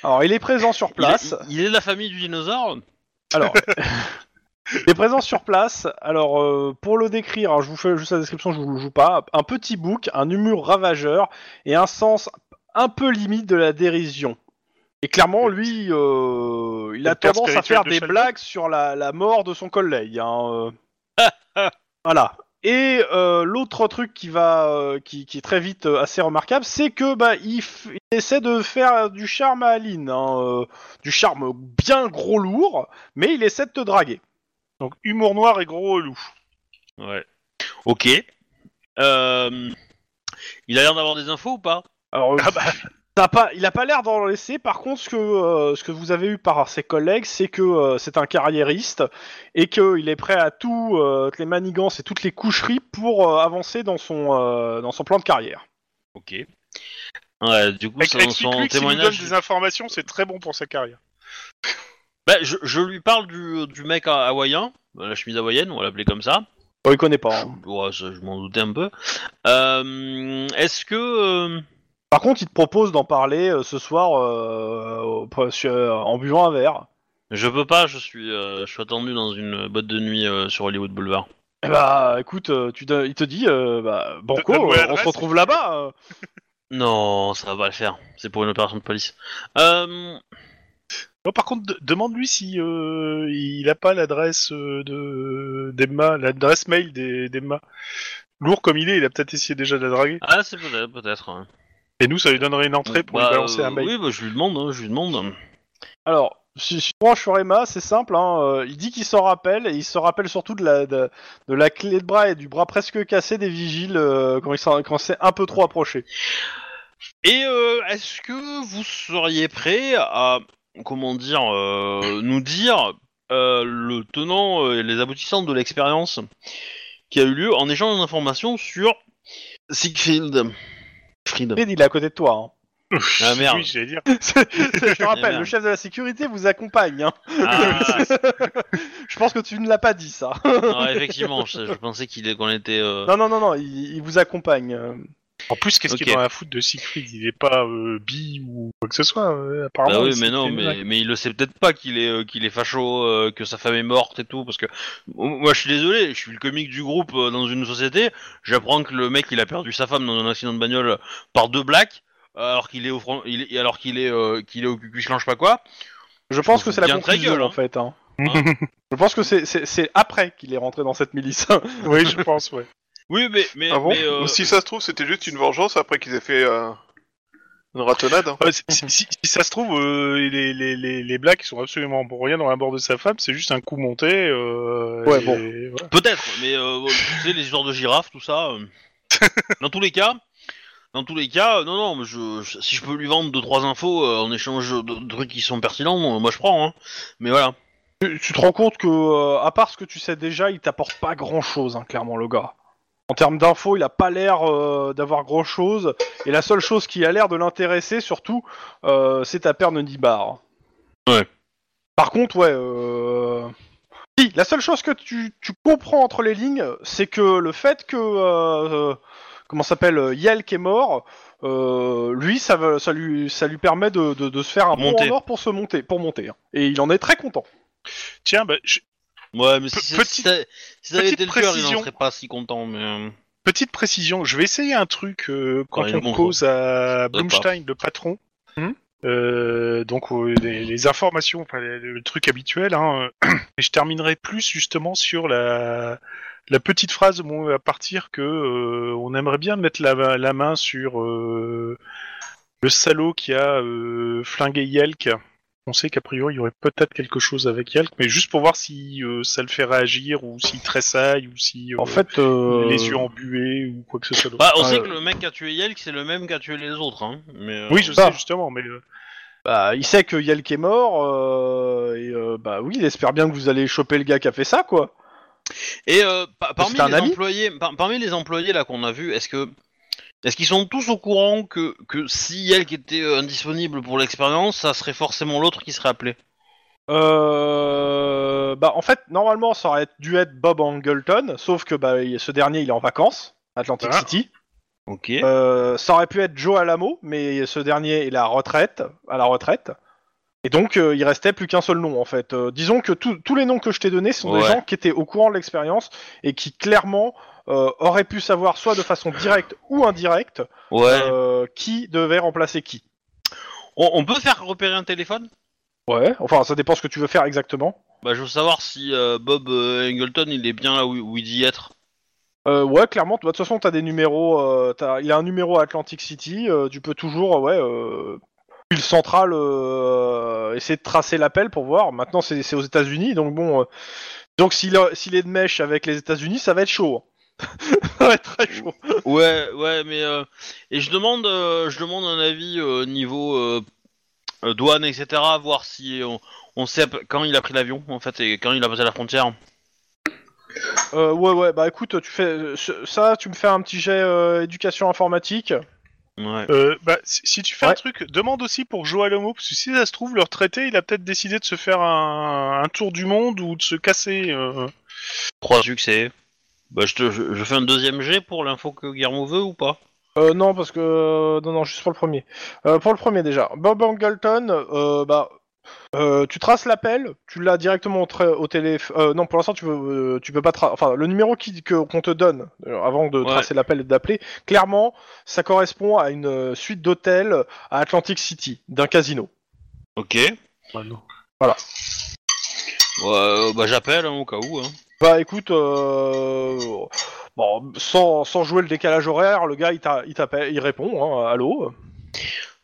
S2: Alors, il est présent sur
S1: Il
S2: place.
S1: est, il est de la famille du dinosaure.
S2: Alors, il est présent sur place. Alors, euh, pour le décrire, alors, je vous fais juste la description, je vous le joue pas. Un petit bouc, un humour ravageur et un sens un peu limite de la dérision. Et clairement, lui, euh, il a
S4: Le père
S2: tendance à
S4: spirituel
S2: faire
S4: de
S2: des
S4: Sheldon.
S2: blagues sur la, la mort de son collègue. hein, euh. voilà. Et euh, l'autre truc qui va, euh, qui, qui est très vite euh, assez remarquable, c'est que bah il, f- il essaie de faire du charme à Aline, hein, euh, du charme bien gros lourd, mais il essaie de te draguer.
S4: Donc humour noir et gros loup.
S1: Ouais. Ok. Euh, Il a l'air d'avoir des infos ou pas
S2: Alors, euh, ça a pas, il a pas l'air d'en laisser. Par contre, ce que, euh, ce que vous avez eu par ses collègues, c'est que euh, c'est un carriériste et qu'il est prêt à tout, euh, toutes les manigances et toutes les coucheries pour euh, avancer dans son, euh, dans son plan de carrière.
S1: Ok. Ouais, du coup,
S4: Ex-
S1: son, son
S4: Explique-lui que si vous donne
S1: témoignage.
S4: des informations, c'est très bon pour sa carrière.
S1: Bah, je, je lui parle du, du mec ha- hawaïen, la chemise hawaïenne, on va l'appeler comme ça.
S2: Bon, il connaît pas. hein.
S1: Ouais, ça, je m'en doutais un peu. Euh, Est-ce que. euh,
S2: Par contre, il te propose d'en parler euh, ce soir euh, au- pas- sur- euh, en buvant un verre.
S1: je peux pas, je suis, euh, je suis attendu dans une boîte de nuit euh, sur Hollywood Boulevard.
S2: Eh bah, écoute, euh, tu don- il te dit, euh, bah, Banco,
S4: Donne-moi
S2: euh, on
S4: l'adresse.
S2: se retrouve là-bas. euh.
S1: Non, ça va pas le faire. C'est pour une opération de police. Euh,
S4: Non, Oh, par contre, de- demande-lui si euh, il a pas l'adresse euh, de d'Emma, l'adresse mail des- d'Emma. Lourd comme il est, il a peut-être essayé déjà de la draguer.
S1: Ah, c'est peut-être, peut-être. hein.
S4: Et nous, ça lui donnerait une entrée pour
S1: Bah,
S4: lui balancer
S1: euh,
S4: un mail.
S1: Oui, bah, je lui demande, hein, je lui demande.
S2: Alors, si si tu prends Shorema, c'est simple. hein, euh, il dit qu'il s'en rappelle et il se rappelle surtout de la, de, de la clé de bras et du bras presque cassé des vigiles euh, quand il s'en- quand c'est un peu trop approché.
S1: Et euh, est-ce que vous seriez prêt à, comment dire, euh, nous dire euh, le tenant euh, et les aboutissants de l'expérience qui a eu lieu en échange d'informations sur Siegfried Fried.
S2: Fred, il est à côté de toi. hein.
S1: Ah merde.
S4: Oui, j'allais dire.
S2: C'est- c'est- je te
S1: Eh Merde.
S2: rappelle, le chef de la sécurité vous accompagne. hein.
S1: Ah,
S2: Je pense que tu ne l'as pas dit ça.
S1: non, effectivement, je, je pensais qu'il est- qu'on était. euh,
S2: Non, non, non, non, il, il vous accompagne. euh.
S4: En plus, qu'est-ce qu'il
S1: Ok.
S4: en a à foutre de Siegfried Il est pas euh, bi ou quoi que ce soit, euh, apparemment.
S1: Bah oui,
S4: c'est-
S1: mais non,
S4: c'est une
S1: mais,
S4: blague.
S1: mais il le sait peut-être pas qu'il est euh, qu'il est facho, euh, que sa femme est morte et tout, parce que moi je suis désolé, je suis le comique du groupe euh, dans une société, j'apprends que le mec il a perdu sa femme dans un accident de bagnole euh, par deux blacks, euh, alors qu'il est au front, il est- alors qu'il est euh, qu'il est au cul je pas quoi.
S2: Je pense
S1: me
S2: que
S1: fous
S2: c'est la
S1: bien de sa
S2: conclusion
S1: gueule, hein.
S2: en fait. hein.
S1: Hein
S2: Je pense que c'est- c'est c'est après qu'il est rentré dans cette milice.
S4: Oui, je pense, ouais.
S1: Oui, mais mais,
S5: Ah bon
S1: mais, euh,
S5: Ou Si ça se trouve, c'était juste une vengeance après qu'ils aient fait euh, une ratonnade. hein.
S4: Ouais, si, si- si- si ça se trouve, euh, les, les, les, les blagues qui sont absolument pour rien dans la mort de sa femme, c'est juste un coup monté. euh,
S2: Ouais,
S4: et
S2: bon.
S4: voilà.
S1: Peut-être, mais euh, tu sais, les histoires de girafes, tout ça. euh, dans tous les cas, dans tous les cas, euh, non, non, mais je, je- si je peux lui vendre deux trois infos euh, en échange de, de trucs qui sont pertinents, euh, moi je prends. Hein. Mais voilà.
S2: tu, tu te rends compte que, euh, à part ce que tu sais déjà, il t'apporte pas grand chose, clairement, le gars. En termes d'infos, il a pas l'air euh, d'avoir grand chose. Et la seule chose qui a l'air de l'intéresser, surtout, euh, c'est ta paire de 10 bars.
S1: Ouais.
S2: Par contre, ouais. euh, si, la seule chose que tu, tu comprends entre les lignes, c'est que le fait que. euh, euh, comment ça s'appelle euh, Yelk est mort. euh, lui, ça, va- ça lui, ça lui permet de, de- de se faire un
S1: Monter.
S2: bond en or pour se monter, pour monter. hein. Et il en est très content.
S4: Tiens, bah, je-
S1: Ouais, mais si,
S4: Pe-
S1: si-
S4: petite-
S1: si t'avais- si t'avais
S4: petite
S1: été le cœur, il
S4: précision.
S1: n'en serait pas si content. Mais euh,
S4: petite précision, je vais essayer un truc euh, quand
S1: Ah, il est
S4: on
S1: bon,
S4: cause à
S1: D'accord.
S4: Blumstein, le patron.
S2: Mhm.
S4: Euh, donc euh, les, les informations, enfin, les- le truc habituel. Hein, euh, et je terminerai plus justement sur la, la petite phrase bon, à partir que euh, on aimerait bien mettre la, la main sur euh, le salaud qui a euh, flingué Yelk. On sait qu'a priori il y aurait peut-être quelque chose avec Yelk, mais juste pour voir si euh, ça le fait réagir ou s'il tressaille ou si
S2: En
S4: euh,
S2: fait, euh,
S4: les yeux embués ou quoi que ce soit. d'autre.
S1: bah, on
S2: Ah,
S1: sait
S2: euh.
S1: que le mec qui a tué Yelk, c'est le même qui a tué les autres. Hein. Mais euh,
S4: oui, je
S2: bah.
S4: sais justement, mais euh,
S2: bah, il sait que Yelk est mort, euh, et euh, bah oui, il espère bien que vous allez choper le gars qui a fait ça, quoi.
S1: Et euh, pa- parmi
S2: c'est un
S1: les
S2: ami
S1: employés, par- parmi les employés là qu'on a vu, est-ce que est-ce qu'ils sont tous au courant que que si elle qui était euh, indisponible pour l'expérience, ça serait forcément l'autre qui serait appelé
S2: Euh, bah en fait, normalement, ça aurait dû être Bob Angleton, sauf que bah, il- ce dernier, il est en vacances, Atlantic
S4: Ah.
S2: City.
S1: Ok.
S2: Euh, ça aurait pu être Joe Alamo, mais ce dernier est à la retraite, à la retraite. Et donc, euh, il restait plus qu'un seul nom, en fait. Euh, disons que tous- tous les noms que je t'ai donnés sont
S1: Ouais.
S2: des gens qui étaient au courant de l'expérience et qui clairement euh, auraient pu savoir, soit de façon directe ou indirecte,
S1: ouais.
S2: euh, qui devait remplacer qui.
S1: On, on peut faire repérer un téléphone
S2: Ouais. Enfin, ça dépend ce que tu veux faire exactement.
S1: Bah je veux savoir si euh, Bob euh, Engleton il est bien là où, où il dit être.
S2: Euh, ouais, clairement. bah, De toute façon, t'as des numéros. euh, t'as- Il a un numéro à Atlantic City. euh, tu peux toujours, euh, ouais, euh, puis le central, euh, essayer de tracer l'appel pour voir. Maintenant, c'est c'est aux États-Unis, donc bon. euh, Donc s'il a- s'il est de mèche avec les États-Unis, ça va être chaud. Ça va être très chaud.
S1: Ouais, ouais, mais euh, et je demande, euh, je demande un avis euh, niveau euh, euh, douane, etc. Voir si on, on sait quand il a pris l'avion en fait et quand il a passé la frontière.
S2: Euh, ouais, ouais, bah écoute, tu fais euh, ce- ça, tu me fais un petit jet euh, éducation informatique.
S1: Ouais.
S4: Euh, bah, si, si tu fais
S2: Ouais.
S4: un truc, demande aussi pour Joe Alamo, parce que si ça se trouve, leur traité, il a peut-être décidé de se faire un, un tour du monde ou de se casser. euh.
S1: Trois succès. Bah je, te, je, je fais un deuxième G pour l'info que Guillermo veut ou pas
S2: Euh, non, parce que. euh, non, non, juste pour le premier. Euh, pour le premier déjà. Bob Angleton, euh, bah. euh, tu traces l'appel, tu l'as directement au, tra- au téléphone. euh, non, pour l'instant, tu, veux- euh, tu peux pas. tra- Enfin, le numéro qui- que- qu'on te donne euh, avant de
S1: Ouais.
S2: tracer l'appel et d'appeler, clairement, ça correspond à une euh, suite d'hôtels à Atlantic City, d'un casino.
S1: Ok. Ouais, bah j'appelle hein, au cas où. Hein.
S2: Bah écoute, euh, bon, sans, sans jouer le décalage horaire, le gars il, t'a- il t'appelle, il répond, hein, allô.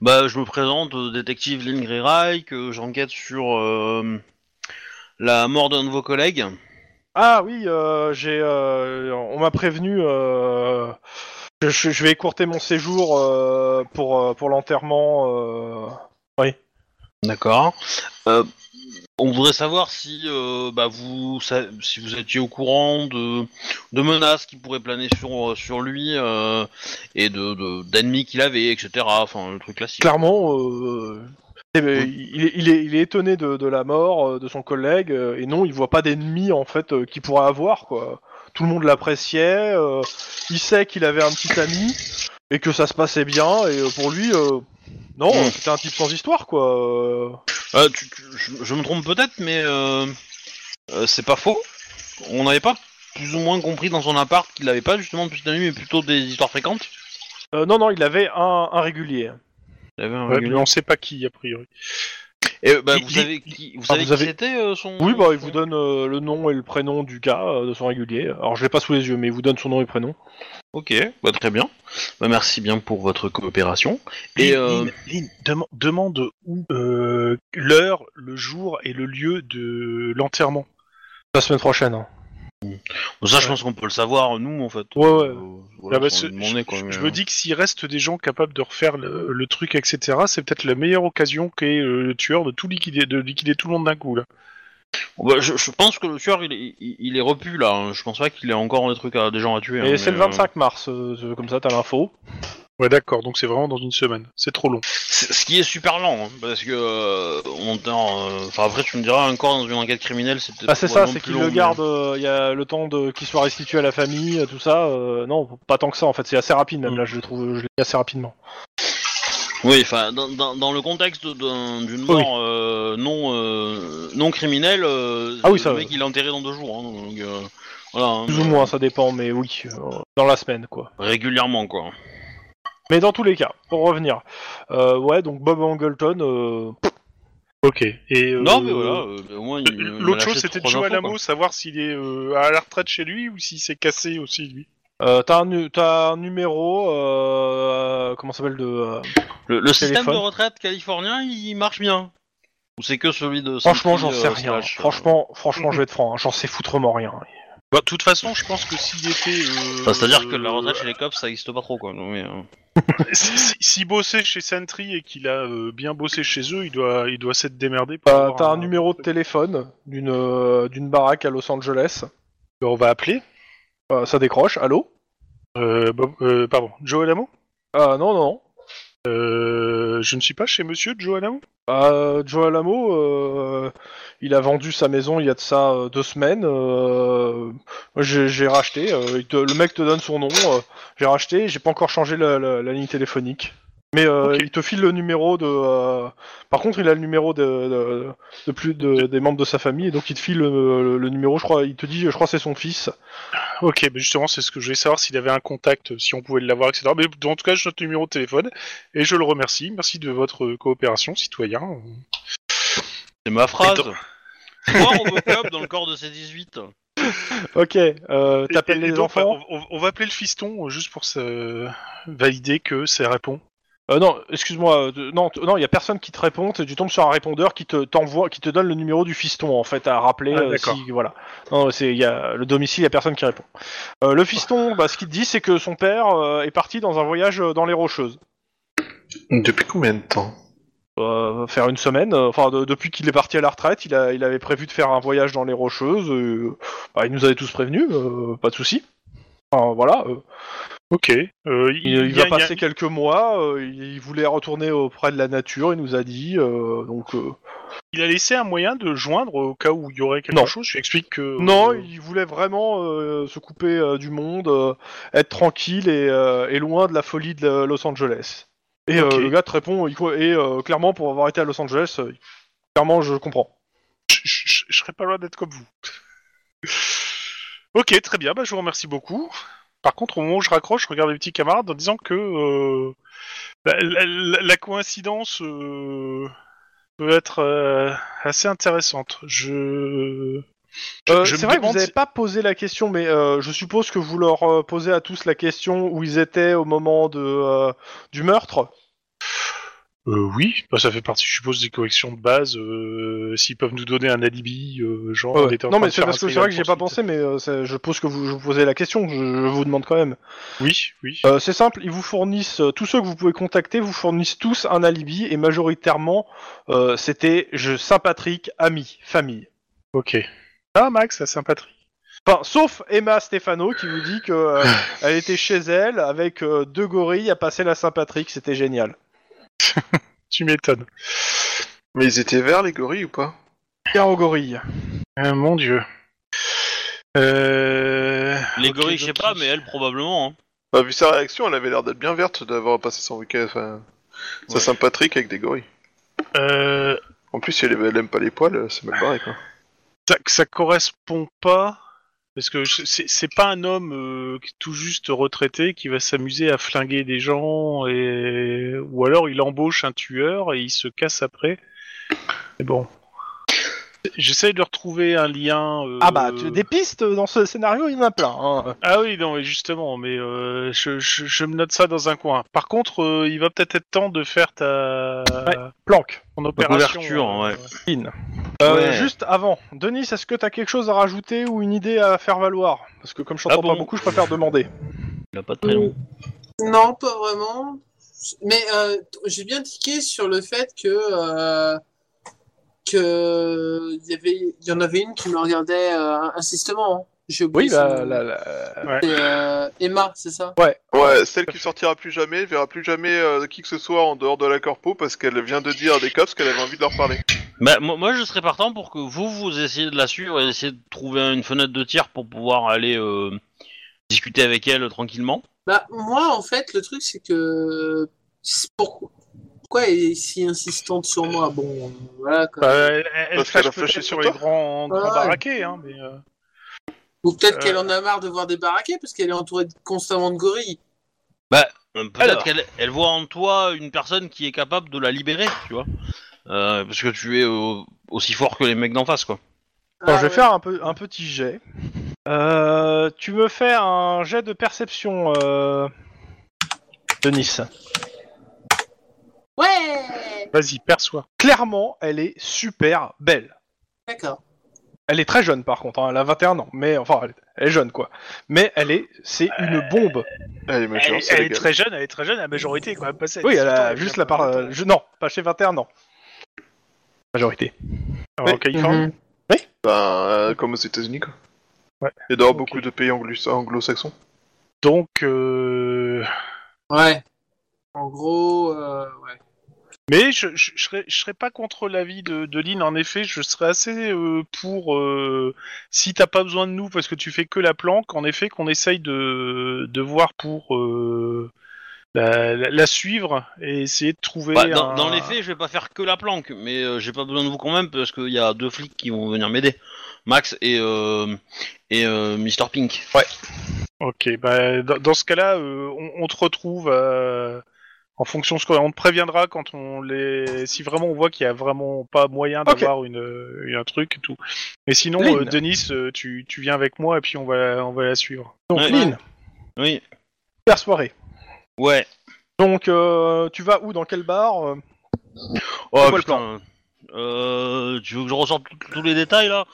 S1: Bah je me présente, euh, détective Lynn Grey que j'enquête sur euh, la mort d'un de vos collègues.
S2: Ah oui, euh, j'ai, euh, on m'a prévenu, euh, que je, je vais écourter mon séjour euh, pour euh, pour l'enterrement. euh.
S1: D'accord. Euh, on voudrait savoir si, euh, bah, vous, sa- si vous étiez au courant de, de menaces qui pourraient planer sur, sur lui euh, et de, de- d'ennemis qu'il avait, etc. Enfin, le truc classique.
S2: Clairement, euh, eh ben, il, est, il est- il est étonné de, de la mort euh, de son collègue euh, et non, il voit pas d'ennemi en fait euh, qu'il pourrait avoir quoi. Tout le monde l'appréciait, euh, il sait qu'il avait un petit ami et que ça se passait bien et euh, pour lui, euh, non,
S1: Mm.
S2: c'était un type sans histoire quoi. euh.
S1: Euh, tu- tu- je, je me trompe peut-être, mais euh, euh, c'est pas faux. On n'avait pas plus ou moins compris dans son appart qu'il n'avait pas justement plus d'ennemis, mais plutôt des histoires fréquentes.
S2: Euh, non non, il avait un, un régulier. hein.
S1: Il avait un
S4: Ouais, mais
S1: régulier.
S4: euh, on sait pas qui, a priori.
S1: Et bah,
S4: Il-
S1: vous
S4: il-
S1: savez qui, vous
S2: Ah,
S1: savez
S2: vous
S1: qui
S2: avez-
S1: c'était euh, son.
S2: Oui bah il vous donne euh, le nom et le prénom du gars euh, de son régulier. Alors je l'ai pas sous les yeux, mais il vous donne son nom et prénom.
S1: Ok, bah, très bien. Bah, merci bien pour votre coopération. Et,
S4: Lynn,
S1: euh,
S4: Lynn, Lynn, dem- demande où euh, l'heure, le jour et le lieu de l'enterrement.
S2: La semaine prochaine. hein.
S1: Ça, je pense qu'on peut le savoir, nous, en fait.
S2: Ouais, ouais.
S1: Euh, voilà,
S4: Ah bah,
S1: sans
S4: ce-
S1: lui demander, quoi,
S4: je,
S1: mais,
S4: je
S1: euh,
S4: me dis que s'il reste des gens capables de refaire le, le truc, etc., c'est peut-être la meilleure occasion qu'ait euh, le tueur de tout liquider, de liquider tout le monde d'un coup. Là.
S1: bah, je, je pense que le tueur, il est, il, il est repu, là. hein. Je pense pas qu'il ait encore des trucs à, des gens à tuer. hein,
S2: et c'est
S1: mais,
S2: le
S1: euh,
S2: 25 mars, euh, euh, comme ça t'as l'info.
S4: Ouais, d'accord. Donc c'est vraiment dans une semaine. C'est trop long.
S1: c'est- ce qui est super lent, hein, parce que... euh, on est en, euh, Enfin, après, tu me diras, encore dans une enquête criminelle, c'est peut-être...
S2: Ah c'est ça,
S1: probablement
S2: c'est
S1: plus
S2: qu'il le
S1: long, mais-
S2: garde, euh, il y a le temps de qu'il soit restitué à la famille, euh, tout ça. euh, non, pas tant que ça en fait, c'est assez rapide même
S1: Mm.
S2: là, je le trouve, je l'ai assez rapidement.
S1: Oui, enfin, dans, dans, dans le contexte d'un- d'une mort euh, non, euh, non criminelle, euh,
S2: Ah oui,
S1: le
S2: ça-
S1: mec, il est enterré dans deux jours, hein, donc... euh, voilà, hein,
S2: Plus ou moins, ça dépend, mais oui, euh, dans la semaine quoi.
S1: régulièrement, quoi.
S2: Mais dans tous les cas, pour revenir, euh, ouais, donc Bob Angleton, euh,
S4: Ok. Et euh,
S1: Non, mais voilà, euh, au moins... il- il m'a
S4: L'autre chose,
S1: lâché
S4: c'était de
S1: trois
S4: jouer à
S1: infos,
S4: l'amour, savoir s'il est euh, à la retraite chez lui ou s'il s'est cassé aussi lui.
S2: euh, t'as un, nu- t'as un numéro, euh, comment ça s'appelle de euh,
S1: Le, le système
S2: Téléphone.
S1: de retraite californien, il marche bien Ou c'est que celui de...
S2: Franchement,
S1: Sentry,
S2: j'en sais
S1: euh,
S2: rien.
S1: slash, euh,
S2: franchement, franchement, je vais être franc, hein, j'en sais foutrement rien.
S4: Bah, de toute façon, je pense que s'il était. euh,
S1: enfin, C'est-à-dire que la retraite chez les cops, ça existe pas trop, quoi. non, mais, euh,
S4: si, si- s'il bossait chez Sentry et qu'il a euh, bien bossé chez eux, il doit, il doit s'être démerdé. pour
S2: Bah, T'as
S4: avoir
S2: t'as un numéro de téléphone d'une euh, d'une baraque à Los Angeles.
S4: Bah, on va appeler.
S2: Euh, ça décroche, allô
S4: Euh, Bob- euh, pardon, Joe Alamo
S2: Ah non, non, non.
S4: Euh, Je ne suis pas chez Monsieur Joe Alamo
S2: Euh, Joe Alamo, euh, il a vendu sa maison il y a de ça euh, deux semaines. euh, moi, j'ai j'ai racheté. euh, il te- le mec te donne son nom. euh, j'ai racheté. J'ai pas encore changé la, la- la ligne téléphonique. Mais euh,
S4: Ok.
S2: il te file le numéro de. euh, par contre, il a le numéro de, de- de plus de- des membres de sa famille, et donc il te file le, le- le numéro. Je crois. Il te dit, je crois, que c'est son fils.
S4: Ok, mais justement, c'est ce que je voulais savoir s'il avait un contact, euh, si on pouvait l'avoir, etc. Mais en tout cas, je note le numéro de téléphone et je le remercie. Merci de votre euh, coopération, citoyen.
S1: C'est ma phrase
S4: Et donc-
S1: Voir Robocop dans le corps de C-18.
S2: Ok. Euh,
S4: Et-
S2: T'appelles
S4: et
S2: les
S4: donc,
S2: enfants.
S4: bah, on, on- on va appeler le fiston euh, juste pour se valider que ça répond.
S2: Euh, non, excuse-moi, euh, non, t- non, il y a personne qui te répond. Tu tu tombes sur un répondeur qui te t'envoie, qui te donne le numéro du fiston en fait à rappeler.
S4: Ah,
S2: euh,
S4: d'accord.
S2: si- voilà. Non, c'est il y a le domicile, il y a personne qui répond. Euh, le fiston, bah, ce qu'il te dit, c'est que son père euh, est parti dans un voyage euh, dans les Rocheuses.
S5: Depuis combien de temps
S2: Euh, faire une semaine. euh, Enfin, de- depuis qu'il est parti à la retraite, il, a, il avait prévu de faire un voyage dans les Rocheuses. euh, bah, il nous avait tous prévenus, euh, pas de souci. Enfin, voilà. euh,
S4: Ok. Euh, il,
S2: Il,
S4: il
S2: il
S4: y a-
S2: va
S4: il y a-
S2: passer quelques mois, euh, il voulait retourner auprès de la nature, il nous a dit, euh, donc... euh,
S4: il a laissé un moyen de joindre au cas où il y aurait quelque
S2: Non.
S4: chose. Je lui explique que.
S2: Non,
S4: euh,
S2: il voulait vraiment euh, se couper euh, du monde, euh, être tranquille et, euh, et loin de la folie de la- Los Angeles. Et euh,
S4: Ok.
S2: le gars te répond, il co- et euh, clairement, pour avoir été à Los Angeles, euh, clairement, je comprends.
S4: je- je je serais pas loin d'être comme vous. ok, très bien. Bah, je vous remercie beaucoup. Par contre, au moment où je raccroche, je regarde les petits camarades en disant que euh, la, la- la- la coïncidence euh, peut être euh, assez intéressante. Je. je-
S2: Euh,
S4: je me
S2: c'est vrai que vous
S4: demande
S2: n'avez
S4: si-
S2: pas posé la question, mais euh, je suppose que vous leur euh, posez à tous la question où ils étaient au moment de, euh, du meurtre.
S4: Euh, oui, bah, ça fait partie, je suppose, des corrections de base. euh, S'ils peuvent nous donner un alibi, euh, genre.
S2: Ouais.
S4: on était en
S2: Non, mais
S4: train de
S2: c'est
S4: faire
S2: parce
S4: un
S2: que c'est vrai que j'ai
S4: serial
S2: pas
S4: poursuite.
S2: pensé, mais euh, c'est- je pose que vous, je vous posez la question, je, je vous demande quand même.
S4: Oui, oui.
S2: Euh, c'est simple, ils vous fournissent, euh, tous ceux que vous pouvez contacter vous fournissent tous un alibi, et majoritairement, euh, c'était je Saint-Patrick, ami, famille.
S4: Ok. Ah, Max, à Saint-Patrick.
S2: Enfin, sauf Emma Stefano qui vous dit que euh, elle était chez elle avec euh, deux gorilles à passer la Saint-Patrick, c'était génial.
S4: Tu m'étonnes.
S5: Mais ils étaient verts les gorilles ou pas
S2: Car aux gorilles.
S4: Ah, mon dieu. Euh...
S1: Les
S4: ok,
S1: gorilles, je sais
S4: donc
S1: pas,
S4: il-
S1: mais elle probablement. hein.
S5: Bah, vu sa réaction, elle avait l'air d'être bien verte d'avoir passé son week-end, enfin, sa
S1: Ouais.
S5: Saint-Patrick avec des gorilles.
S4: Euh,
S5: En plus, si elle, elle aime pas les poils, euh, c'est mal barré quoi.
S4: ça, ça correspond pas. Parce que je- c'est c'est pas un homme euh, qui est tout juste retraité qui va s'amuser à flinguer des gens et ou alors il embauche un tueur et il se casse après. Mais bon, j'essaye de retrouver un lien. euh,
S2: Ah bah, tu- des pistes dans ce scénario, il y en a plein. hein.
S4: Ah oui, non, mais justement, mais euh, je, je- je me note ça dans un coin. Par contre, euh, il va peut-être être temps de faire ta
S2: Planck.
S4: ton opération.
S1: couverture, ouais.
S2: In. Euh,
S1: Ouais.
S2: Juste avant, Denis, est-ce que t'as quelque chose à rajouter ou une idée à faire valoir Parce que comme je t'entends
S1: Ah
S2: pas
S1: bon
S2: beaucoup, je préfère demander.
S1: Il a pas de prénom.
S3: Non, pas vraiment. Mais euh, t- j'ai bien tiqué sur le fait que euh, que il y avait, il y en avait une qui me regardait euh, insistement. hein. J'ai oublié.
S2: Oui,
S3: son
S2: la,
S3: nom.
S2: la- la-
S3: C'est, euh, Emma, c'est ça.
S5: Ouais, celle qui sortira plus jamais, verra plus jamais euh, qui que ce soit en dehors de la corpo parce qu'elle vient de dire à des cops qu'elle avait envie de leur parler.
S1: Bah, moi, moi, je serais partant pour que vous, vous essayez de la suivre et essayer de trouver une fenêtre de tir pour pouvoir aller euh, discuter avec elle tranquillement.
S3: Bah moi, en fait, le truc c'est que c'est pour- pourquoi elle est si insistante sur moi Bon, euh, voilà. quoi.
S4: Bah, elle elle
S5: Parce qu'elle
S4: flash
S5: a flashé
S4: peut-être sur
S5: sur
S4: les
S5: toi.
S4: grands, grands
S3: Ouais.
S4: baraquets, hein, mais euh,
S3: Ou peut-être
S4: euh,
S3: qu'elle en a marre de voir des baraquets parce qu'elle est entourée de- constamment de gorilles.
S1: Euh,
S2: Alors.
S1: Peut-être qu'elle elle voit en toi une personne qui est capable de la libérer, tu vois. Euh, parce que tu es euh, aussi fort que les mecs d'en face, quoi.
S2: Bon,
S3: Ah,
S2: je vais
S3: ouais.
S2: faire un, peu, un petit jet. Euh, tu me fais un jet de perception, euh... Denis.
S3: Ouais.
S4: vas-y, perçois.
S2: Clairement, elle est super belle.
S3: D'accord.
S2: Elle est très jeune par contre, hein, elle a 21 ans, mais enfin elle est- elle est jeune quoi. Mais elle est, c'est une bombe.
S5: Elle est
S4: Elle,
S5: méchante,
S4: elle
S5: c'est
S4: est
S5: légal.
S4: très jeune, elle est très jeune, la majorité est quand même passée. à
S2: Oui,
S4: 18
S2: elle
S4: ans,
S2: a
S4: elle
S2: juste
S4: vient
S2: la part.
S4: pas longtemps.
S2: euh, je- Non, pas chez 21 ans. Majorité.
S4: Alors, Ah, en Californie.
S3: Mhm.
S5: Ben, euh, comme aux États-Unis quoi.
S4: Ouais.
S5: Et dans
S4: Ok.
S5: beaucoup de pays anglo- anglo-saxons.
S4: Donc, euh,
S3: Ouais. En gros, euh, ouais.
S4: mais je, je, je serais, je serais pas contre l'avis de, de Lynn. En effet, je serais assez euh, pour euh, si t'as pas besoin de nous parce que tu fais que la planque. En effet, qu'on essaye de, de voir pour euh, la, la- la suivre et essayer de trouver.
S1: Bah, dans,
S4: un-
S1: dans les faits, je vais pas faire que la planque, mais euh, j'ai pas besoin de vous quand même parce qu'il y a deux flics qui vont venir m'aider, Max et euh, et euh, Mr Pink. Ouais.
S4: Ok, bah, dans, dans ce cas-là, euh, on, on te retrouve euh, en fonction de ce qu'on... On te préviendra quand on les... Si vraiment on voit qu'il y a vraiment pas moyen
S2: Ok.
S4: d'avoir une, euh, une- un truc et tout. Mais sinon,
S2: Lynn.
S4: euh, Denis, euh, tu, tu viens avec moi et puis on va, on va la suivre.
S2: Donc
S1: Ouais.
S2: Lynn,
S1: Oui.
S2: super soirée.
S1: Ouais.
S2: Donc, euh, tu vas où Dans quel bar euh
S1: Oh
S2: C'est quoi le
S1: putain. Euh, tu veux que je ressorte tout- tous les détails là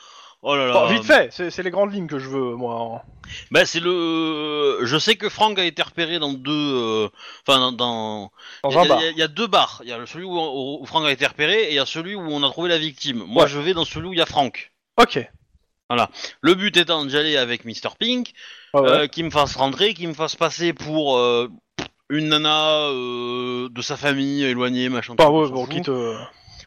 S1: Oh là là.
S2: Bon, Bah, Vite fait, c'est c'est les grandes lignes que je veux, moi.
S1: Bah c'est le. Je sais que Franck a été repéré dans deux. euh, Enfin dans. dans-
S2: Dans
S1: Il y a-
S2: un bar.
S1: Il y, a- il y a deux bars. Il y a le- celui où, où Franck a été repéré et il y a celui où on a trouvé la victime. Moi
S2: Ouais.
S1: je vais dans celui où il y a Franck.
S2: Ok.
S1: Le but étant d'y aller avec Mr Pink
S2: Ouais, ouais.
S1: euh, qui me fasse rentrer, qui me fasse passer pour euh, une nana euh, de sa famille éloignée, machin.
S2: Enfin,
S1: truc, on
S2: ouais,
S1: s'en
S2: bon,
S1: fout.
S2: quitte, euh,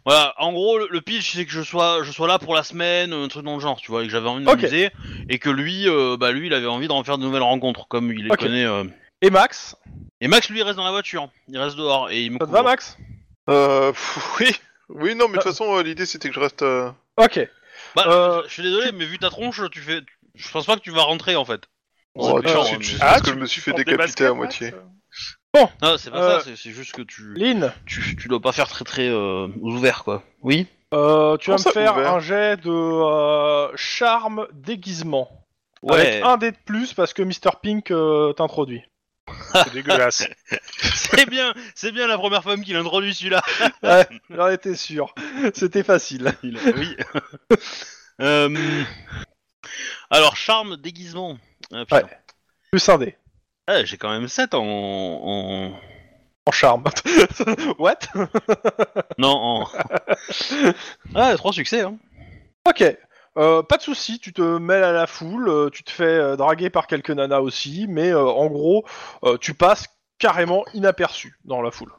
S1: Voilà, en gros, le, le pitch c'est que je sois, je sois là pour la semaine, un truc dans le genre, tu vois, et que j'avais envie de
S2: Ok.
S1: m'amuser, et que lui, euh, bah lui, il avait envie d'en faire de nouvelles rencontres, comme il les
S2: Ok.
S1: connaît. euh.
S2: Et Max
S1: Et Max, lui, il reste dans la voiture, il reste dehors, et il me
S2: Ça te
S1: couvre.
S2: va, Max
S5: Euh, pff, oui. Oui, non, mais de
S4: Ah.
S5: toute façon, euh, l'idée c'était que je reste. euh,
S2: Ok.
S1: Bah,
S2: Euh,
S1: Je suis désolé, mais vu ta tronche, tu fais, je pense pas que tu vas rentrer en fait.
S5: Oh,
S1: C'est
S5: tu
S1: méchant,
S5: sais,
S1: hein,
S5: tu sais
S1: mais-
S4: Ah,
S5: parce que
S4: tu
S5: je me suis fait
S4: portes des
S5: décapiter
S4: baskets,
S5: à moitié.
S4: Max
S1: Non, c'est pas
S2: Euh,
S1: ça, c'est- c'est juste que tu,
S2: Lynn,
S1: tu, tu dois pas faire très très euh, ouvert quoi. Oui.
S2: euh, tu vas
S5: Comment ça,
S2: me faire
S5: ouvert
S2: un jet de euh, charme déguisement. Avec un dé de plus parce que Mr. Pink euh, t'introduit.
S4: C'est dégueulasse.
S1: c'est bien, c'est bien la première femme qui l'introduit celui-là.
S2: J'en étais sûr. C'était facile.
S1: Il a- Oui. Euh, Alors, charme, déguisement. Ah, putain.
S2: Plus un dé.
S1: Ah, J'ai quand même 7 en. en-
S2: En charme. What
S1: Non, en. ah, 3 succès. Hein.
S2: Ok. Euh, pas de souci, tu te mêles à la foule, euh, tu te fais euh, draguer par quelques nanas aussi, mais euh, en gros, euh, tu passes carrément inaperçu dans la foule.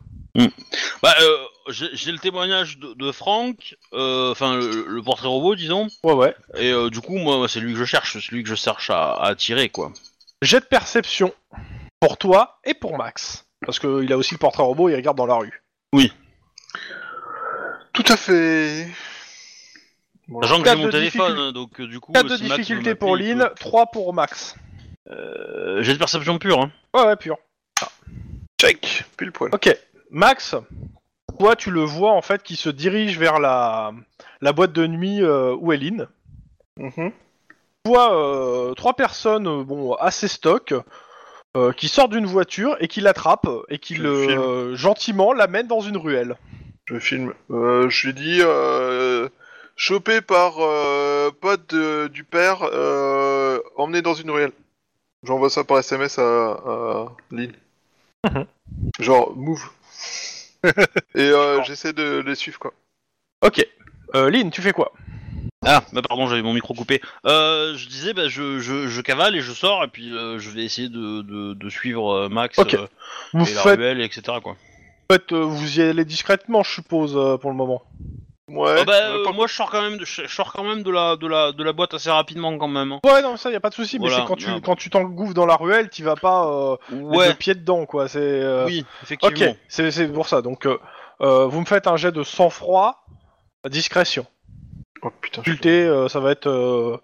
S1: Bah, euh, J'ai j'ai le témoignage de, de Franck, euh, enfin le, le portrait robot, disons.
S2: Ouais, ouais.
S1: Et euh, du coup, moi, c'est lui que je cherche, celui que je cherche à, à attirer, quoi.
S2: Jet de perception pour toi et pour Max. Parce qu'il a aussi le portrait robot, il regarde dans la rue.
S5: Tout à fait.
S1: Sachant que
S2: Quatre
S1: j'ai mon
S2: de
S1: téléphone,
S2: difficult-
S1: hein, donc euh, du coup.
S2: 4
S1: euh,
S2: de
S1: si Max veut
S2: difficulté
S1: m'appeler,
S2: pour
S1: il
S2: Lynn, 3 pour Max.
S1: peut. Euh, J'ai de perception pure. Hein.
S2: Ouais, ouais, pur.
S5: Check. Pile poil.
S2: Ok, Max, toi tu le vois en fait qui se dirige vers la, la boîte de nuit euh, où est Lynn.
S5: Mhm.
S2: Tu vois euh, trois personnes euh, bon, assez stock euh, qui sortent d'une voiture et qui l'attrapent et qui
S5: Je
S2: le,
S5: filme.
S2: euh, gentiment l'amènent dans une ruelle.
S5: Je filme. Euh, je lui dis euh, chopé par euh, pote de- du père, euh, emmené dans une ruelle. J'envoie ça par SMS à, à Lynn. Genre move. Et euh, j'essaie de les suivre quoi.
S2: Ok, euh, Lynn, tu fais quoi
S1: Ah, bah pardon, j'avais mon micro coupé. Euh, je disais, bah, je, je, je cavale et je sors, et puis euh, je vais essayer de, de, de suivre euh, Max
S2: Ok.
S1: euh,
S2: Vous
S1: et la
S2: faites,
S1: ruelle, etc. Quoi.
S2: faites, euh, vous y allez discrètement, je suppose, euh, pour le moment.
S5: Ouais.
S1: Ah bah,
S5: euh,
S1: euh,
S5: par-
S1: moi, je sors quand même, de, je, je sors quand même de, la, de, la, de la boîte assez rapidement, quand même. hein.
S2: Ouais, non, ça y a pas de souci, mais
S1: Voilà,
S2: c'est quand tu
S1: merde.
S2: quand tu t'engouffes dans la ruelle, tu vas pas euh, les
S1: Ouais,
S2: deux pieds dedans, quoi. C'est euh,
S1: oui,
S2: Ok,
S1: effectivement.
S2: c'est c'est pour ça. Donc, euh, euh, vous me faites un jet de sang-froid, à discrétion.
S5: Oh putain, je suis
S2: Difficulté, euh, ça va être, euh,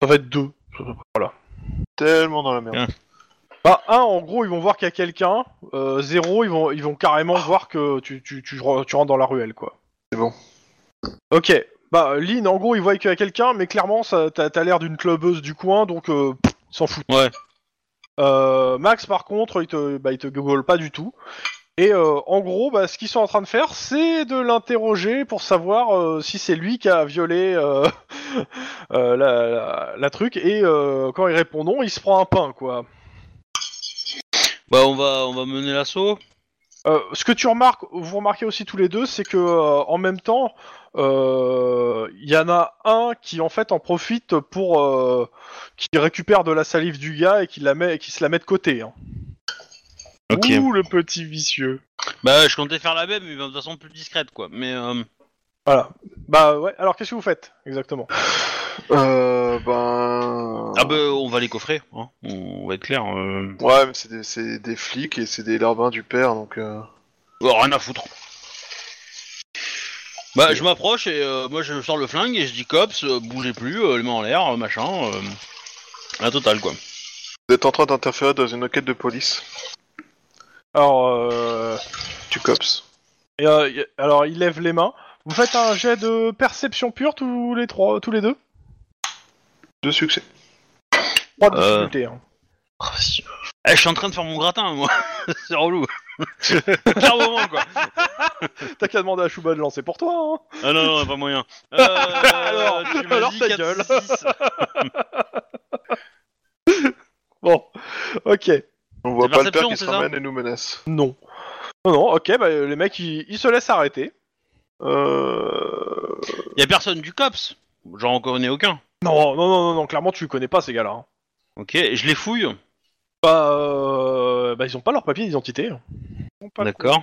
S2: ça va être deux.
S5: tellement dans la merde.
S2: Bah un, en gros, ils vont voir qu'il y a quelqu'un. Euh, zéro, ils vont, ils vont carrément voir que tu, tu, tu, re- tu rentres dans la ruelle, quoi.
S5: C'est bon.
S2: Ok. Bah Lynn, en gros, ils voient qu'il y a quelqu'un, mais clairement, ça- t'as as, l'air d'une clubeuse du coin, donc euh, pff, ils s'en foutent.
S1: Ouais.
S2: Euh, Max, par contre, il te, bah, il te google pas du tout. Et euh, en gros, bah, ce qu'ils sont en train de faire, c'est de l'interroger pour savoir euh, si c'est lui qui a violé euh, euh, la, la, la truc. Et euh, quand il répond non, il se prend un pain, quoi.
S1: Bah, on va, on va mener l'assaut.
S2: Euh, ce que tu remarques, vous remarquez aussi tous les deux, c'est que euh, en même temps, euh, il y en a un qui en fait en profite pour euh, qui récupère de la salive du gars et qui la met, qui se la met de côté. hein.
S4: Ouh, le petit vicieux.
S1: Bah, je comptais faire la même, mais de façon plus discrète, quoi. Mais, euh,
S2: Voilà. Bah ouais. Alors qu'est-ce que vous faites exactement
S5: Euh, ben.
S1: ah bah, on va les coffrer, hein. on va être clair. Euh...
S5: Ouais, mais c'est des, c'est des flics et c'est des larbins du père donc. euh,
S1: Oh, rien à foutre. Bah, je m'approche et euh, moi je sors le flingue et je dis cops, euh, bougez plus, euh, les mains en l'air, euh, machin. euh, la totale quoi.
S5: Vous êtes en train d'interférer dans une enquête de police.
S2: Alors, euh,
S5: Tu cops.
S2: et, euh, y- alors il lève les mains. Vous faites un jet de perception pure tous les trois, tous les deux.
S5: Deux succès.
S2: Trois
S1: Euh.
S2: difficultés. hein.
S1: Eh, je suis en train de faire mon gratin moi, c'est relou. Clairement, quoi.
S2: T'as qu'à demander à Chouba de lancer pour toi, hein
S6: Ah non, non, pas moyen. Euh,
S2: Alors,
S6: tu m'as
S2: alors
S6: dit
S2: ta
S6: 4,
S2: gueule.
S6: 6.
S2: Bon, ok.
S5: On voit
S1: C'est
S5: pas le père
S1: perception,
S5: qui
S1: c'est
S5: se
S1: ça
S5: ramène et nous menace.
S2: Non. Non, non, ok, bah, les mecs, ils, ils se laissent arrêter.
S5: Euh...
S1: Y a personne du COPS.
S6: J'en connais aucun.
S2: Non, non, non, non, non, clairement, tu connais pas ces gars-là. hein.
S6: Ok, et je les fouille.
S2: Bah, euh, bah, ils ont pas leur papier d'identité.
S4: Pas
S1: D'accord.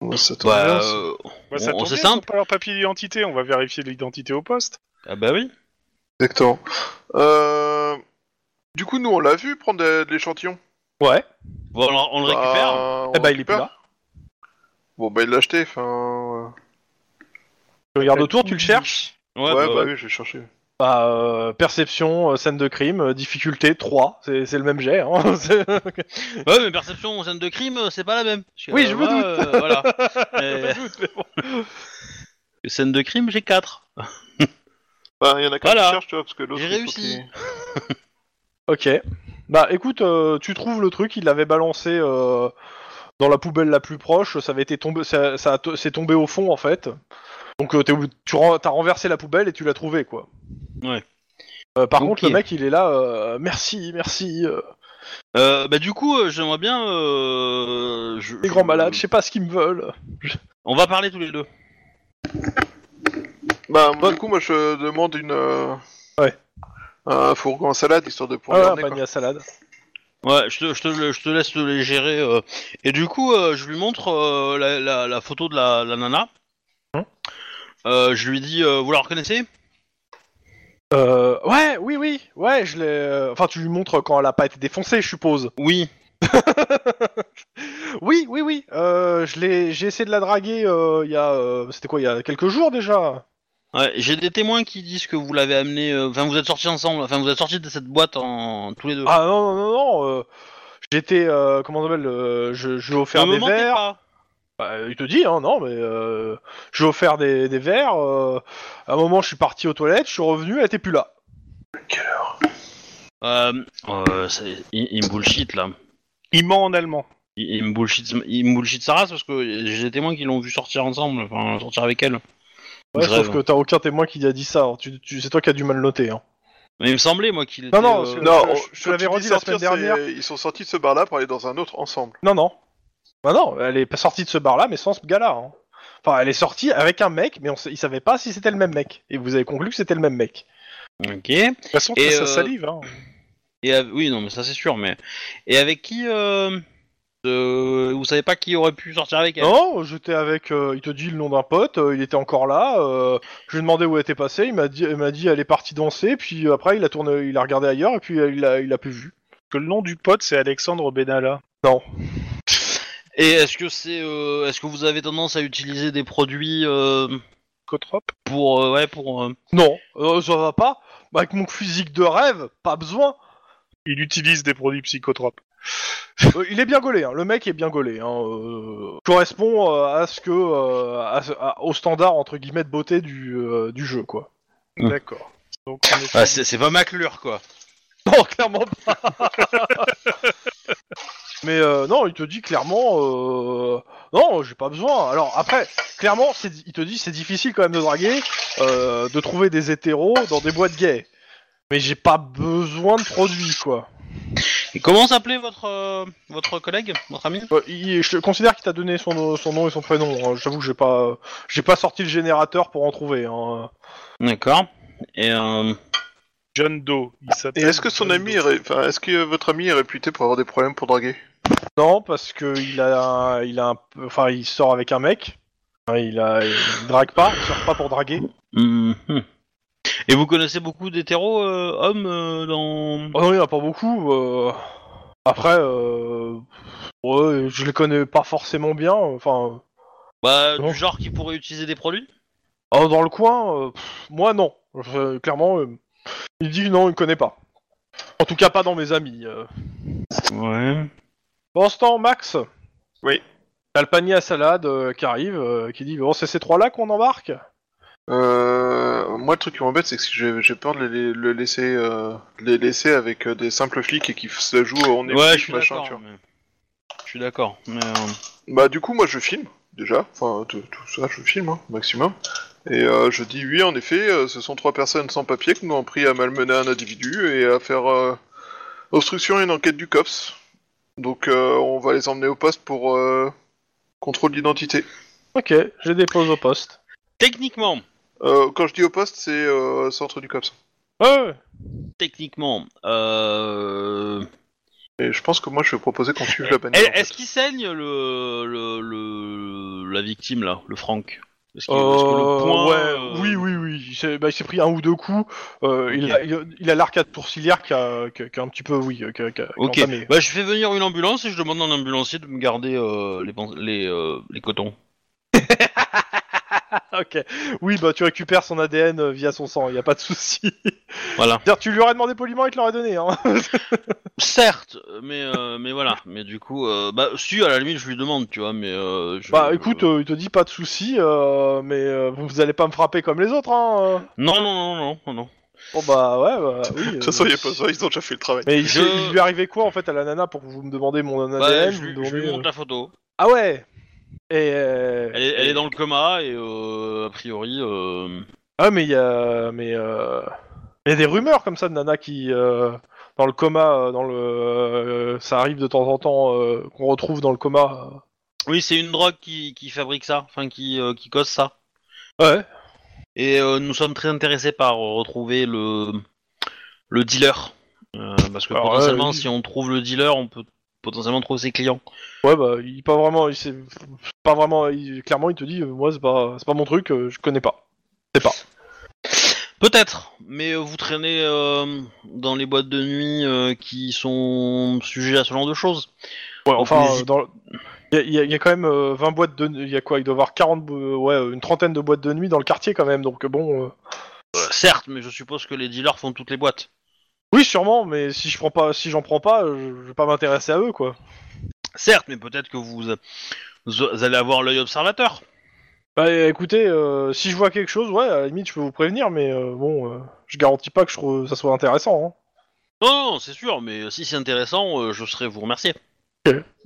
S5: ouais, ça tombe
S1: Bah,
S5: bien, ça.
S1: euh,
S4: Bah, ça
S1: on-
S4: tombe
S1: on sait
S4: bien, ils ont
S1: simple.
S4: pas leur papier d'identité, on va vérifier l'identité au poste.
S1: Ah bah oui.
S5: Exactement. Euh... Du coup, nous, on l'a vu prendre de, de l'échantillon.
S2: Ouais.
S1: Bon, alors, on le récupère.
S5: Bah, on
S2: eh bah, il est plus
S5: récupère.
S2: là.
S5: Bon, bah, il l'a acheté. Enfin...
S2: Tu regardes autour, tu le cherches.
S6: Ouais,
S5: Ouais,
S6: bah,
S5: bah,
S6: ouais.
S5: oui, je vais chercher.
S2: Bah, euh, perception, euh, scène de crime, euh, difficulté 3. C'est c'est le même jet. hein. C'est-
S1: Ouais, mais perception en scène de crime, euh, c'est pas la même. Parce que,
S2: Oui, je me
S1: moi, euh, voilà. Euh, Scène de crime, j'ai 4.
S5: Bah, il y en a qu'un
S1: Voilà.
S5: qui cherche, tu vois, parce que l'autre.
S1: J'ai
S5: il faut
S1: réussi.
S5: qu'il-
S2: ok. Bah, écoute, euh, tu trouves le truc, il l'avait balancé euh, dans la poubelle la plus proche. Ça avait été tombé, ça, ça a to- c'est tombé au fond en fait. Donc, euh, t'es obli- tu ren- t'as renversé la poubelle et tu l'as trouvé quoi.
S6: Ouais.
S2: Euh, par
S1: Ok.
S2: contre, le mec, il est là. euh, merci, merci. euh,
S1: Euh, bah du coup, euh, j'aimerais bien... Euh, je-
S2: les grands
S1: je-
S4: Mm.
S2: malades, je sais pas ce qu'ils me veulent.
S1: On va parler tous les deux.
S5: Bah, du coup, moi, je demande une. euh,
S2: Ouais.
S5: Un fourgon en salade, histoire de
S2: Ah,
S5: prendre.
S2: un panier à salade.
S1: Ouais, je te, je te, je te laisse te les gérer. euh. Et du coup, euh, je lui montre euh, la, la- la photo de la, la nana.
S2: Hein
S1: Euh, je lui dis, euh, vous la reconnaissez
S2: Euh, ouais, oui, oui, ouais, je l'ai. euh, Enfin, tu lui montres quand elle a pas été défoncée, je suppose.
S1: Oui.
S2: Oui, oui, oui. Euh, je l'ai. J'ai essayé de la draguer. euh, Il y a. euh, C'était quoi Il y a quelques jours déjà.
S1: Ouais, J'ai des témoins qui disent que vous l'avez amené... euh, Enfin, vous êtes sortis ensemble. Enfin, vous êtes sortis de cette boîte en tous les deux.
S2: Ah non, non, non, non. euh, J'étais. euh, comment on appelle euh, Je, je lui ai offert
S1: Ne me
S2: des
S1: mentez
S2: verres.
S1: pas.
S2: Bah, il te dit, hein, non, mais euh, je lui ai offert des, des verres. euh, à un moment, je suis parti aux toilettes, je suis revenu, elle était plus là.
S1: Euh, euh, c'est- il, il me bullshit là.
S4: Il ment en allemand.
S1: Il, il me bullshit, il me bullshit sa race parce que j'ai des témoins qui l'ont vu sortir ensemble, enfin sortir avec elle.
S2: Ouais,
S1: Je
S2: sauf
S1: rêve.
S2: que t'as aucun témoin qui a dit ça. hein. Tu, tu, c'est toi qui as du mal noté. Hein.
S1: Mais il me semblait moi qu'il était.
S2: Non, non,
S1: euh,
S2: parce que-
S5: Non,
S2: Je-
S5: on-
S2: je- je
S5: quand
S2: l'avais
S5: il dit
S2: redit la
S5: sortir,
S2: semaine dernière.
S5: c'est- Ils sont sortis de ce bar-là pour aller dans un autre ensemble.
S2: Non, non. Bah non, elle est pas sortie de ce bar-là, mais sans ce gars-là. hein. Enfin, elle est sortie avec un mec, mais on sa- il savait pas si c'était le même mec. Et vous avez conclu que c'était le même mec.
S1: Ok. Et
S4: De toute façon,
S1: Et,
S4: ça, ça
S1: euh,
S4: salive. Hein.
S1: euh, oui, non, mais ça c'est sûr. Mais et avec qui euh, euh, Vous savez pas qui aurait pu sortir avec elle
S2: Non, j'étais avec. euh, il te dit le nom d'un pote, euh, il était encore là. euh, je lui ai demandé où elle était passée, il m'a dit, il m'a dit elle est partie danser, puis après il a tourné, il a regardé ailleurs, et puis euh, il a, il a plus vu.
S4: Que le nom du pote, c'est Alexandre Benalla.
S1: Et est-ce que c'est, euh, est-ce que vous avez tendance à utiliser des produits euh,
S4: Cotrope
S1: pour, euh, ouais, pour. euh,
S2: Non, euh, ça va pas. Bah, avec mon physique de rêve, pas besoin.
S4: Il utilise des produits psychotropes.
S2: Euh, il est bien gaulé, hein. le mec est bien gaulé. Hein. euh, correspond euh, à ce que euh, à ce- à- au standard entre guillemets de beauté du, euh, du jeu quoi.
S1: Hmm.
S4: D'accord. Donc, on est-
S1: ah, c'est, c'est pas Maclure quoi.
S2: Non clairement pas. Mais euh, non, il te dit clairement euh, non, j'ai pas besoin. Alors après, clairement, c'est, il te dit c'est difficile quand même de draguer, euh, de trouver des hétéros dans des boîtes gays. Mais j'ai pas besoin de produits quoi.
S1: Et comment s'appelait votre euh, votre collègue, votre ami
S2: Euh, il- je considère qu'il t'a donné son, nom- son nom et son prénom. hein. J'avoue que j'ai pas, j'ai pas sorti le générateur pour en trouver. hein.
S1: D'accord. Et euh,
S4: John Doe. Il
S5: Et
S4: s'appelle
S5: est-ce que son
S4: John
S5: ami,
S4: Doe.
S5: est ré- enfin, est-ce que votre ami est réputé pour avoir des problèmes pour draguer
S2: Non, parce que il a, un- il a, un peu- enfin, il sort avec un mec. Hein, Il a, il drague pas, il sort pas pour draguer.
S1: Hmm, hmm. Et vous connaissez beaucoup d'hétéros euh, hommes euh, dans.
S2: Oh non, il y en a pas beaucoup. euh. Après, euh, ouais, je les connais pas forcément bien. Enfin,
S1: Bah,
S2: Non.
S1: du genre qui pourraient utiliser des produits
S2: euh, dans le coin, euh, pff, moi non. Je- clairement, euh, il dit non, il connaît pas. En tout cas, pas dans mes amis. euh.
S1: Ouais.
S2: Pendant ce temps, Max
S4: Oui.
S2: T'as le panier à salade euh, qui arrive, euh, qui dit Bon, c'est ces trois-là qu'on embarque
S5: euh, Moi, le truc qui m'embête, c'est que j'ai j'ai peur de les, le laisser, euh, les laisser avec euh, des simples flics et qu'ils se la jouent. euh, On est
S1: Ouais,
S5: flics,
S1: je suis
S5: machin,
S1: d'accord.
S5: tu vois.
S1: mais- suis d'accord. Mais, euh,
S5: Bah du coup moi je filme déjà, enfin tout, tout ça je filme hein, maximum. Et euh, je dis oui en effet, euh, ce sont trois personnes sans papier qui nous ont pris à malmener un individu et à faire euh, obstruction à une enquête du COPS. Donc euh, on va les emmener au poste pour euh, contrôle d'identité.
S2: Ok, je dépose au poste.
S1: Techniquement,
S5: Euh, quand je dis au poste c'est euh, centre du COPS.
S2: Ouais, ouais.
S1: techniquement, euh...
S5: Et je pense que moi je vais proposer qu'on suive la bannière. en
S1: est-
S5: fait.
S1: est-ce qu'il saigne le, le, le- la victime là, le Franck Est-ce qu'il- est-ce que
S2: Euh,
S1: le point,
S2: ouais,
S1: euh,
S2: Oui, oui, oui. Il s'est bah, il s'est pris un ou deux coups. Euh, il,
S1: Ok.
S2: a, il- il a l'arcade sourcilière qui a, qui a- qui a un petit peu, oui, qui a- qui a- qui a
S1: Ok,
S2: entamé.
S1: bah, je fais venir une ambulance et je demande à l'ambulancier de me garder euh, les, pan- les, euh, les cotons.
S2: Ok. Oui, bah tu récupères son ADN euh, via son sang, il y a pas de souci.
S1: Voilà.
S2: C'est-à-dire, tu lui aurais demandé poliment, il te l'aurait donné. Hein.
S1: Certes, mais, euh, mais voilà. Mais du coup, euh, bah, si, à la limite, je lui demande, tu vois, mais... euh, je-
S2: Bah écoute, euh, il te dit pas de souci, euh, mais euh, vous, vous allez pas me frapper comme les autres. Hein. euh.
S1: Non, non, non, non, non, non.
S2: Bon bah ouais, bah oui.
S5: De
S2: euh,
S5: toute façon il y a pas besoin, ils ont déjà fait le travail.
S2: Mais il,
S1: Je-
S2: s'est- il lui est arrivé quoi en fait à la nana pour que vous me demandez mon
S1: Bah,
S2: ADN
S1: je,
S2: vous
S1: lui-
S2: me
S1: je lui
S2: demandez,
S1: montre
S2: euh,
S1: la photo.
S2: Ah ouais Et. euh,
S1: Elle est, elle est dans le coma et, euh, a priori... euh,
S2: Ah mais il y a. Mais. euh, Il y a des rumeurs comme ça de nana qui. euh, Dans le coma, euh, dans le, euh, ça arrive de temps en temps euh, qu'on retrouve dans le coma.
S1: Oui, c'est une drogue qui, qui fabrique ça, enfin, qui, euh, qui cause ça.
S2: euh. Ouais.
S1: Et euh, nous sommes très intéressés par euh, retrouver le, le dealer. Euh, parce que
S2: Alors, là,
S1: potentiellement,
S2: oui.
S1: si on trouve le dealer, on peut potentiellement trouver ses clients.
S2: Ouais, bah, il est pas vraiment. Il s'est- pas vraiment il- clairement, il te dit, euh, moi, c'est pas, c'est pas mon truc, euh, je connais pas.
S1: Peut-être, mais euh, vous traînez euh, dans les boîtes de nuit euh, qui sont sujets à ce genre de choses.
S2: Ouais,
S1: Donc,
S2: enfin,
S1: n'hésite-
S2: euh, dans le- il y, a- il y a- il y a quand même euh, 20 boîtes de. Il y a quoi Il doit y avoir 40. bo- Ouais, euh, une trentaine de boîtes de nuit dans le quartier quand même, donc bon. euh,
S1: Euh, certes, mais je suppose que les dealers font toutes les boîtes.
S2: Oui, sûrement, mais si je prends pas, si j'en prends pas, euh, je, je vais pas m'intéresser à eux, quoi.
S1: Certes, mais peut-être que vous, euh, vous allez avoir l'œil observateur.
S2: Bah écoutez, euh, si je vois quelque chose, ouais, à la limite, je peux vous prévenir, mais euh, bon, euh, je garantis pas que je trouve ça soit intéressant. hein.
S1: Non, non, c'est sûr, mais si c'est intéressant, euh, je serais vous remercier.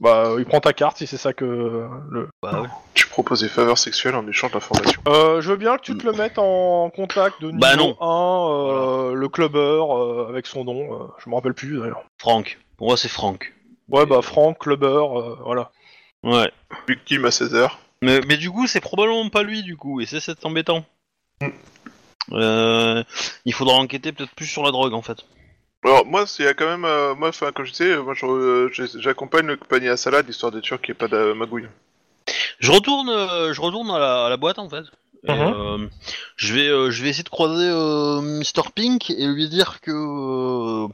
S2: Bah, euh, il prend ta carte si c'est ça que euh, le.
S1: Bah, ouais.
S5: Tu proposes des faveurs sexuelles en échange d'informations.
S2: Euh, je veux bien que tu te le mettes en contact de niveau
S1: Bah
S2: 1, euh, le clubber euh, avec son nom, euh, je me rappelle plus d'ailleurs.
S1: Franck. Pour moi, c'est Franck.
S2: Ouais, bah Franck, clubber, euh, voilà.
S1: Ouais.
S5: Victime à 16h.
S1: Mais, mais du coup, c'est probablement pas lui, du coup, et c'est c'est embêtant. Euh, il faudra enquêter peut-être plus sur la drogue, en fait.
S5: Alors moi, c'est il y a quand même, euh, moi, enfin, comme je disais, moi, je, euh, je- j'accompagne le panier à salade histoire d'être sûr qu'il n'y ait pas de magouille.
S1: Je retourne, euh, je retourne à la, à la boîte en fait. Et,
S2: Mhm.
S1: euh, je vais, euh, je vais essayer de croiser euh, Mr Pink et lui dire que euh,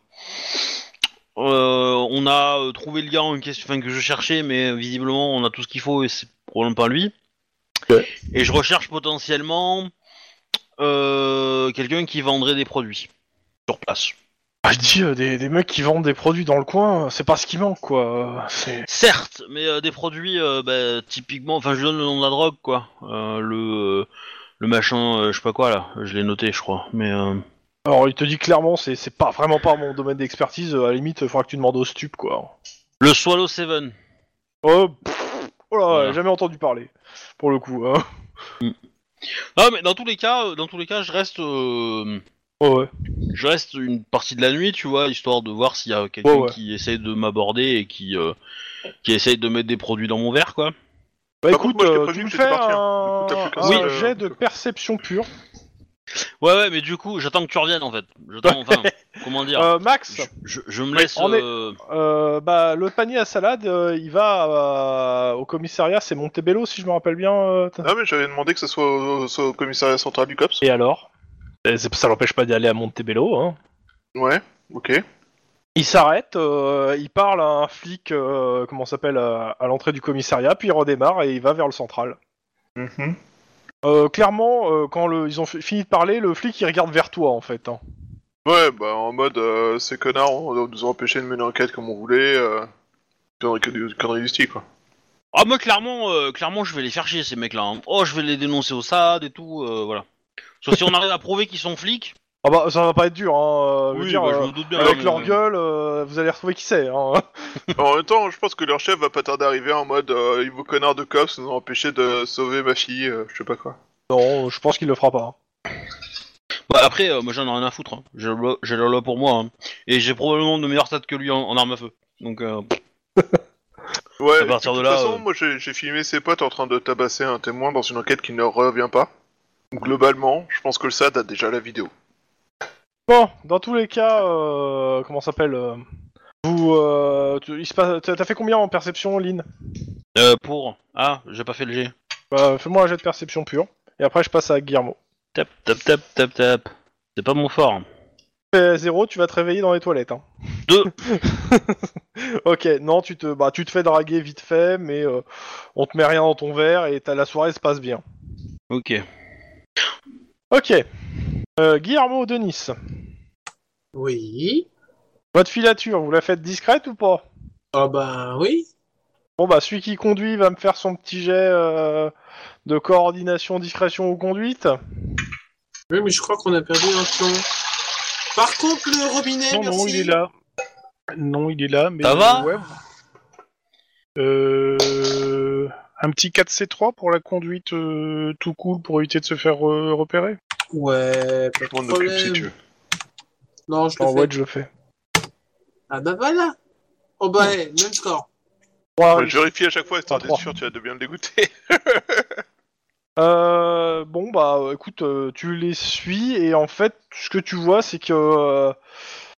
S1: euh, on a euh, trouvé le gars en question, enfin que je cherchais, mais visiblement on a tout ce qu'il faut et c'est probablement pas lui.
S2: Ouais.
S1: Et je recherche potentiellement euh, quelqu'un qui vendrait des produits sur place.
S2: Ah, je dis, euh, des, des mecs qui vendent des produits dans le coin, euh, c'est pas ce qui manque, quoi. euh, C'est...
S1: Certes, mais euh, des produits euh, bah, typiquement, enfin je donne le nom de la drogue quoi, Euh, le euh, le machin, euh, je sais pas quoi là, je l'ai noté je crois, mais euh,
S2: Alors, il te dit clairement, c'est, c'est pas vraiment pas mon domaine d'expertise, euh, à la limite, il faudra que tu demandes au stup, quoi.
S1: le Swallow Seven.
S2: Oh, pff, oh là,
S1: Voilà.
S2: jamais entendu parler, pour le coup. hein.
S1: Ah mais dans tous les cas, euh, dans tous les cas, je reste, euh,
S2: Ouais, Oh, ouais.
S1: je reste une partie de la nuit, tu vois, histoire de voir s'il y a quelqu'un
S2: Ouais, ouais.
S1: qui essaye de m'aborder et qui euh, qui essaye de mettre des produits dans mon verre quoi.
S2: Bah
S5: Par
S2: écoute,
S5: contre, moi, je t'ai
S2: euh,
S5: prévenu
S2: tu
S5: que
S2: me
S5: j'étais
S2: fais
S5: parti,
S2: un,
S5: hein. Du coup, t'as plus qu'à
S2: un
S5: se- euh,
S2: jet de perception pure.
S1: Ouais ouais, mais du coup, j'attends que tu reviennes en fait. J'attends, enfin, comment dire,
S2: Euh, Max,
S1: je, je- je me laisse.
S2: on est-
S1: euh,
S2: Euh, bah, le panier à salade, euh, il va euh, au commissariat, c'est Montebello si je me rappelle bien. euh, t'as-
S5: Ah mais j'avais demandé que ce soit au, au- soit au commissariat central du cops.
S2: Et alors Eh, c'est- Ça l'empêche pas d'y aller à Montebello. Hein.
S5: Ouais. Ok.
S2: Il s'arrête, euh, il parle à un flic, euh, comment ça s'appelle, à, à l'entrée du commissariat, puis il redémarre et il va vers le central.
S5: Mhm.
S2: Euh, clairement, euh, quand le, ils ont fi- fini de parler, le flic il regarde vers toi en fait. hein.
S5: Ouais, bah en mode euh, ces connards on, nous ont empêché de mener l'enquête comme on voulait. Euh, conneries- que des conneries du style quoi.
S1: Ah moi clairement, euh, clairement je vais les faire chier hein. ces mecs là. Oh je vais les dénoncer au SAD et tout, euh, voilà. Sauf si on arrive à prouver qu'ils sont flics,
S2: Ah bah ça va pas être dur, hein. euh, je veux
S1: Oui,
S2: dire,
S1: bah, je
S2: euh,
S1: me doute bien.
S2: avec
S1: mais-
S2: leur gueule, euh, vous allez retrouver qui c'est. Hein.
S5: en même temps, je pense que leur chef va pas tarder à arriver en mode euh, vos connards de cops nous ont empêché de sauver ma fille, euh, je sais pas quoi.
S2: non, je pense qu'il le fera pas. hein.
S1: Bah, après, euh, moi j'en ai rien à foutre. hein. J'ai la loi- j'ai la loi pour moi. hein. Et j'ai probablement de meilleures stats que lui en, en arme à feu. Donc, euh,
S5: Ouais,
S1: À partir
S5: et puis,
S1: de là,
S5: toute façon,
S1: euh,
S5: moi j'ai j'ai filmé ses potes en train de tabasser un témoin dans une enquête qui ne revient pas. Globalement, je pense que le SAD a déjà la vidéo.
S2: Bon, dans tous les cas, euh, comment ça s'appelle euh, Vous, euh, tu- il se passe- t'as t'as fait combien en perception, Lynn
S1: euh, pour. Ah, j'ai pas fait le G.
S2: Bah, Fais-moi un jet de perception pure, et après je passe à Guillermo.
S1: Tap, tap, tap, tap, tap. C'est pas mon fort.
S2: Fait euh, zéro, tu vas te réveiller dans les toilettes. Hein.
S1: Deux.
S2: ok, non, tu te, bah, tu te fais draguer vite fait, mais euh, on te met rien dans ton verre et t'as- la soirée se passe bien.
S1: Ok.
S2: Ok. Euh, Guillermo Denis,
S3: Oui.
S2: votre filature, vous la faites discrète ou pas
S3: Ah bah oui.
S2: Bon bah celui qui conduit va me faire son petit jet euh, de coordination, discrétion ou conduite.
S3: Oui, mais je crois qu'on a perdu un pion. Par contre, le robinet,
S4: Non,
S3: merci.
S4: non, il est là. Non, il est là, mais.
S1: Ça va
S4: ouais. Euh, Un petit 4C3 pour la conduite euh, tout cool pour éviter de se faire euh, repérer.
S3: Ouais, pas
S5: Je
S3: de
S5: m'en occupe si
S3: problème.
S5: tu veux.
S3: Non, je le
S2: En
S3: fais.
S2: wedge je le fais.
S3: Ah bah voilà. Oh bah, eh, même score.
S2: Trois
S5: Ouais, je vérifie à chaque fois histoire
S2: Ah,
S5: d'être
S2: trois.
S5: sûr, tu vas de bien le dégoûter.
S2: Euh, bon bah euh, écoute, euh, tu les suis et en fait ce que tu vois c'est que euh,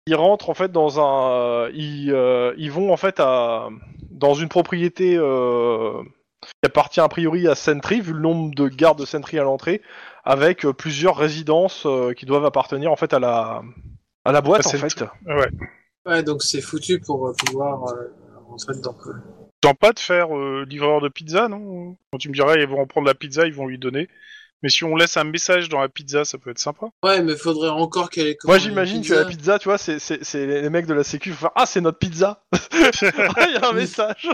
S2: ils rentrent en fait dans un, euh, ils, euh, ils vont en fait à dans une propriété euh, qui appartient a priori à Sentry vu le nombre de gardes de Sentry à l'entrée avec euh, plusieurs résidences euh, qui doivent appartenir en fait à la à la boîte
S4: À
S2: en
S4: Sentry.
S2: fait.
S4: Ah Ouais.
S3: Ouais, donc c'est foutu pour euh, pouvoir euh, rentrer dedans. quoi.
S4: Tant pas de faire euh, livreur de pizza, non Quand tu me diras, ils vont prendre la pizza, ils vont lui donner. Mais si on laisse un message dans la pizza, ça peut être sympa.
S3: Ouais, mais faudrait encore qu'elle ait
S2: Moi
S3: commandé
S2: j'imagine
S3: une
S2: que la
S3: pizza.
S2: pizza, tu vois, c'est c'est- c'est les mecs de la sécu vont faire Ah, c'est notre pizza Ah, Il y a un message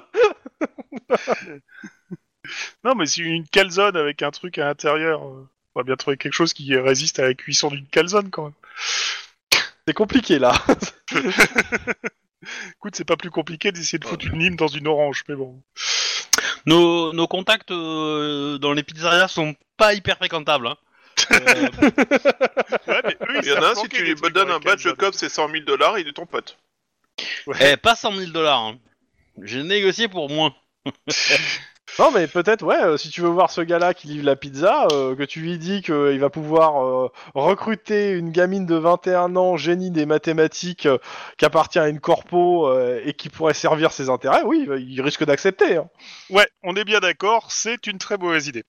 S4: Non, mais c'est une calzone avec un truc à l'intérieur. euh, On va bien trouver quelque chose qui résiste à la cuisson d'une calzone quand même.
S2: C'est compliqué là
S4: Écoute, c'est pas plus compliqué d'essayer de foutre une lime dans une orange, mais bon.
S1: Nos, nos contacts euh, dans les pizzerias sont pas hyper fréquentables. Hein. Euh,
S4: Ouais, mais eux,
S5: Il y en a un, si tu lui donnes un badge de cop, c'est 100 000 dollars, il est ton pote.
S1: eh, pas 100 000 dollars. J'ai négocié pour moins.
S2: Non, mais peut-être, ouais, euh, si tu veux voir ce gars-là qui livre la pizza, euh, que tu lui dis qu'il va pouvoir euh, recruter une gamine de 21 ans, génie des mathématiques, euh, qui appartient à une corpo euh, et qui pourrait servir ses intérêts, oui, euh, il risque d'accepter. hein.
S4: Ouais, on est bien d'accord, c'est une très mauvaise idée.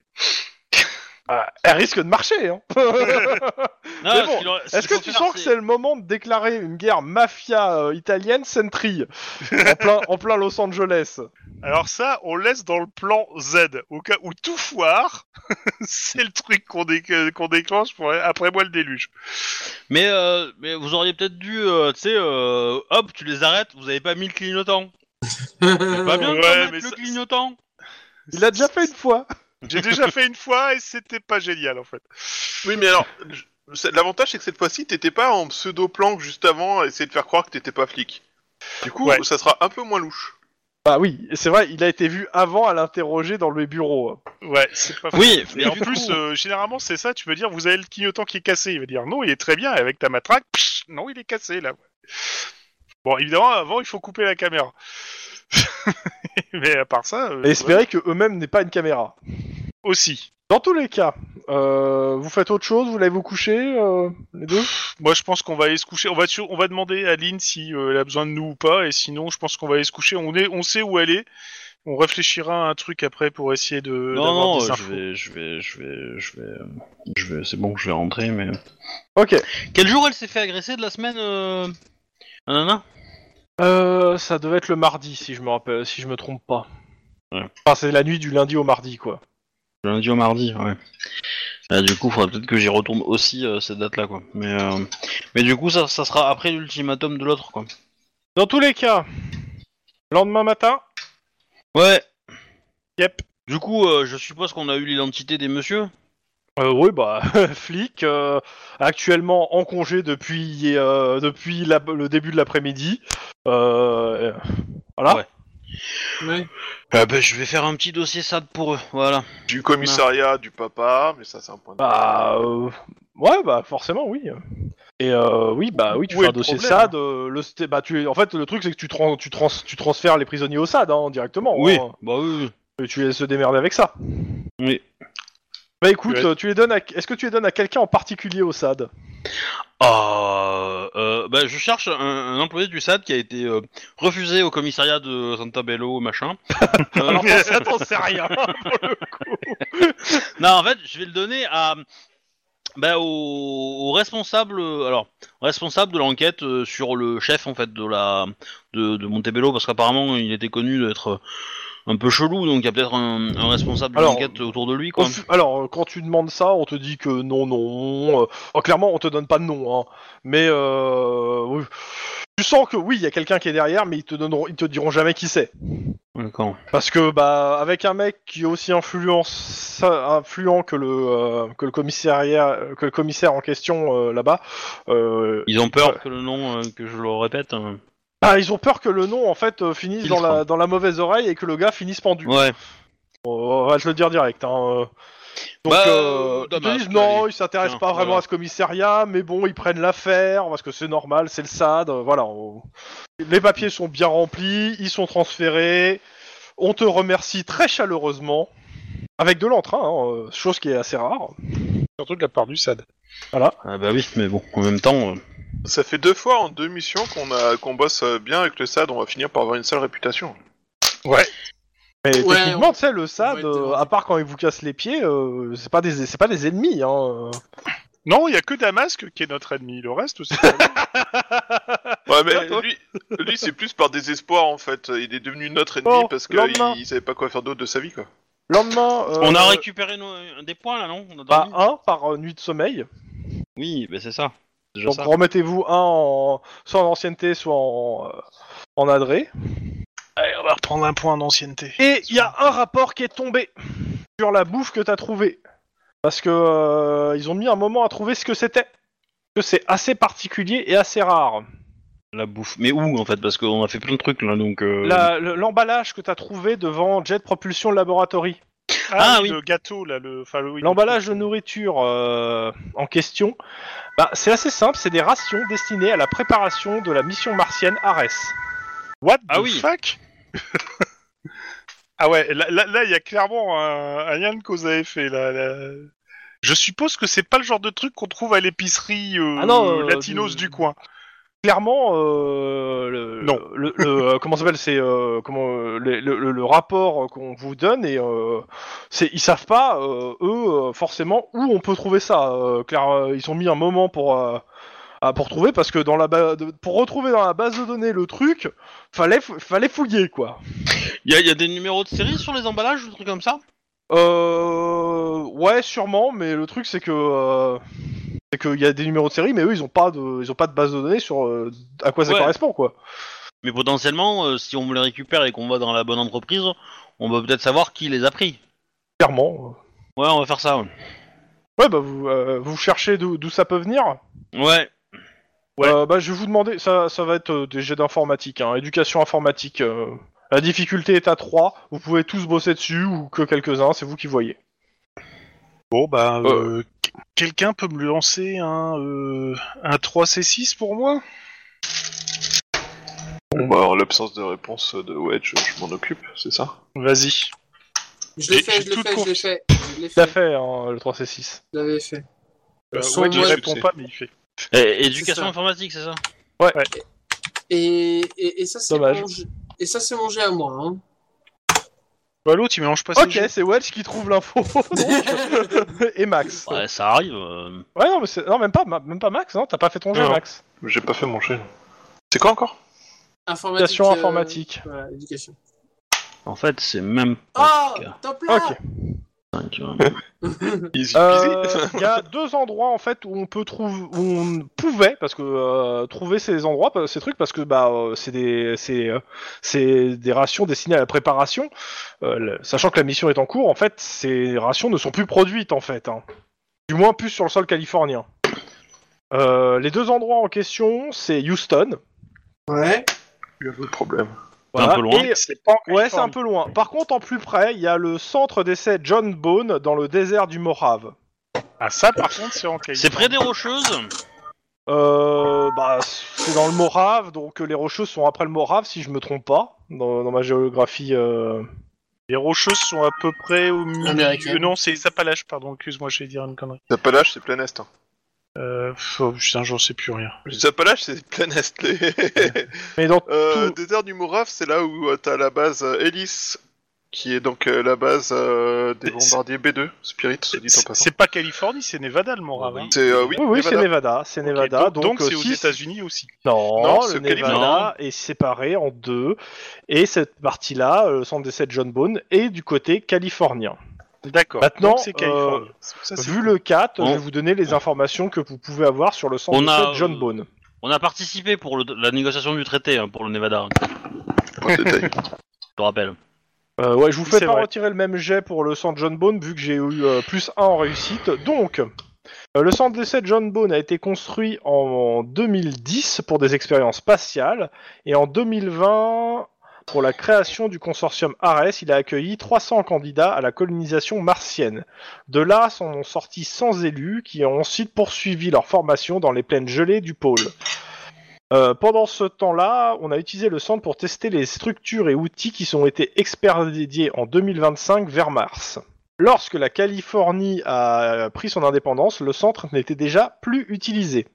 S2: Elle risque de marcher hein.
S1: Non,
S2: Mais
S1: ce
S2: bon,
S1: qu'il aurait- ce
S2: Est-ce
S1: qu'il
S2: que
S1: faut
S2: tu
S1: faire,
S2: sens que c'est le moment de déclarer une guerre mafia euh, italienne Sentry en plein, en plein Los Angeles
S4: Alors ça, on laisse dans le plan Z, au cas où tout foire, c'est le truc qu'on dé- qu'on déclenche pour après moi le déluge.
S1: Mais, euh, mais vous auriez peut-être dû, euh, tu sais, euh, hop, tu les arrêtes, vous avez pas mis le clignotant. C'est Pas bien de pas
S4: Euh, Ouais,
S1: mettre
S4: mais
S1: le
S4: ça-
S1: clignotant.
S2: Il l'a déjà fait une fois
S4: J'ai déjà fait une fois et c'était pas génial en fait.
S5: Oui, mais alors, je- c'est- l'avantage c'est que cette fois-ci, t'étais pas en pseudo-planque juste avant à essayer de faire croire que t'étais pas flic. Du coup,
S4: Ouais.
S5: ça sera un peu moins louche.
S2: Bah oui, c'est vrai, il a été vu avant à l'interroger dans le bureau. hein.
S4: Ouais, c'est pas
S1: Oui, mais
S4: Et en
S1: du
S4: plus,
S1: coup-
S4: euh, généralement, c'est ça, tu veux dire, vous avez le clignotant qui est cassé. Il va dire, non, il est très bien, et avec ta matraque, psh, non, il est cassé, là. Bon, évidemment, avant, il faut couper la caméra. mais à part ça, euh,
S2: Et espérer que eux-mêmes n'aient pas une caméra.
S4: ouais, aussi.
S2: Dans tous les cas, euh, vous faites autre chose, vous allez vous coucher, euh, les deux
S4: Moi, je pense qu'on va aller se coucher. On va, sur- on va demander à Lynn si euh, elle a besoin de nous ou pas, et sinon, je pense qu'on va aller se coucher. On, est... on sait où elle est. On réfléchira à un truc après pour essayer de.
S1: Non,
S4: d'avoir
S1: non,
S4: des
S1: euh, je
S4: infos.
S1: vais, je vais, je vais, je vais, euh, je vais, c'est bon, je vais rentrer, mais...
S2: Ok.
S1: Quel jour elle s'est fait agresser de la semaine, euh... Anana
S2: Euh, ça devait être le mardi, si je me rappelle, si je me trompe pas.
S1: Ouais.
S2: Enfin, c'est la nuit du lundi au mardi, quoi.
S1: Lundi au mardi, ouais. Bah, du coup, faudrait peut-être que j'y retourne aussi euh, cette date-là, quoi. Mais, euh, mais du coup, ça, ça sera après l'ultimatum de l'autre, quoi.
S2: Dans tous les cas, lendemain matin,
S1: Ouais.
S2: Yep.
S1: Du coup, euh, je suppose qu'on a eu l'identité des messieurs.
S2: Euh, oui, bah, flic, euh, actuellement en congé depuis, euh, depuis la- le début de l'après-midi. Euh, voilà.
S1: Ouais.
S3: Ouais.
S1: Ah bah, je vais faire un petit dossier SAD pour eux, voilà.
S5: Du commissariat, du papa, mais ça c'est un point de...
S2: Bah, euh, ouais, bah, forcément, oui. Et euh, oui, bah, oui, tu
S4: Où
S2: fais
S4: est
S2: un
S4: le
S2: dossier
S4: problème
S2: SAD. euh, le sté- bah, tu, en fait, le truc, c'est que tu, trans- tu, trans- tu transfères les prisonniers au SAD hein, directement.
S1: Oui,
S2: hein.
S1: bah oui.
S2: Et tu les laisses se démerder avec ça.
S1: Oui.
S2: Bah, écoute,
S4: Ouais.
S2: euh, tu les donnes à... est-ce que tu les donnes à quelqu'un en particulier au SAD
S1: Ah, euh, bah, je cherche un, un employé du SAD qui a été euh, refusé au commissariat de Santa Bello, machin. Euh,
S2: Alors, pour ça, t'en sais rien.
S1: non, en fait, je vais le donner à bah, au, au responsable, euh, alors responsable de l'enquête euh, sur le chef en fait de la de, de Montebello, parce qu'apparemment il était connu d'être euh, un peu chelou, donc il y a peut-être un, un responsable de
S2: Alors,
S1: l'enquête autour de lui,
S2: Au
S1: quoi.
S2: fu- Alors, euh, quand tu demandes ça, on te dit que non, non. euh, oh, clairement, on te donne pas de nom. Hein. Mais euh, oui. tu sens que oui, il y a quelqu'un qui est derrière, mais ils te donneront, ils te diront jamais qui c'est.
S1: D'accord.
S2: Parce que bah, avec un mec qui est aussi influent, influent que le euh, que le commissariat, euh, que le commissaire en question euh, là-bas, euh,
S1: Ils ont peur
S2: Ouais.
S1: que le nom euh, que je le répète. hein.
S2: bah, ils ont peur que le nom en fait euh, finisse dans
S1: Filtre.
S2: la dans la mauvaise oreille et que le gars finisse pendu.
S1: Ouais.
S2: On va te le dire direct. Hein. euh. Donc,
S1: Bah,
S2: euh, ils te
S1: dommage,
S2: disent non,
S1: allez.
S2: ils s'intéressent
S1: Tiens,
S2: pas vraiment
S1: voilà.
S2: à ce commissariat, mais bon, ils prennent l'affaire parce que c'est normal, c'est le SAD. euh, Voilà. on- Les papiers sont bien remplis, ils sont transférés. On te remercie très chaleureusement, avec de l'entrain, hein, euh, chose qui est assez rare.
S4: Surtout de la part du SAD.
S1: Ah bah oui, mais bon, en même temps. euh,
S5: Ça fait deux fois en deux missions qu'on a qu'on bosse euh, bien avec le SAD, on va finir par avoir une sale réputation.
S2: Mais
S3: Ouais,
S2: techniquement, tu sais, le
S3: ouais,
S2: SAD,
S3: t'es
S2: euh,
S3: gentil.
S2: à part quand ils vous cassent les pieds, euh, c'est pas des c'est pas des ennemis. Hein.
S4: Non, il y a que Damasque qui est notre ennemi. Le reste, c'est.
S5: Ouais, mais
S2: Bien, toi.
S5: lui, lui c'est plus par désespoir en fait. Il est devenu notre ennemi
S2: Bon,
S5: parce
S2: lendemain.
S5: qu'il savait pas quoi faire d'autre de sa vie quoi.
S2: Lendemain, euh,
S1: on a récupéré nos- euh, des points là, non On a
S2: bah,
S1: dormi
S2: un par euh, nuit de sommeil.
S1: Oui, bah c'est ça. Déjà
S2: Donc
S1: ça.
S2: remettez-vous un en... soit en ancienneté, soit en, euh, en adré.
S4: Allez, on va reprendre un point d'ancienneté.
S2: Et il y a un rapport qui est tombé sur la bouffe que t'as trouvée. Parce que euh, ils ont mis un moment à trouver ce que c'était. Parce Que c'est assez particulier et assez rare.
S1: La bouffe. Mais où en fait Parce qu'on a fait plein de trucs là, donc. euh,
S2: La- le- L'emballage que t'as trouvé devant Jet Propulsion Laboratory.
S4: Ah,
S1: Ah,
S4: oui,
S1: oui.
S4: le gâteau, là, le. Enfin, le- oui,
S2: L'emballage de
S4: le-
S2: nourriture euh, en question, bah, c'est assez simple, c'est des rations destinées à la préparation de la mission martienne Ares.
S4: What
S1: Ah
S4: the
S1: oui.
S4: fuck Ah ouais, là, là, là, il y a clairement un, un lien de cause à effet, là. là. Je suppose que c'est pas le genre de truc qu'on trouve à l'épicerie euh,
S2: Ah non, euh,
S4: latinos
S2: du-
S4: du coin.
S2: clairement euh, le,
S4: Non.
S2: le, le- euh, comment ça s'appelle c'est euh, comment euh, le, le- le- le rapport euh, qu'on vous donne et euh, c'est ils savent pas euh, eux euh, forcément où on peut trouver ça euh, clair euh, ils ont mis un moment pour euh, à- pour trouver parce que dans la ba- de- pour retrouver dans la base de données le truc fallait fou- fallait fouiller quoi
S1: Y a, y a des numéros de série sur les emballages ou des trucs comme ça
S2: euh, ouais sûrement mais le truc c'est que euh, c'est qu'il y a des numéros de série mais eux ils ont pas de ils ont pas de base de données sur euh, à quoi ça
S1: Ouais.
S2: correspond quoi
S1: Mais potentiellement, euh, si on les récupère et qu'on va dans la bonne entreprise, on va peut-être savoir qui les a pris.
S2: clairement euh.
S1: Ouais, on va faire ça. Ouais.
S2: Ouais, bah vous, euh, vous cherchez d'où d'où ça peut venir.
S1: Ouais.
S2: Euh, bah je vais vous demander, ça, ça va être euh, des jets d'informatique, hein, éducation informatique. euh. La difficulté est à 3, vous pouvez tous bosser dessus ou que quelques-uns, c'est vous qui voyez.
S4: Bon, bah, euh, qu- quelqu'un peut me lancer un, euh, un 3C6 pour moi
S5: Bon bah en l'absence de réponse de Wedge, je m'en occupe, c'est ça
S4: Vas-y.
S3: Je l'ai
S4: J'ai-
S3: fait,
S4: j'ai
S3: je l'ai fait,
S4: toute
S3: je l'ai
S4: confiance.
S3: fait. Je l'ai
S2: Tout à
S3: fait,
S2: fait, hein, le 3C6.
S3: je l'avais fait.
S4: Euh,
S3: Sans
S4: ouais, il
S3: moi,
S4: répond
S5: c'est-
S4: pas, mais il fait.
S1: Et- éducation
S3: C'est ça.
S1: informatique, c'est ça
S3: Et, et, et ça, c'est
S2: Dommage.
S3: mon jeu. Et ça, c'est mon jeu à moi. Hein.
S4: Bah, l'autre, tu mélanges pas ces
S2: Ok,
S4: jeux.
S2: c'est Welch qui trouve l'info, donc. et Max. Ouais,
S1: Ouais, ça arrive. euh.
S2: non, mais c'est- non, même pas, ma- même pas Max, non, t'as pas fait ton jeu,
S4: Non.
S2: Max.
S5: J'ai pas fait mon chien. C'est quoi encore
S3: Informatique.
S2: Éducation
S3: euh,
S2: informatique.
S3: Voilà, éducation.
S1: En fait, c'est même.
S3: Ah,
S1: Ok.
S3: top là
S2: Ok. Ah
S1: Tu vois.
S5: Easy
S2: Euh, Il y a deux endroits en fait où on peut trouver, où on pouvait, parce que euh, trouver ces endroits, pa- ces trucs, parce que bah euh, c'est des, c'est, euh, c'est des rations destinées à la préparation. Euh, le- sachant que la mission est en cours, en fait, ces rations ne sont plus produites en fait. hein. Du moins plus sur le sol californien. Euh, les deux endroits en question, c'est Houston.
S3: Ouais.
S5: Il y a d'autres problèmes.
S2: voilà,
S1: un peu loin.
S2: et-
S4: C'est pas en
S2: ouais, c'est un
S4: Californie.
S2: peu loin. Par contre, en plus près, il y a le centre d'essai John Bone dans le désert du Morave.
S4: Ah, ça, par contre, c'est en Californie.
S1: C'est près des rocheuses.
S2: Euh, bah, c'est dans le Morave, donc euh, les Rocheuses sont après le Morave, si je me trompe pas, dans, dans ma géographie. euh.
S4: Les rocheuses sont à peu près au milieu.
S3: Américaine.
S4: Euh, Non, c'est les Appalaches, pardon, excuse-moi, je vais dire une connerie.
S5: Les Appalaches, c'est plein est. Hein.
S4: Euh, pff, oh, putain, j'en sais plus rien.
S5: Les Appalaches, c'est plein est. Les...
S2: Mais dans
S5: euh,
S2: tout-
S5: Désert du Morave, c'est là où euh, t'as la base euh, Hélice, qui est donc euh, la base euh, des
S4: C'est-
S5: bombardiers B2, Spirit, se dit en
S4: C'est
S5: passant.
S4: c'est pas Californie, c'est Nevada le Morave. hein.
S5: C'est euh, oui,
S2: Oui, oui, c'est
S5: Nevada.
S2: Nevada, c'est Nevada.
S4: Ok, donc- donc
S2: euh,
S4: c'est aux
S2: si-
S4: États-Unis aussi.
S2: Non,
S5: Non,
S2: le
S5: c'est
S2: Nevada
S1: Californie.
S2: est séparé en deux, et cette partie-là, euh, le centre d'essai de John Bone, est du côté californien.
S4: D'accord.
S2: Maintenant,
S4: donc c'est Californie. Ça, c'est
S2: Vu le 4, je
S1: On-
S2: vais vous donner les informations que vous pouvez avoir sur le centre
S1: On
S2: d'essai
S1: a,
S2: de John
S1: euh,
S2: Bone.
S1: On a participé pour le- la négociation du traité hein, pour le Nevada, je
S5: Pas de détails.
S1: te rappelle.
S2: Euh, ouais, je vous
S4: c'est
S2: fais pas
S4: vrai.
S2: retirer le même jet pour le centre John Bone vu que j'ai eu euh, plus 1 en réussite. Donc, euh, le centre d'essai de John Bone a été construit en 2010 pour des expériences spatiales et en 2020 pour la création du consortium Ares, il a accueilli 300 candidats à la colonisation martienne. De là, s'en ont sortis 100 élus qui ont ensuite poursuivi leur formation dans les plaines gelées du pôle. Euh, pendant ce temps-là, on a utilisé le centre pour tester les structures et outils qui sont été expédiés en 2025 vers Mars. Lorsque la Californie a pris son indépendance, le centre n'était déjà plus utilisé.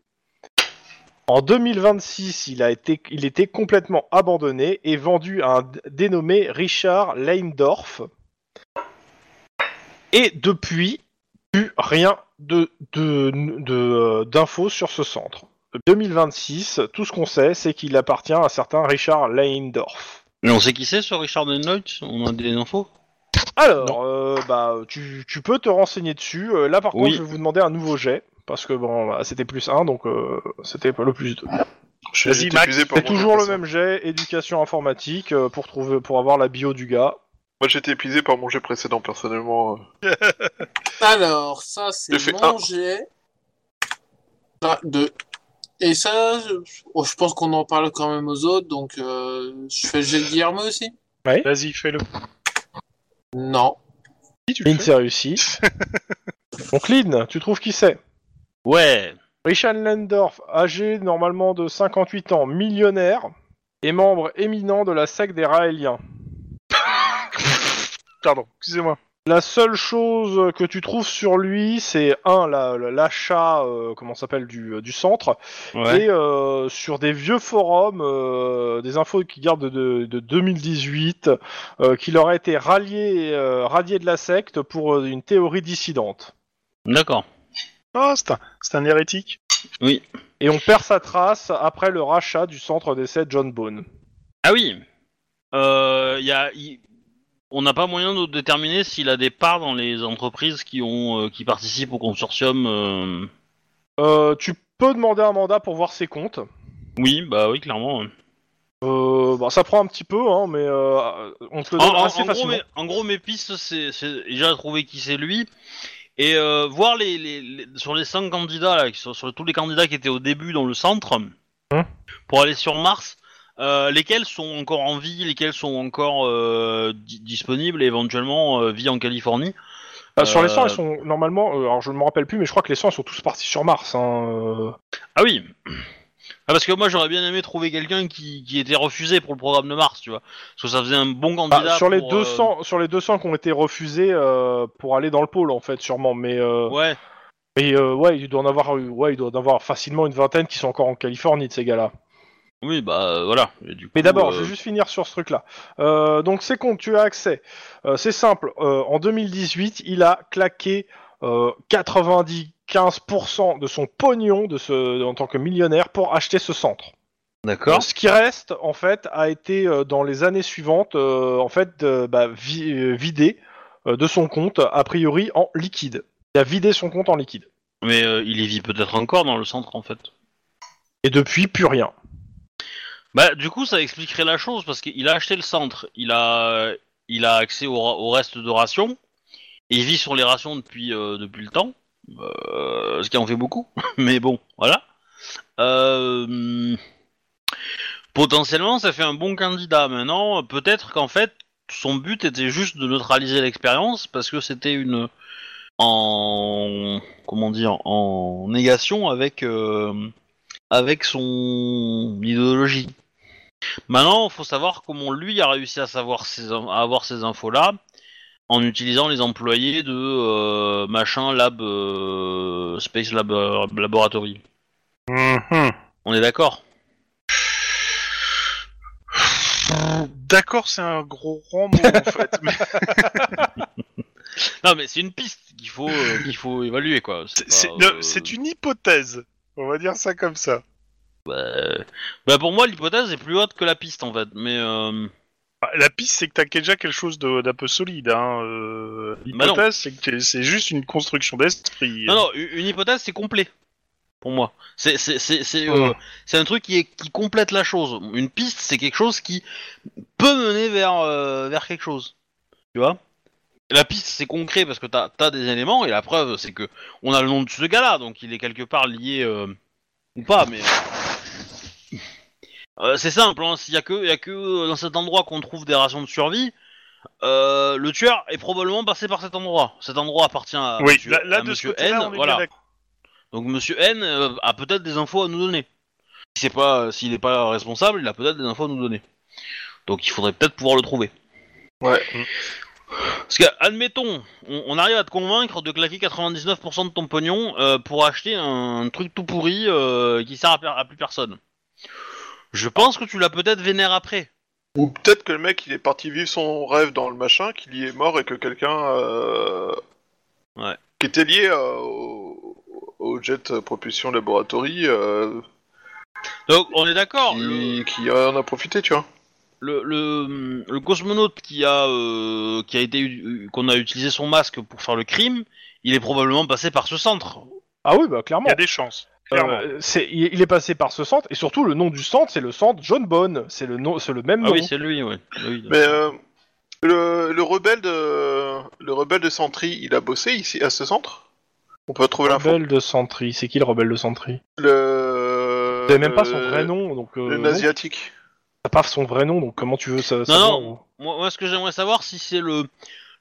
S2: En 2026, il, a été, il était complètement abandonné et vendu à un d- dénommé Richard Leindorf. Et depuis, plus rien de- de- de- d'infos sur ce centre. 2026, tout ce qu'on sait, c'est qu'il appartient à un certain Richard Leindorf.
S1: Mais on sait qui c'est ce Richard Denoit On a des infos
S2: Alors, euh, bah, tu, tu peux te renseigner dessus. Euh, là, par
S1: Oui.
S2: contre, je vais vous demander un nouveau jet. Parce que bon, bah, c'était plus 1, donc euh, c'était pas le plus 2.
S4: Ah,
S5: J'ai
S4: Vas-y,
S5: été
S4: Max,
S5: épuisé par
S2: C'est
S5: mon
S4: bah,
S2: toujours le
S5: jet,
S2: même jet, éducation informatique, euh, pour, trouver, pour avoir la bio du gars.
S5: Moi j'étais épuisé par mon jeu précédent personnellement. euh.
S3: Alors, ça, c'est
S5: J'ai fait
S3: mon jet. Ah, deux. Et ça, je, oh, je pense qu'on en parle quand même aux autres, donc euh, je fais le jet de Guillermo aussi
S4: Vas-y, fais-le.
S3: Non.
S4: Si, tu le
S2: Lynn,
S4: fais.
S2: c'est réussi. donc, Lynn, tu trouves qui c'est
S1: Ouais.
S2: Richard Lendorf, âgé normalement de 58 ans, millionnaire et membre éminent de la secte des Raéliens.
S4: Pardon, excusez-moi.
S2: La seule chose que tu trouves sur lui, c'est un la- la- l'achat, euh, comment ça s'appelle, du, euh, du centre,
S1: ouais.
S2: et euh, sur des vieux forums, euh, des infos qui gardent de, de 2018, euh, qu'il aurait été rallié, euh, radié de la secte pour euh, une théorie dissidente.
S1: D'accord.
S4: Oh, c'est un, c'est un hérétique.
S2: Et on perd sa trace après le rachat du centre d'essai John Bone.
S1: Ah oui. Euh, y a, y- On n'a pas moyen de déterminer s'il a des parts dans les entreprises qui ont euh, qui participent au consortium. euh,
S2: Euh, tu peux demander un mandat pour voir ses comptes.
S1: Oui, bah oui, clairement.
S2: Euh, bah, ça prend un petit peu, hein, mais euh, on te le
S1: En,
S2: donne
S1: en-
S2: assez
S1: en gros,
S2: facilement.
S1: mes, en gros, mes pistes, c'est c'est déjà trouver qui c'est lui. Et euh, voir les, les- les- sur les 5 candidats, là, qui sont- sur tous les candidats qui étaient au début dans le centre,
S2: Hein
S1: pour aller sur Mars, euh, lesquels sont encore en vie, lesquels sont encore euh, di- disponibles et éventuellement euh, vie en Californie.
S2: Ah, Sur les 100,
S1: Euh,
S2: ils sont normalement. euh, alors, je ne me rappelle plus, mais je crois que les 100 ils sont tous partis sur Mars. Hein. euh.
S1: Ah oui Ah, Parce que moi j'aurais bien aimé trouver quelqu'un qui, qui était refusé pour le programme de Mars, tu vois. Parce que ça faisait un bon
S2: Bah,
S1: candidat.
S2: sur, les
S1: pour, euh,
S2: 200, sur les 200 qui ont été refusés euh, pour aller dans le pôle, en fait, sûrement. Mais, euh,
S1: Ouais.
S2: mais, euh, ouais, il doit en avoir, eu- ouais, il doit en avoir facilement une vingtaine qui sont encore en Californie de ces gars-là.
S1: Oui, bah euh, voilà. Et du coup,
S2: Mais d'abord,
S1: euh,
S2: je vais juste finir sur ce truc-là. Euh, donc, c'est comptes, tu as accès. Euh, c'est simple. euh, en 2018, il a claqué euh, 95% de son pognon de ce, en tant que millionnaire pour acheter ce centre.
S1: D'accord.
S2: Euh, Ce qui reste, en fait, a été euh, dans les années suivantes, euh, en fait, euh, bah, vi- euh, vidé euh, de son compte, a priori en liquide. Il a vidé son compte en liquide.
S1: Mais euh, il y vit peut-être encore dans le centre en fait.
S2: Et depuis, plus rien.
S1: Bah du coup ça expliquerait la chose parce qu'il a acheté le centre, il a il a accès au, ra- au reste de rations, il vit sur les rations depuis euh, depuis le temps. euh, ce qui en fait beaucoup, mais bon, voilà. Euh, potentiellement, ça fait un bon candidat. Maintenant, peut-être qu'en fait, son but était juste de neutraliser l'expérience parce que c'était une en comment dire en négation avec euh, avec son idéologie. Maintenant, faut savoir comment lui a réussi à savoir ces in- à avoir ces infos là en utilisant les employés de euh, machin lab euh, space lab laboratory.
S4: Mhm.
S1: On est d'accord
S4: D'accord, c'est un gros rang mot, en fait. Mais
S1: Non, mais c'est une piste qu'il faut euh, qu'il faut évaluer quoi.
S4: c'est-
S1: pas,
S4: c'est
S1: euh,
S4: non, c'est une hypothèse. On va dire ça comme ça.
S1: Bah, bah, pour moi, l'hypothèse est plus haute que la piste en fait. Mais euh,
S4: Bah, La piste, c'est que t'as déjà quelque chose de- d'un peu solide. Hein. euh,
S1: Bah non.
S4: L'hypothèse, c'est que t'es- c'est juste une construction d'esprit.
S1: non, non, u- une hypothèse c'est complet. Pour moi, c'est c'est c'est c'est euh, c'est un truc qui est, qui complète la chose. Une piste c'est quelque chose qui peut mener vers euh, vers quelque chose. Tu vois La piste c'est concret parce que t'as as des éléments et la preuve c'est que on a le nom de ce gars-là donc il est quelque part lié euh, ou pas mais. Euh, c'est simple, hein, s'il y a que, il y a que euh, dans cet endroit qu'on trouve des rations de survie, euh, le tueur est probablement passé par cet endroit. Cet endroit appartient à
S4: Oui,
S1: monsieur,
S4: là, là,
S1: à
S4: de ce
S1: monsieur N,
S4: côté-là, on est bien
S1: voilà.
S4: d'accord.
S1: Donc Monsieur N euh, a peut-être des infos à nous donner. Si c'est pas, s'il n'est pas responsable, il a peut-être des infos à nous donner. Donc il faudrait peut-être pouvoir le trouver.
S5: Ouais.
S1: Parce que, admettons, on, on arrive à te convaincre de claquer 99% de ton pognon euh, pour acheter un truc tout pourri euh, qui sert à, per- à plus personne. Je pense que tu l'as peut-être vénère après.
S5: Ou peut-être que le mec il est parti vivre son rêve dans le machin, qu'il y est mort et que quelqu'un euh,
S1: Ouais.
S5: qui était lié euh, au, au Jet Propulsion Laboratory euh,
S1: Donc on est d'accord. le-
S5: qui, qui en a profité, tu vois.
S1: le, le, le cosmonaute qui a euh, qui a été u- qu'on a utilisé son masque pour faire le crime, il est probablement passé par ce centre.
S2: Ah oui, bah clairement.
S4: Il y a des chances. Clairement.
S2: Euh, c'est- il il est passé par ce centre, et surtout le nom du centre, c'est le centre John Bonne. C'est le, nom, c'est le même
S1: Ah
S2: nom.
S1: oui, c'est lui, ouais. Ah oui.
S5: Mais euh, le, le rebelle de le rebelle de Sentry, il a bossé ici à ce centre. On peut trouver l'info.
S2: Rebelle de Sentry. C'est qui le rebelle de Sentry
S5: Le.
S2: Vous avez même pas son vrai nom, donc. euh,
S5: Le
S2: non,
S5: asiatique.
S2: t'as pas son vrai nom, donc comment tu veux ça
S1: non.
S2: savoir où-
S1: Moi, moi, ce que j'aimerais savoir, si c'est le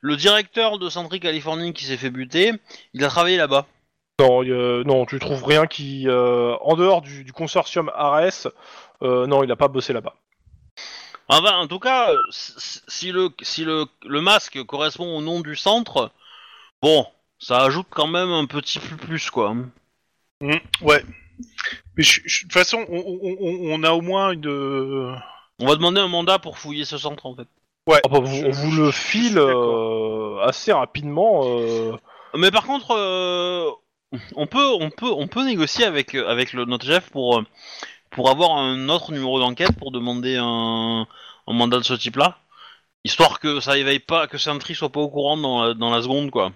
S1: le directeur de Sentry Californie qui s'est fait buter, il a travaillé là-bas.
S2: Non, euh, non, tu trouves rien qui, euh, en dehors du, du consortium Ares, euh, non, il n'a pas bossé là-bas.
S1: Enfin, en tout cas, euh, si si le si le le masque correspond au nom du centre, bon, ça ajoute quand même un petit plus plus quoi.
S4: Mhm, ouais. Mais je- je- de toute façon, on, on- on- on a au moins une. euh,
S1: On va demander un mandat pour fouiller ce centre en fait.
S2: Ah bah, vous-
S4: je-
S2: on vous le
S4: je- je suis
S2: file euh, assez rapidement. euh,
S1: Mais par contre, euh, on peut, on peut, on peut négocier avec euh, avec le, notre chef pour euh, pour avoir un autre numéro d'enquête pour demander un, un mandat de ce type-là, histoire que ça éveille pas, que Sentry soit pas au courant dans la, dans la seconde quoi.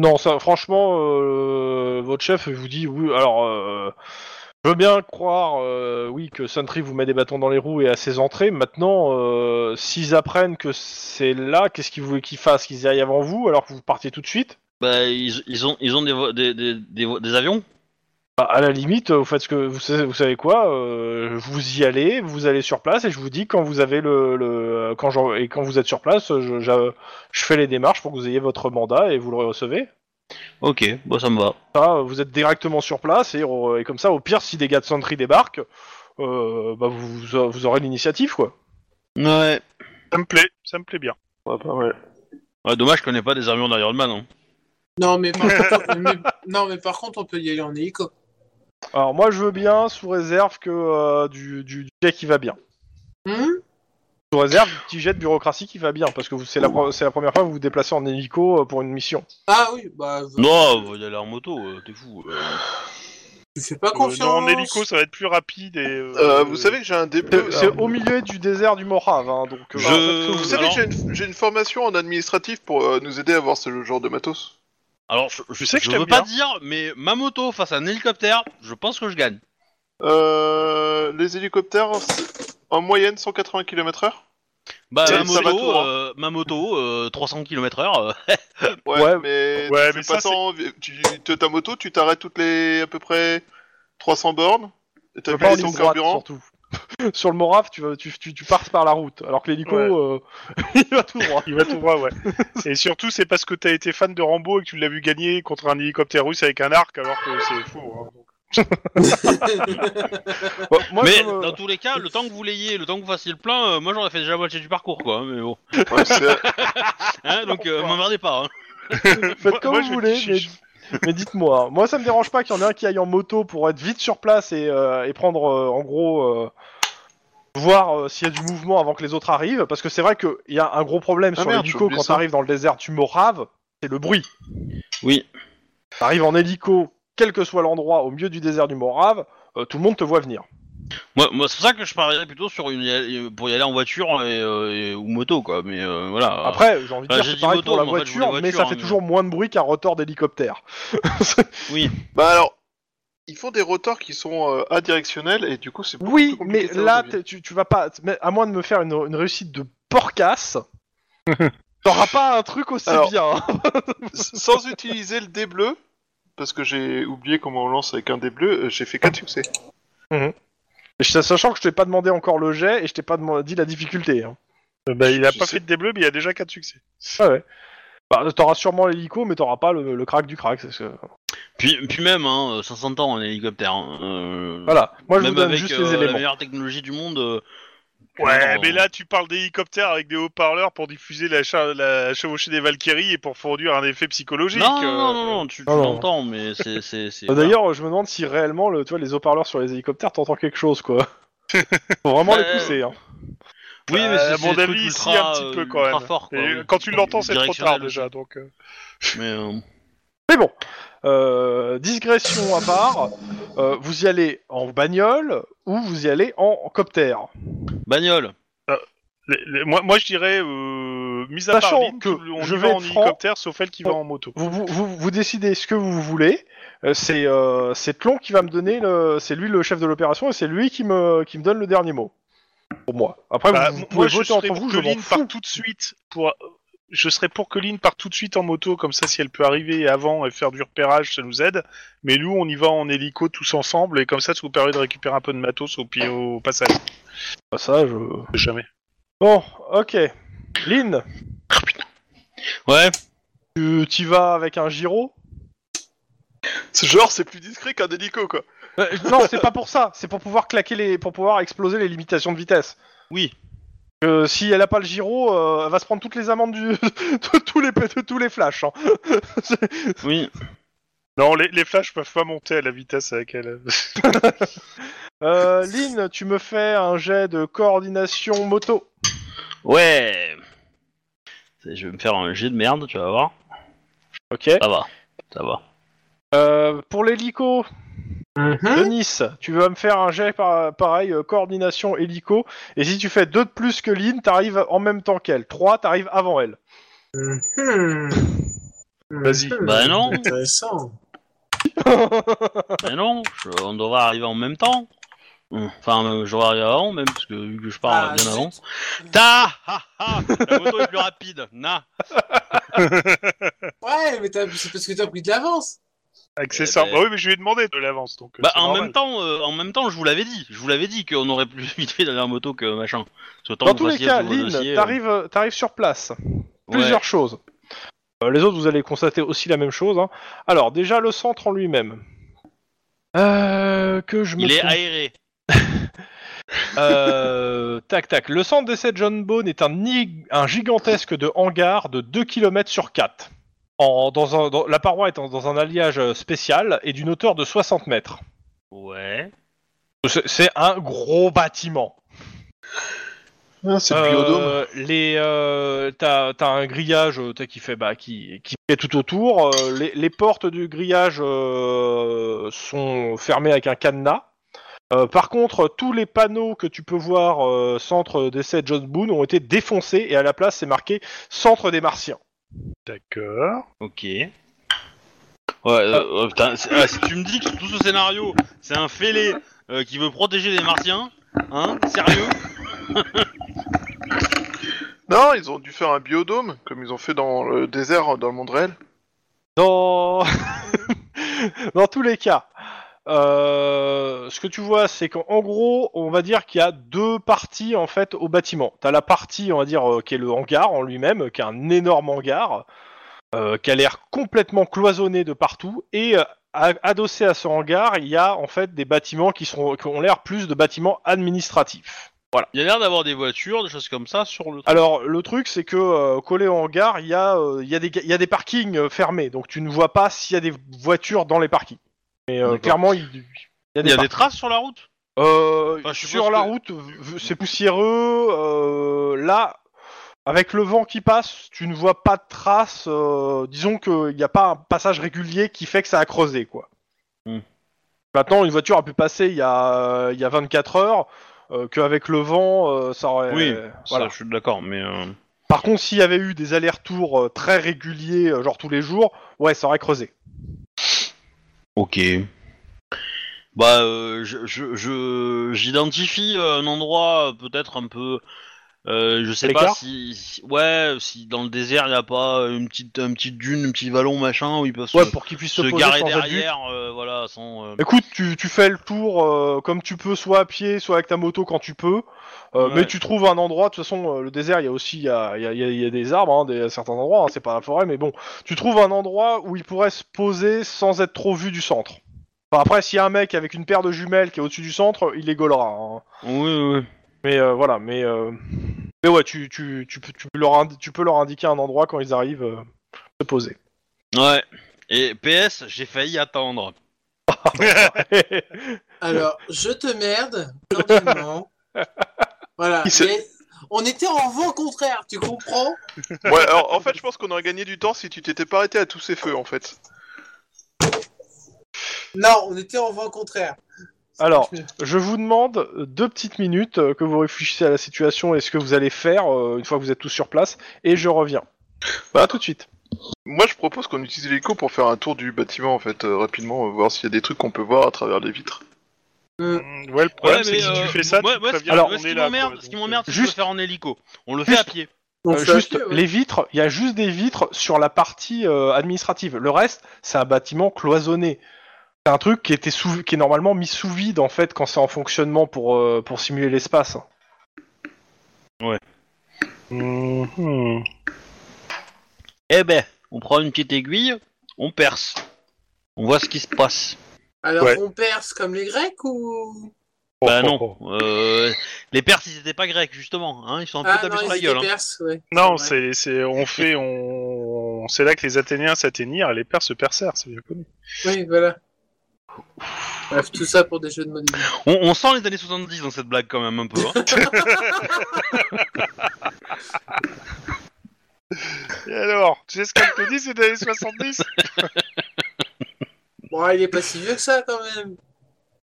S2: Non, ça, franchement, euh, votre chef vous dit oui. Alors, euh, je veux bien croire, euh, oui, que Sentry vous met des bâtons dans les roues et à ses entrées. Maintenant, euh, s'ils apprennent que c'est là, qu'est-ce qu'ils voulaient qu'ils fassent Qu'ils aillent avant vous alors que vous partiez tout de suite
S1: Bah, ils, ils ont ils ont des vo- des, des, des vo- des avions.
S2: Bah, à la limite, vous faites ce que vous savez, vous savez quoi euh, Vous y allez, vous allez sur place et je vous dis quand vous avez le, le- quand j'en- et quand vous êtes sur place, je, j'a- je fais les démarches pour que vous ayez votre mandat et vous le recevez.
S1: Ok, bah ça me va.
S2: Ça, vous êtes directement sur place et, euh, et comme ça, au pire, si des gars de Sentry débarquent, euh, bah vous, vous aurez l'initiative quoi.
S1: Ouais.
S4: Ça me plaît, ça me plaît bien.
S5: Ouais, pas mal.
S1: Ouais, dommage qu'on ait pas des avions d'Iron Man. Hein.
S3: Non, mais par contre, mais- non, mais par contre, on peut y aller en hélico.
S2: Alors moi, je veux bien sous réserve que euh, du, du, du jet qui va bien,
S3: Hum
S2: sous réserve du petit jet de bureaucratie qui va bien, parce que vous- c'est la, pro- c'est la première fois que vous vous déplacez en hélico euh, pour une mission.
S3: ah oui, bah, v-
S1: Non, on va y aller en moto, euh, t'es fou. euh.
S3: tu fais pas
S4: Euh, non,
S3: confiance.
S4: en hélico, ça va être plus rapide et. euh,
S5: Euh, vous savez que j'ai un
S2: C'est
S4: Ah,
S5: DPE.
S2: c'est au milieu du désert du Morave, hein, donc. euh,
S1: Je-
S2: en fait,
S5: Vous savez
S1: Alors-
S5: que j'ai une, j'ai une formation en administratif pour euh, nous aider à avoir ce genre de matos.
S1: Alors je,
S4: Je sais que
S1: je
S4: je t'aime
S1: veux pas
S4: bien.
S1: dire, mais ma moto face à un hélicoptère, je pense que je gagne.
S5: Euh, les hélicoptères, c'est en moyenne 180 km/h
S1: Bah,
S5: Tiens,
S1: ma
S5: ça va
S1: moto,
S5: tout, hein.
S1: euh, ma moto, euh, 300 km/h.
S5: Ouais,
S2: Ouais,
S5: mais,
S4: ouais,
S5: tu
S4: mais
S5: fais
S4: ça,
S5: pas sans- tu, tu- ta moto, tu t'arrêtes toutes les à peu près 300 bornes, et t'as
S2: Pas en
S5: plus
S2: ligne
S5: ton
S2: droite,
S5: carburant.
S2: surtout. Sur le Morave, tu, vas- tu, tu, tu passes par la route, alors que l'hélico,
S5: Ouais.
S2: euh, il va tout droit.
S4: Il va tout droit, ouais. Et surtout, c'est parce que t'as été fan de Rambo et que tu l'as vu gagner contre un hélicoptère russe avec un arc, alors que c'est fou. hein.
S2: Bah, moi,
S1: mais
S2: comme, euh,
S1: dans tous les cas, le temps que vous l'ayez, le temps que vous fassiez le plein, euh, moi j'aurais fait déjà la moitié du parcours, quoi. hein, Mais bon.
S5: Ouais, c'est-
S1: Hein, donc, euh, m'emmerdez pas. hein.
S2: faites comme
S4: Moi, je
S2: vous
S4: me
S2: voulez,
S4: dis
S2: mais,
S4: chiche.
S2: mais dites-moi. Moi, ça me dérange pas qu'il y en ait un qui aille en moto pour être vite sur place et, euh, et prendre, euh, en gros, euh, voir euh, s'il y a du mouvement avant que les autres arrivent. Parce que c'est vrai qu'il y a un gros problème
S5: Ah
S2: sur
S5: merde, j'ai
S2: l'hélico
S5: oublié
S2: quand
S5: ça.
S2: t'arrives dans le désert du Morave, c'est le bruit.
S1: Oui.
S2: T'arrives en hélico, quel que soit l'endroit, au milieu du désert du Morave, euh, tout le monde te voit venir.
S1: Moi, moi, c'est pour ça que je parierais plutôt sur une pour y aller en voiture et, euh, et- ou moto, quoi. Mais euh, voilà.
S2: Après, j'ai envie de
S1: bah,
S2: dire
S1: j'ai
S2: c'est
S1: dit
S2: pareil
S1: moto,
S2: pour la
S1: mais en fait, je
S2: voiture,
S1: voulais
S2: mais
S1: voiture,
S2: ça fait
S1: hein,
S2: toujours moins de bruit qu'un rotor d'hélicoptère.
S5: bah alors, ils font des rotors qui sont euh, adirectionnels, et du coup, c'est beaucoup
S2: Oui,
S5: plus
S2: mais
S5: compliqué de faire
S2: là,
S5: des
S2: t'es- tu, tu vas pas. mais À moins de me faire une, une réussite de porcasse, t'auras pas un truc aussi
S5: Alors-
S2: bien. hein.
S5: S- sans utiliser le dé bleu, parce que j'ai oublié comment on lance avec un dé bleu, euh, j'ai fait 4 succès.
S2: Et je- Sachant que je t'ai pas demandé encore le jet et je t'ai pas demand- dit la difficulté. hein.
S4: Euh, bah, il a
S5: Je
S4: pas
S5: sais.
S4: fait de débleu, mais il a déjà 4 succès.
S2: Ah ouais. Bah, t'auras sûrement l'hélico, mais t'auras pas le, le crack du crack. c'est ce que-
S1: Puis, puis même, hein, 500 ans en hélicoptère. hein, euh,
S2: Voilà. Moi, je
S1: même
S2: vous donne
S1: avec
S2: juste
S1: euh,
S2: les
S1: la
S2: éléments.
S1: meilleure technologie du monde. euh,
S4: Ouais,
S1: non,
S4: mais là, tu parles d'hélicoptères avec des haut-parleurs pour diffuser la, cha- la chevauchée des Valkyries et pour fournir un effet psychologique.
S1: Non, non,
S4: euh,
S1: non, non, non, tu, tu
S2: non, non.
S1: l'entends, mais c'est. c'est- c'est-
S2: Bah, D'ailleurs, je me demande si réellement, le, tu vois, les haut-parleurs sur les hélicoptères, t'entends quelque chose, quoi. Faut vraiment les
S1: Bah,
S2: pousser. hein.
S1: oui, mais
S4: euh,
S1: c'est
S4: à
S1: c'est
S4: mon
S1: des
S4: avis,
S1: trucs
S4: si,
S1: ultra,
S4: un petit peu,
S1: euh,
S4: quand
S1: ultra
S4: même.
S1: forts, quoi,
S4: et
S1: oui.
S4: quand tu l'entends, c'est trop
S1: Directionnel
S4: tard
S1: aussi.
S4: déjà. Donc, euh,
S1: Mais, euh,
S2: Mais bon, euh, digression à part, euh, vous y allez en bagnole ou vous y allez en, en copter
S1: bagnole.
S4: les- les- moi, moi, je dirais, euh, mis à
S2: Sachant
S4: part Lynn,
S2: que
S4: tout le- on
S2: je
S4: y
S2: vais
S4: va en
S2: être franc,
S4: hélicoptère, sauf elle qui va
S2: on-
S4: en moto.
S2: vous, vous, vous, vous décidez ce que vous voulez. Euh, C'est euh, c'est Tlon qui va me donner, le, c'est lui le chef de l'opération et c'est lui qui me, qui me donne le dernier mot. Pour moi. Après,
S4: Bah,
S2: vous, vous pouvez
S4: moi, je
S2: voter
S4: serais
S2: entre
S4: pour
S2: vous,
S4: que
S2: je m'en
S4: Lynn parte
S2: fous.
S4: tout de suite. Pour... Je serais pour que Lynn parte tout de suite en moto, comme ça, si elle peut arriver avant et faire du repérage, ça nous aide. Mais nous, on y va en hélico tous ensemble, et comme ça, ça nous permet de récupérer un peu de matos au, pied, au passage.
S2: Bah, ça, je...
S4: Jamais.
S2: Bon, ok. Lynn,
S1: Ouais.
S2: tu t'y vas avec un gyro
S5: Ce genre, c'est plus discret qu'un hélico, quoi.
S2: Euh, non, c'est pas pour ça. C'est pour pouvoir claquer les, pour pouvoir exploser les limitations de vitesse.
S1: Oui.
S2: Euh, si elle a pas le gyro, euh, elle va se prendre toutes les amendes du, de tous les, de tous les flashs. hein.
S1: Oui.
S4: Non, les, les flashs peuvent pas monter à la vitesse à laquelle.
S2: Euh, Lynn, tu me fais un jet de coordination moto.
S1: Ouais. C'est- Je vais me faire un jet de merde, tu vas voir.
S2: Ok.
S1: Ça va. Ça va.
S2: Euh, pour l'hélico,
S3: Mhm.
S2: Denis, tu vas me faire un jet par, pareil, euh, coordination hélico. Et si tu fais deux de plus que Lynn, t'arrives en même temps qu'elle. Trois, t'arrives avant elle.
S3: Mhm.
S4: Vas-y.
S3: Mhm.
S1: Bah non.
S3: Intéressant.
S1: Mais non, je- on devrait arriver en même temps. Hum, Enfin, euh, j'aurais arrivé avant même, parce que vu que je pars
S3: Ah,
S1: Bah, bien
S3: zut.
S1: avant. Ta ha, ha, La moto est plus rapide. Na
S3: Ouais, mais t'as- c'est parce que t'as pris de l'avance.
S4: Accessoire.
S1: Eh ben-
S4: Bah oui, mais je lui ai demandé de l'avance, donc. euh,
S1: Bah,
S4: c'est
S1: en
S4: normal.
S1: même temps, euh, en même temps, je vous l'avais dit. Je vous l'avais dit qu'on aurait plus vite fait d'aller en moto que machin. Parce que autant
S2: Dans
S1: que
S2: tous
S1: vous
S2: les
S1: fassiez
S2: cas,
S1: tous vos
S2: Lynn,
S1: dossiers, euh,
S2: t'arrives, euh, t'arrives sur place.
S1: ouais.
S2: plusieurs choses. Euh, les autres, vous allez constater aussi la même chose. hein. Alors, déjà, le centre en lui-même. Euh, que je me
S1: Il est
S2: trompe.
S1: aéré.
S2: Euh, tac tac. Le centre d'essai de John Bone est un, ig- un gigantesque de hangar de 2 km sur 4. En, dans un- dans- la paroi est en- dans un alliage euh, spécial et d'une hauteur de 60 mètres.
S1: Ouais.
S2: C'est- C'est un gros bâtiment.
S5: Ah, c'est
S2: Euh,
S5: le biodôme.
S2: les euh, t'as t'as un grillage euh, t'as, qui fait bah qui qui fait tout autour. euh, les, les portes du grillage euh, sont fermées avec un cadenas. Euh, par contre, tous les panneaux que tu peux voir euh, centre d'essai de John Boone ont été défoncés et à la place c'est marqué centre des Martiens.
S4: D'accord.
S1: Ok. Ouais, euh, oh, putain, c'est- ah, si tu me dis que tout ce scénario, c'est un fêlé euh, qui veut protéger les martiens, hein, sérieux
S5: Non, ils ont dû faire un biodôme, comme ils ont fait dans le désert, euh, dans le monde réel.
S2: Dans, dans tous les cas, euh, ce que tu vois, c'est qu'en gros, on va dire qu'il y a deux parties en fait au bâtiment. T'as la partie, on va dire, euh, qui est le hangar en lui-même, qui est un énorme hangar, euh, qui a l'air complètement cloisonné de partout. Et euh, a- adossé à ce hangar, il y a en fait des bâtiments qui, sont, qui ont l'air plus de bâtiments administratifs.
S1: Il y a l'air d'avoir des voitures, des choses comme ça sur le.
S2: Alors, le truc, c'est que euh, collé au hangar, il y, a, euh, il y, a des ga- il y a des parkings euh, fermés, donc tu ne vois pas s'il y a des voitures dans les parkings. Mais euh,
S1: D'accord.
S2: clairement, il il y a
S1: Il
S2: des,
S1: y a
S2: parkings.
S1: des traces sur la route
S2: Euh,
S1: Enfin, je suppose
S2: sur la
S1: que-
S2: route, v- c'est poussiéreux. euh, là, avec le vent qui passe, tu ne vois pas de traces. euh, disons qu'il n'y a pas un passage régulier qui fait que ça a creusé, quoi.
S1: Hmm.
S2: Maintenant, une voiture a pu passer il y a, euh, il y a 24 heures, euh, qu'avec le vent, euh, ça aurait...
S1: Oui,
S2: voilà.
S1: Ça, je suis d'accord, mais. euh,
S2: Par contre, s'il y avait eu des allers-retours euh, très réguliers, euh, genre tous les jours, ouais, ça aurait creusé.
S1: Ok. Bah, euh, je, je, je- j'identifie euh, un endroit euh, peut-être un peu. euh, je sais pas
S2: L'écart
S1: si, si- ouais, si dans le désert il y a pas une petite, un petite dune, un petit vallon machin où ils peuvent se-
S2: Ouais, pour qu'ils puissent
S1: se,
S2: se, poser
S1: garer
S2: sans être vus.
S1: derrière, euh, voilà, sans. euh,
S2: Écoute, tu, tu fais le tour euh, comme tu peux, soit à pied, soit avec ta moto quand tu peux. Euh,
S1: Ouais.
S2: Mais tu trouves un endroit, de toute façon, euh, le désert, il y a aussi il y a, il y a- il y a- il y a des arbres, hein, des, à certains endroits, hein, c'est pas la forêt, mais bon. Tu trouves un endroit où il pourrait se poser sans être trop vu du centre. Enfin, après, s'il y a un mec avec une paire de jumelles qui est au-dessus du centre, il les gaulera. hein.
S1: Oui, oui.
S2: Mais euh, voilà, mais, euh, mais ouais, tu, tu, tu, peux- tu peux leur indi- tu peux leur indiquer un endroit quand ils arrivent euh, se poser.
S1: Ouais. Et PS, j'ai failli attendre.
S3: Alors, je te merde, gentiment. voilà.
S5: Il se-
S3: Mais on était en vent contraire, tu comprends
S5: Ouais, alors, en fait, je pense qu'on aurait gagné du temps si tu t'étais pas arrêté à tous ces feux, en fait.
S3: Non, on était en vent contraire.
S2: Alors, Je vous demande deux petites minutes euh, que vous réfléchissez à la situation et ce que vous allez faire euh, une fois que vous êtes tous sur place, et je reviens.
S5: Bah,
S2: Voilà, tout de suite.
S5: Moi, je propose qu'on utilise l'hélico pour faire un tour du bâtiment, en fait, euh, rapidement, euh, voir s'il y a des trucs qu'on peut voir à travers les vitres.
S4: Mm, Ouais, le problème,
S1: Euh, Ouais,
S4: c'est
S1: mais,
S4: que si
S1: euh,
S4: tu fais ça,
S1: moi-
S4: tu
S1: moi, ce qui-
S4: préviens
S2: alors,
S4: qu'on
S1: moi, ce
S4: est
S1: qui
S4: là,
S1: m'emmerde,
S4: quoi,
S1: ce qui
S4: donc,
S1: m'emmerde, c'est de
S2: Juste-
S1: le faire en hélico. On le fait à pied.
S3: Donc,
S2: Euh,
S3: ça,
S2: juste
S3: ouais.
S2: les vitres, il y a juste des vitres sur la partie euh, administrative. Le reste, c'est un bâtiment cloisonné. C'est un truc qui était sous, qui est normalement mis sous vide en fait quand c'est en fonctionnement pour euh, pour simuler l'espace.
S4: euh, mhm.
S1: Eh ben, on prend une petite aiguille, on perce. On voit ce qui se passe.
S3: Alors,
S4: Ouais.
S3: on perce comme les Grecs ou
S1: Bah
S4: Oh,
S1: non,
S4: oh, oh.
S1: Euh, les Perses ils étaient pas grecs justement, hein, ils sont un peu
S3: Ah
S1: tapés
S3: non,
S1: sur la
S3: ils
S1: gueule.
S3: étaient
S1: hein.
S3: perses, ouais.
S4: Non,
S3: vrai.
S4: c'est, c'est, on fait, on, c'est là que les Athéniens s'atteignirent et les Perses se percèrent, c'est bien connu.
S3: Oui, voilà. Bref, tout ça pour des jeux de mots.
S1: hein. On, on sent les années 70 dans cette blague quand même un peu. hein.
S4: Et alors, tu sais ce qu'elle te dit, c'est des années 70
S3: Bon, il est pas si vieux que ça quand même.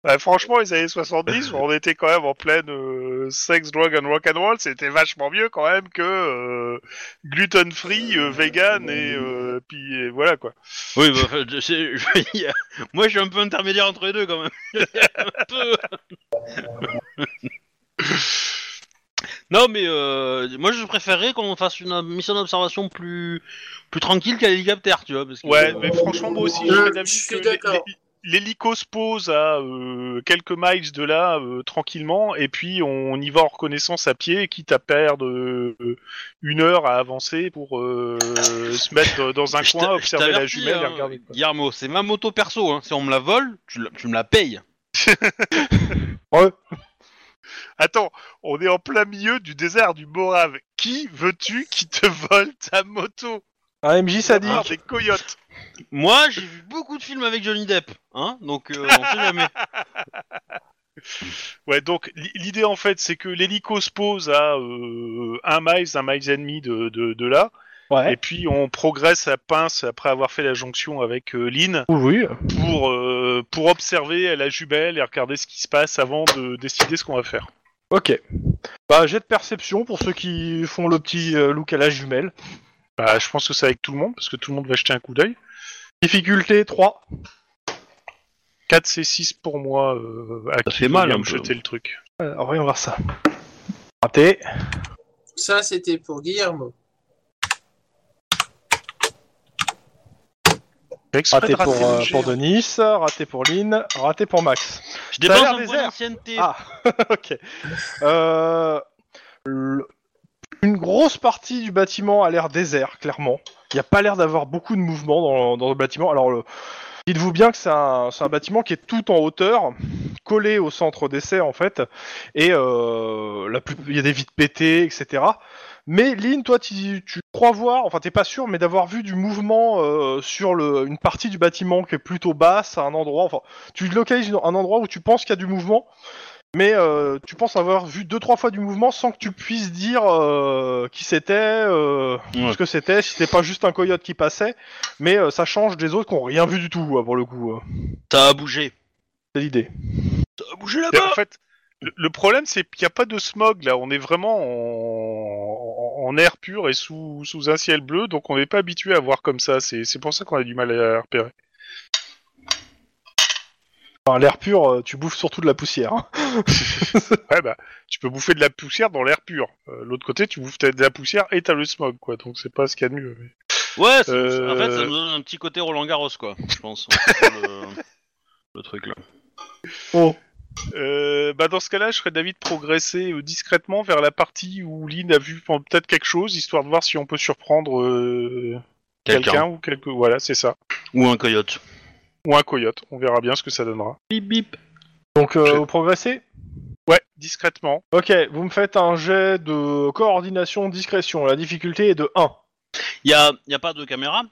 S4: Bah, franchement, les années 70, on était quand même en pleine euh, sex, drug and rock and roll, c'était vachement mieux quand même que euh, gluten free, euh, vegan et euh, puis et voilà quoi.
S1: oui, bah, enfin, je- c'est- je- moi je suis un peu intermédiaire entre les deux quand même. Un peu. non mais euh, moi je préférerais qu'on fasse une mission d'observation plus plus tranquille qu'à l'hélicoptère, tu vois, parce que,
S4: Ouais,
S1: euh,
S4: mais franchement, moi aussi,
S3: Je-
S4: j'ai l'avis
S3: je suis
S4: que
S3: d'accord.
S4: l'hé- L'hélico se pose à euh, quelques miles de là, euh, tranquillement, et puis on y va en reconnaissance à pied, quitte à perdre euh, une heure à avancer pour euh, se mettre dans un
S1: je t'a-
S4: coin,
S1: je
S4: observer la
S1: t'avertis,
S4: jumelle et
S1: hein,
S4: regarder. quoi.
S1: Guillermo, c'est ma moto perso, hein. si on me la vole, tu, la- tu me la payes.
S2: Ouais.
S4: Attends, on est en plein milieu du désert du Morave. Qui veux-tu qui te vole ta moto
S2: Un MJ
S4: Ça
S2: sadique.
S4: dit des coyotes.
S1: Moi, j'ai vu beaucoup de films avec Johnny Depp, hein, donc euh, on sait jamais.
S4: Ouais, donc l'i- l'idée en fait, c'est que l'hélico se pose à euh, un mile, un mile et demi de- de- de là.
S2: Ouais.
S4: Et puis on progresse à pince après avoir fait la jonction avec euh, Lynn
S2: Oui. oui.
S4: pour, euh, pour observer à la jumelle et regarder ce qui se passe avant de décider ce qu'on va faire.
S2: Ok. Bah, jet de perception pour ceux qui font le petit euh, look à la jumelle.
S4: Bah, je pense que c'est avec tout le monde parce que tout le monde va jeter un coup d'œil.
S2: Difficulté 3.
S4: 4 c'est 6 pour moi. euh, à
S1: Ça
S4: qui
S1: fait mal, hein,
S4: vient
S1: un
S4: me
S1: peu.
S4: jeter le truc.
S2: Euh, voyons voir ça. Raté.
S3: Ça, c'était pour Guillermo.
S2: Raté pour, euh, pour Denis, raté pour Lynn, raté pour Max.
S6: Je
S2: Ça a
S6: dépense
S2: l'air
S6: un point
S2: désert.
S6: d'ancienneté.
S2: Ah, ok. Euh, le- Une grosse partie du bâtiment a l'air désert, clairement. Il n'y a pas l'air d'avoir beaucoup de mouvement dans, dans le bâtiment. Alors, le- dites-vous bien que c'est un, c'est un bâtiment qui est tout en hauteur, collé au centre d'essai, en fait. Et euh, la plus- il y a des vitres pétées, etc. Mais Lynn, toi, tu, tu crois voir, enfin, t'es pas sûr, mais d'avoir vu du mouvement euh, sur le, une partie du bâtiment qui est plutôt basse, à un endroit, enfin, tu localises une- un endroit où tu penses qu'il y a du mouvement, mais euh, tu penses avoir vu deux trois fois du mouvement sans que tu puisses dire euh, qui c'était, euh,
S6: Ouais.
S2: ce que c'était, si c'était pas juste un coyote qui passait, mais euh, ça change des autres qui ont rien vu du tout euh, pour le coup. euh.
S6: Ça a bougé.
S2: C'est l'idée.
S6: Ça a bougé
S4: Et
S6: là-bas.
S4: En fait, le- le problème, c'est qu'il n'y a pas de smog là. On est vraiment en, en- en air pur et sous, sous un ciel bleu, donc on n'est pas habitué à voir comme ça. C'est c'est pour ça qu'on a du mal à repérer.
S2: Enfin, l'air pur, euh, tu bouffes surtout de la poussière. hein.
S4: Ouais, bah, tu peux bouffer de la poussière dans l'air pur. Euh, L'autre côté, tu bouffes ta- de la poussière et t'as le smog, quoi. Donc c'est pas ce qu'il y a de mieux. mais-
S6: Ouais, ça-
S4: Euh,
S6: en fait, ça nous donne un petit côté Roland Garros, quoi. Je pense. le, le truc là.
S4: Euh, bah, dans ce cas-là, je serais d'avis de progresser euh, discrètement vers la partie où Lynn a vu pen- peut-être quelque chose, histoire de voir si on peut surprendre euh,
S6: Quelqu'un.
S4: quelqu'un ou quelque. Voilà, c'est ça.
S6: Ou un coyote.
S4: Ou un coyote. On verra bien ce que ça donnera.
S6: Bip bip.
S2: Donc euh,
S4: Je-
S2: vous progressez.
S4: Ouais, discrètement.
S2: Ok, vous me faites un jet de coordination discrétion. La difficulté est de 1.
S6: Y a, y a pas de caméra.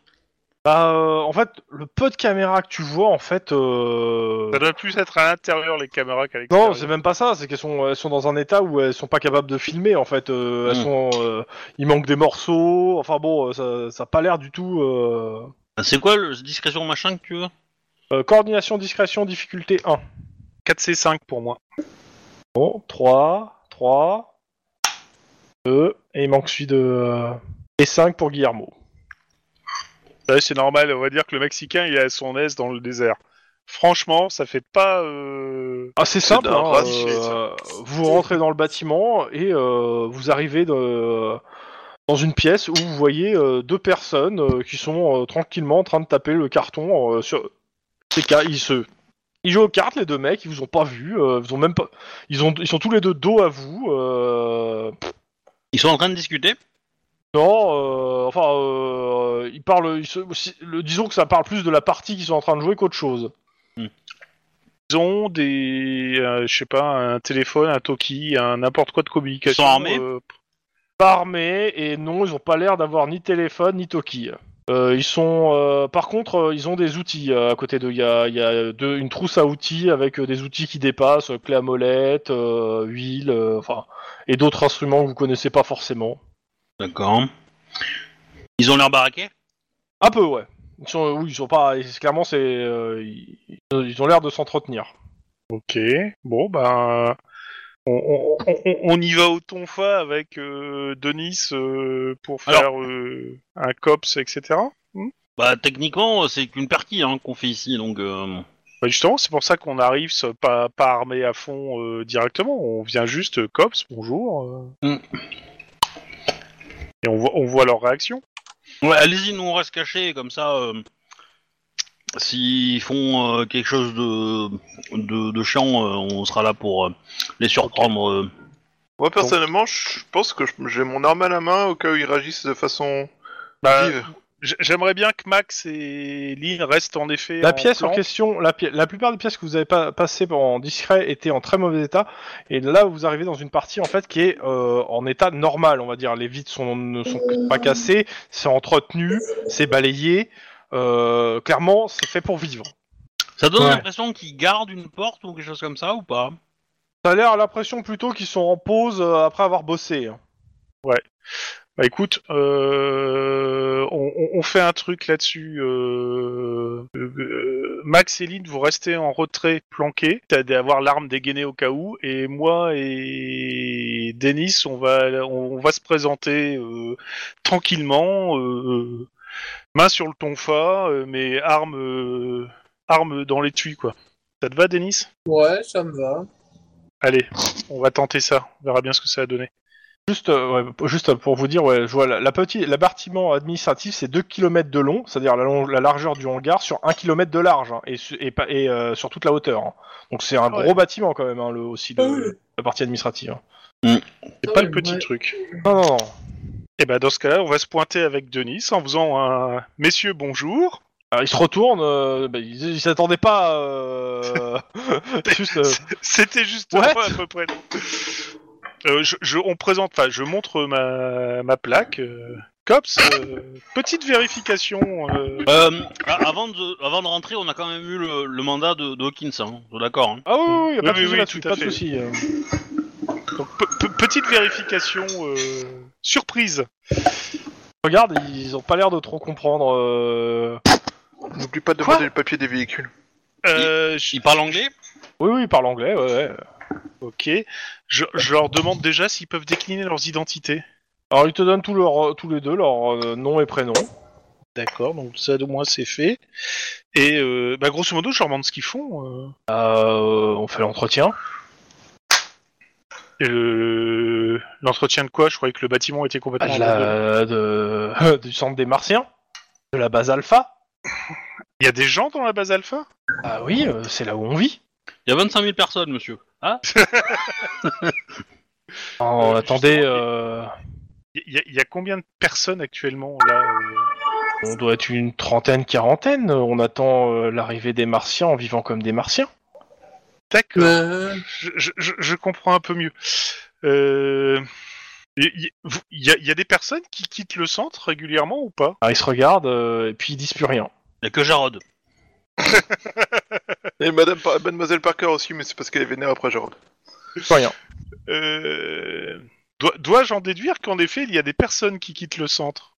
S2: Bah, euh, en fait, le peu de caméras que tu vois, en fait, euh,
S4: Ça doit plus être à l'intérieur les caméras qu'à l'extérieur.
S2: Non, c'est même pas ça, c'est qu'elles sont, elles sont dans un état où elles sont pas capables de filmer en fait. Euh, Elles
S6: Mm.
S2: sont, euh, il manque des morceaux. Enfin bon, euh, ça, ça a pas l'air du tout. euh,
S6: C'est quoi le discrétion machin que tu veux
S2: euh, coordination, discrétion, difficulté 1.
S4: 4C5 pour moi.
S2: Bon, 3, 3, 2, et il manque celui de. euh, Et 5 pour Guillermo.
S4: Ouais, c'est normal, on va dire que le Mexicain il est à son aise dans le désert. Franchement, ça fait pas. euh,
S2: Ah, c'est simple,
S5: d'un
S2: hein,
S5: racisme.
S2: euh, vous rentrez dans le bâtiment et euh, vous arrivez de- dans une pièce où vous voyez euh, deux personnes euh, qui sont euh, tranquillement en train de taper le carton euh, sur. C'est ca- ils se. Ils jouent aux cartes, les deux mecs, ils vous ont pas vu, euh, ils, ont même pas... ils, ont... ils sont tous les deux dos à vous. euh,
S6: Ils sont en train de discuter.
S2: Non, euh, enfin, euh, ils parlent. ils se- si- le- Disons que ça parle plus de la partie qu'ils sont en train de jouer qu'autre chose.
S4: Ils ont des. euh, je sais pas, un téléphone, un Toki, un n'importe quoi de communication.
S6: Ils sont armés
S4: euh,
S2: pas armés et non, ils ont pas l'air d'avoir ni téléphone ni toki. Euh, ils sont, euh, par contre, euh, ils ont des outils euh, à côté d'eux. Il y a, il y a deux- une trousse à outils avec euh, des outils qui dépassent, euh, clé à molette, euh, huile, euh, enfin, et d'autres instruments que vous connaissez pas forcément.
S6: D'accord. Ils ont l'air baraqués.
S2: Un peu, ouais. Ils sont, oui, ils sont pas. ils- Clairement, c'est, euh, ils, ils ont l'air de s'entretenir.
S4: Ok, bon ben, on, on- on- on- on y va au tonfa avec euh, Denis euh, pour faire euh, un cops, etc.
S6: Bah techniquement, euh, c'est qu'une partie hein, qu'on fait ici, donc. euh,
S4: Bah, justement, c'est pour ça qu'on arrive ce- pas, pas armé à fond euh, directement. On vient juste euh, cops, bonjour. euh.
S6: Mm.
S4: Et on voit, on voit leur réaction.
S6: Ouais, allez-y, nous on reste cachés, comme ça. euh, S'ils font euh, quelque chose de, de, de chiant, euh, on sera là pour euh, les surprendre. euh.
S5: Moi personnellement, je pense que je- j'ai mon arme à la main au cas où ils réagissent de façon
S4: Bah,
S6: euh.
S5: vive.
S4: j- J'aimerais bien que Max et Lynn restent en effet.
S2: La
S4: en
S2: pièce en
S4: planque.
S2: question, la, pi- la plupart des pièces que vous avez pas passées en discret étaient en très mauvais état, et là vous arrivez dans une partie en fait qui est euh, en état normal, on va dire. Les vitres sont, ne sont pas cassées, c'est entretenu, c'est balayé. euh, clairement, c'est fait pour vivre.
S6: Ça donne
S2: Ouais.
S6: l'impression qu'ils gardent une porte ou quelque chose comme ça, ou pas
S2: Ça a l'air l'impression plutôt qu'ils sont en pause euh, après avoir bossé. hein.
S4: Bah écoute, euh, on, on- on fait un truc là-dessus. euh, euh, Max et Lynn, vous restez en retrait, planqués. T'as d'avoir l'arme dégainée au cas où. Et moi et Denis, on va, on, on va se présenter euh, tranquillement, euh, main sur le tonfa, euh, mais arme, euh, arme dans l'étui, quoi. Ça te va, Denis
S3: Ouais, ça me va.
S4: Allez, on va tenter ça. On verra bien ce que ça a donné.
S2: Juste, euh, ouais, p- juste pour vous dire, ouais, je vois la, la petite, la bâtiment administratif, c'est 2 km de long, c'est-à-dire la, long- la largeur du hangar sur 1 km de large, hein, et, su- et, pas- et, euh, sur toute la hauteur. hein. Donc c'est un
S4: Ouais.
S2: gros bâtiment quand même, hein, le, aussi le-
S3: Ah oui.
S2: la partie administrative. hein.
S4: C'est pas
S3: Ouais,
S4: le petit
S3: ouais.
S4: truc.
S2: Non, non, non.
S4: Et ben dans ce cas-là, on va se pointer avec Denis en faisant un messieurs bonjour.
S2: Alors, ils se retournent, euh, bah, ils ils s'attendaient pas. euh, juste, euh,
S4: C'était juste
S2: What
S4: moi, à peu près. Euh, je, je- on présente, enfin, je montre ma, ma plaque. euh, Cops, euh, petite vérification. euh,
S6: Euh, a- avant, de, avant de rentrer, on a quand même eu le, le mandat de, de Hawkins, hein. T'es d'accord. hein.
S2: Ah oui, oui, oui, y a
S4: Oui,
S2: pas de
S4: oui,
S2: souci
S4: oui,
S2: là-dessus,
S4: tout à
S2: pas de
S4: fait.
S2: souci. euh.
S4: donc, pe- pe- petite vérification euh, surprise.
S2: Regarde, ils ont pas l'air de trop comprendre. euh,
S5: N'oublie pas de
S2: Quoi
S5: demander le papier des véhicules.
S4: Euh, je-
S6: Il parle anglais
S2: Oui, oui, ils parlent anglais, ouais, ouais.
S4: ok. Je, je leur demande déjà s'ils peuvent décliner leurs identités.
S2: Alors ils te donnent tous, leurs- tous les deux leur euh, nom et prénom.
S4: D'accord, donc ça au moins c'est fait. Et euh, bah, grosso modo, je leur demande ce qu'ils font. euh.
S2: Euh, on fait l'entretien.
S4: Et le- Euh, L'entretien de quoi Je croyais que le bâtiment était complètement.
S2: De la- de- du centre des Martiens. De la base Alpha.
S4: Il y a des gens dans la base alpha
S2: Ah oui, euh, c'est là où on vit.
S6: Il y a 25 000 personnes, monsieur. Ah
S2: Non,
S4: Euh,
S2: attendez,
S4: justement,
S2: euh,
S4: Il y, a- il y a combien de personnes actuellement là euh
S2: on doit être une trentaine, quarantaine. On attend euh, l'arrivée des Martiens en vivant comme des Martiens.
S4: D'accord,
S3: Euh,
S4: je, je- je- je comprends un peu mieux. Euh, Il y, vous- il y a- il y a des personnes qui quittent le centre régulièrement ou pas
S2: Ah, ils se regardent euh, et puis ils disent plus rien.
S6: Il y a que Jarod.
S5: Et Madame, Par- Mademoiselle Parker aussi, mais c'est parce qu'elle est vénère après Jérôme.
S2: Plus rien.
S4: Euh, dois- Dois-je en déduire qu'en effet il y a des personnes qui quittent le centre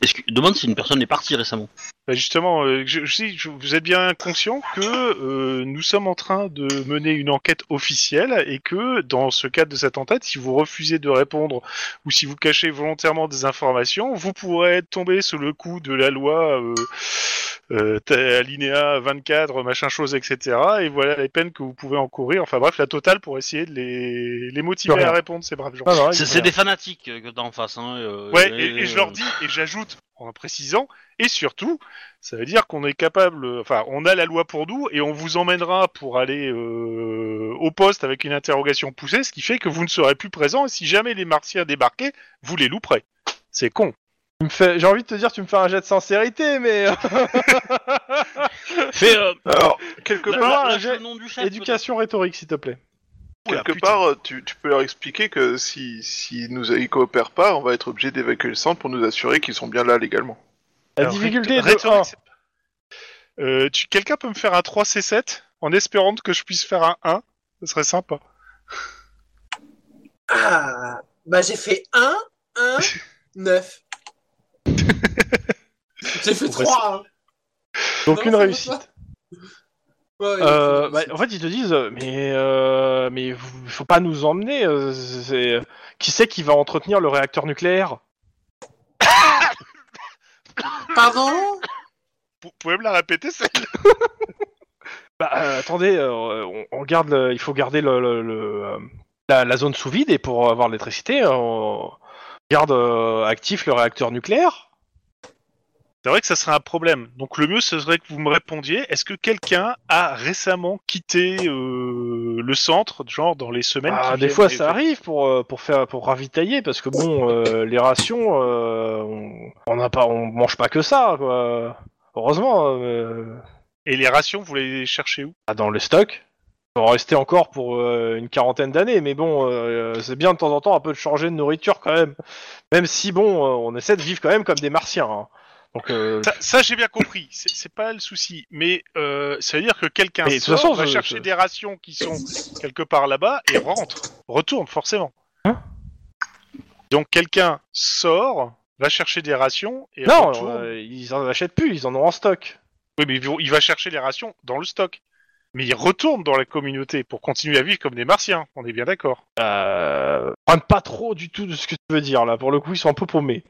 S6: Est-ce que- Demande si une personne est partie récemment.
S4: Bah, justement, euh, je, je- si, je- vous êtes bien conscient que euh, nous sommes en train de mener une enquête officielle et que dans ce cadre de cette enquête, si vous refusez de répondre ou si vous cachez volontairement des informations, vous pourrez tomber sous le coup de la loi euh, euh, ta- alinéa 24, machin chose, etc. Et voilà les peines que vous pouvez encourir. Enfin bref, la totale pour essayer de les, les motiver
S2: Rien.
S4: à répondre, ces braves gens.
S2: Non, non, ils
S6: C'est
S2: disent
S6: c'est
S2: rien.
S6: des fanatiques euh, que t'as en face. Hein, euh,
S4: Ouais, et, et je leur dis, et j'ajoute en précisant, et surtout, ça veut dire qu'on est capable, euh, enfin, on a la loi pour nous, et on vous emmènera pour aller euh, au poste avec une interrogation poussée, ce qui fait que vous ne serez plus présent, et si jamais les Martiens débarquaient, vous les louperez. C'est con.
S2: Tu me fais- J'ai envie de te dire, tu me fais un jet de sincérité, mais euh,
S6: Fais. euh,
S5: Alors, quelque
S6: la-
S5: part,
S6: la-
S2: un
S6: lâche
S2: jet-
S6: le nom du chef,
S2: éducation rhétorique, s'il te plaît.
S4: Oula,
S5: quelque
S4: Oh, putain.
S5: part, tu, tu peux leur expliquer que si, si nous ils coopèrent pas, on va être obligé d'évacuer le centre pour nous assurer qu'ils sont bien là légalement.
S2: La
S4: Alors,
S2: difficulté est de
S4: rhétorique,
S2: 1.
S4: c'est- Euh, tu, quelqu'un peut me faire un 3C7 en espérant que je puisse faire un 1 Ce serait sympa.
S3: ah, bah j'ai fait 1, 1, 9. J'ai
S4: bah,
S3: fait 3. Hein.
S2: Donc
S3: Non,
S2: une
S3: ça va
S2: réussite.
S3: pas. Ouais, il a fait
S2: Euh,
S3: une
S2: bah,
S3: réussite.
S2: en fait, ils te disent, euh, mais euh, mais vous- faut pas nous emmener. euh, c'est- Qui c'est qui va entretenir le réacteur nucléaire
S4: euh,
S3: Pardon
S4: Vous pouvez me la répéter celle
S2: Bah euh, attendez, euh, on, on garde, le- il faut garder le, le- le, euh, la, la zone sous vide et pour avoir l'électricité, euh, on garde euh, actif le réacteur nucléaire.
S4: C'est vrai que ça serait un problème. Donc le mieux, ce serait que vous me répondiez, est-ce que quelqu'un a récemment quitté euh, le centre, genre dans les semaines
S2: Ah,
S4: qui
S2: des
S4: viennent
S2: fois,
S4: Et-
S2: ça arrive pour euh, pour faire pour ravitailler parce que bon, euh, les rations, euh, on- on n'a pas, on mange pas que ça. quoi. Heureusement. euh,
S4: Et les rations, vous les cherchez où
S2: Ah, dans le stock. On va rester encore pour euh, une quarantaine d'années, mais bon, euh, c'est bien de temps en temps un peu de changer de nourriture quand même. Même si bon, euh, on essaie de vivre quand même comme des martiens. hein. Donc, euh,
S4: Ça, ça, j'ai bien compris. C'est c'est pas le souci. Mais euh, ça veut dire que quelqu'un
S2: Mais de toute
S4: sort,
S2: façon,
S4: va
S2: je-
S4: chercher
S2: je-
S4: des rations qui sont quelque part là-bas et rentre, retourne forcément.
S2: Hein
S4: Donc quelqu'un sort, va chercher des rations et
S2: non,
S4: retourne.
S2: euh, ils en achètent plus, ils en ont en stock.
S4: Oui, mais ils vont- il va chercher les rations dans le stock. Mais il retourne dans la communauté pour continuer à vivre comme des martiens, on est bien d'accord.
S2: Euh, comprennent pas trop du tout de ce que tu veux dire là. Pour le coup, ils sont un peu paumés.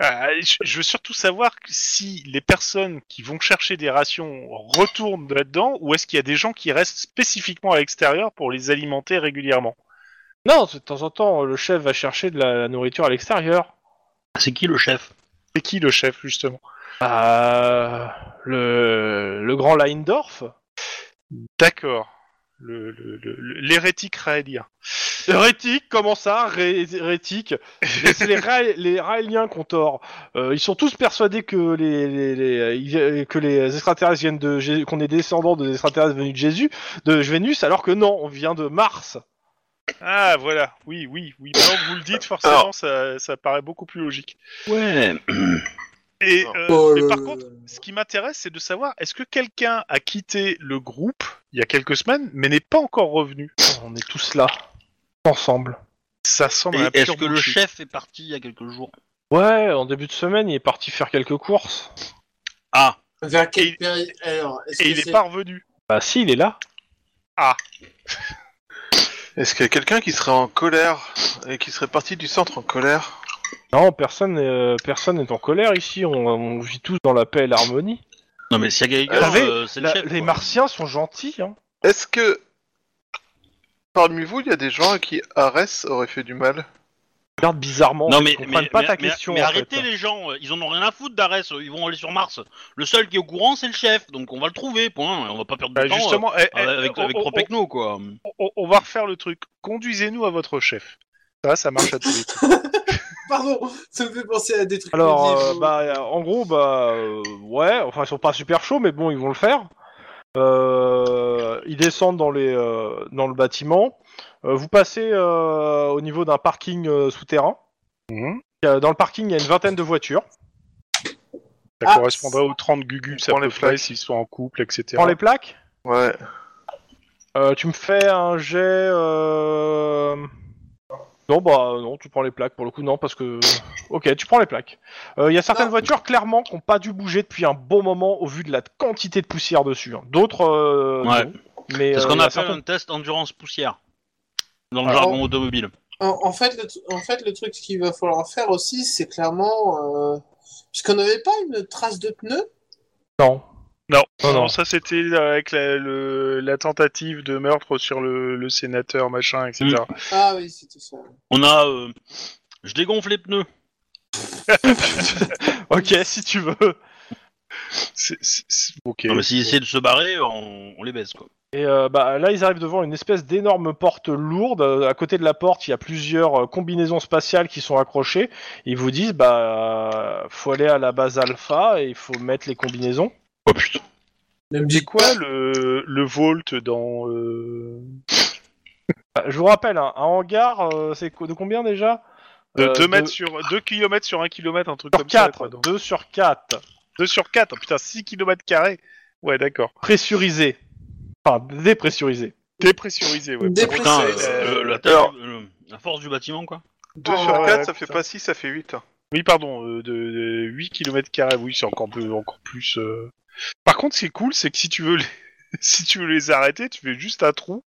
S4: Euh, je- je veux surtout savoir si les personnes qui vont chercher des rations retournent là-dedans ou est-ce qu'il y a des gens qui restent spécifiquement à l'extérieur pour les alimenter régulièrement.
S2: Non, de temps en temps, le chef va chercher de la, la nourriture à l'extérieur.
S1: C'est qui le chef
S4: C'est qui le chef, justement
S2: Euh, le, le grand Leindorf
S4: D'accord. Le- le- le- le- L'hérétique raélien.
S2: Hérétique, comment ça Ré- Hérétique Mais C'est les, Ra- les Raéliens qu'on tord. Euh, ils sont tous persuadés que les, les- les- ils- euh, que les extraterrestres viennent de Jé- qu'on est descendants des extraterrestres venus de Jésus, de Vénus, alors que non, on vient de Mars.
S4: Ah, voilà. Oui, oui, oui. Maintenant que vous le dites, forcément,
S5: Alors.
S4: ça, ça paraît beaucoup plus logique.
S1: Ouais.
S4: Et,
S5: Non.
S4: euh,
S3: Oh
S4: mais
S3: là
S4: par
S3: là
S4: contre,
S3: là là.
S4: ce qui m'intéresse, c'est de savoir est-ce que quelqu'un a quitté le groupe il y a quelques semaines, mais n'est pas encore revenu
S2: On est tous là, ensemble.
S4: Ça semble
S1: Et
S4: un
S1: Est-ce que le chef est parti il y a quelques jours
S2: Ouais, en début de semaine, il est parti faire quelques courses.
S1: Ah,
S3: Vers
S4: Et
S3: quelle
S4: il-
S3: période Alors, est-ce
S4: Et
S3: que
S4: il
S3: c'est-
S4: est pas revenu.
S2: Bah si, il est là.
S5: Est-ce qu'il y a quelqu'un qui serait en colère et qui serait parti du centre en colère
S2: Non, personne n'est euh, personne n'est en colère ici, on, on vit tous dans la paix et l'harmonie.
S1: non mais s'il y a
S2: Vous
S1: quelqu'un,
S2: savez,
S1: euh, c'est le
S2: La-
S1: chef.
S2: les
S1: quoi.
S2: martiens sont gentils, hein.
S5: Est-ce que parmi vous, il y a des gens à qui Arès aurait fait du mal
S2: Regarde bizarrement,
S1: Non
S2: ils
S1: mais,
S2: comprennent
S1: mais-
S2: pas
S1: mais-
S2: ta
S1: mais-
S2: question.
S1: mais
S2: en
S1: arrêtez
S2: fait.
S1: les gens, euh, ils en ont rien à foutre d'Arès, euh, ils vont aller sur Mars. Le seul qui est au courant c'est le chef, donc on va le trouver, point. On va pas perdre de
S4: Bah,
S1: temps euh,
S4: justement, eh, eh,
S1: avec,
S4: on-
S1: avec
S2: oh,
S4: on-
S1: Propecno quoi.
S4: on, on- on va refaire le truc. Conduisez-nous à votre chef. Ça, ça marche à tous les coups.
S3: Pardon, ça me fait penser à des trucs
S2: Alors, euh,
S3: médiévaux.
S2: bah, euh, en gros, bah, euh, ouais, enfin, ils sont pas super chauds, mais bon, ils vont le faire. Euh, ils descendent dans, les, euh, dans le bâtiment. Euh, vous passez euh, au niveau d'un parking euh, souterrain.
S4: Mhm.
S2: Euh, Dans le parking, il y a une vingtaine de voitures.
S4: Ça
S3: Ah.
S4: correspondra aux 30 gugus à
S5: On prend
S4: peu
S5: les
S4: près
S5: plaques.
S4: s'ils sont en couple, etc.
S2: Prends les plaques.
S5: Ouais.
S2: Euh, tu me fais un jet. euh, Non, bah non, tu prends les plaques pour le coup, non, parce que. Ok, tu prends les plaques. Euh, Il y a certaines
S3: Non.
S2: voitures clairement qui n'ont pas dû bouger depuis un bon moment au vu de la quantité de poussière dessus. hein. D'autres. euh,
S1: Ouais.
S2: non. Mais,
S1: C'est ce
S2: euh,
S1: qu'on
S2: il y a
S1: appelle
S2: certaines-
S1: un test endurance poussière dans le
S2: Alors-
S1: jargon automobile.
S3: En, en fait, le, tru- en fait, le truc qu'il va falloir faire aussi, c'est clairement. Euh... Parce qu'on n'avait pas une trace de pneu
S1: hein.
S2: Non.
S4: Non,
S2: Non, non.
S4: non, ça c'était euh, avec la, le- la tentative de meurtre sur le, le sénateur, machin, etc.
S2: Mm.
S3: Ah oui, c'était ça.
S1: On a, euh, je dégonfle les pneus.
S2: Ok, si tu veux.
S4: C'est- c'est- c'est- ok.
S1: Non mais s'ils essaient de se barrer, on, on les baisse quoi.
S2: Et euh, bah, là, ils arrivent devant une espèce d'énorme porte lourde. Euh, À côté de la porte, il y a plusieurs euh, combinaisons spatiales qui sont accrochées. Ils vous disent, bah, faut aller à la base alpha et il faut mettre les combinaisons.
S1: Oh putain.
S3: Ne me
S4: C'est
S3: dis
S4: quoi le, le Volt dans. euh,
S2: Bah, Je vous rappelle, hein, un hangar, euh, c'est co- de combien déjà
S4: De
S2: Euh,
S4: 2
S2: de-
S4: mètres sur 2 km sur 1 km, un truc
S2: sur
S4: comme ça. quoi,
S2: 4.
S4: donc.
S2: 2 sur 4.
S4: 2 sur 4, putain, 6 km carrés. Ouais, d'accord.
S2: Pressurisé. Enfin, dépressurisé.
S4: Dépressurisé, ouais.
S3: Dépressurisé.
S1: Putain, euh,
S4: Euh,
S1: euh, la, taille
S5: alors-
S1: du- euh, la force du bâtiment quoi.
S5: 2
S4: Oh,
S5: sur
S4: ouais,
S5: 4, ça
S4: putain.
S5: fait pas 6, ça fait hein. 8.
S4: Oui, pardon, euh, de, 8 km carrés, oui, c'est encore plus, encore plus. euh. Par contre, ce qui est cool, c'est que si tu veux les, si tu veux les arrêter, tu fais juste un trou.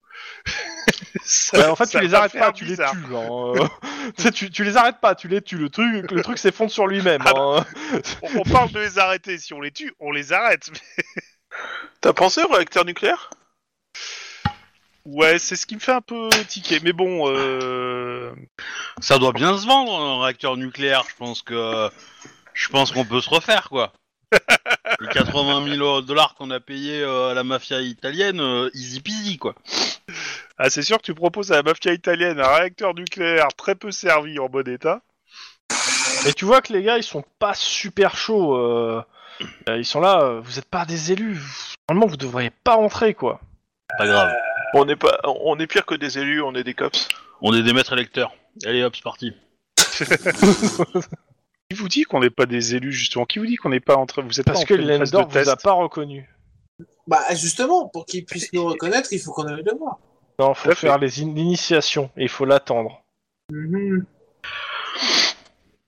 S4: Ça-
S2: Ouais, en fait,
S4: ça
S2: tu les
S4: va
S2: arrêtes
S4: faire
S2: pas, tu les tues.
S4: bizarre.
S2: hein, euh. Tu sais, tu, tu les arrêtes pas, tu les tues. Le truc, le truc s'effondre sur lui-même.
S4: Ah
S2: hein.
S4: On, on parle de les arrêter. Si on les tue, on les arrête.
S5: T'as pensé au réacteur nucléaire
S4: Ouais, c'est ce qui me fait un peu tiquer. Mais bon, euh...
S1: Ça doit bien se vendre un réacteur nucléaire. Je pense que je pense qu'on peut se refaire quoi. Les 80 000 dollars qu'on a payé euh, à la mafia italienne, euh, easy peasy quoi.
S4: ah, c'est sûr que tu proposes à la mafia italienne un réacteur nucléaire très peu servi en bon état.
S2: Et tu vois que les gars, ils sont pas super chauds. euh. Euh, Ils sont là, euh, vous êtes pas des élus. Normalement, vous devriez pas entrer, quoi.
S1: Pas grave.
S5: On est pas, on est pire que des élus, on est des cops.
S1: On est des maîtres électeurs. Allez hop, c'est parti.
S4: Qui vous dit qu'on n'est pas des élus justement Qui vous dit qu'on n'est pas en train Vous êtes pas
S2: Parce
S4: en
S2: que
S4: pleine phase de
S2: Lendor vous a
S4: test
S2: pas reconnu.
S3: Bah justement, pour qu'ils puissent nous reconnaître, il faut qu'on aille le voir.
S2: Non, faut
S4: Tout à fait.
S2: faire les in- l'initiation et il faut l'attendre.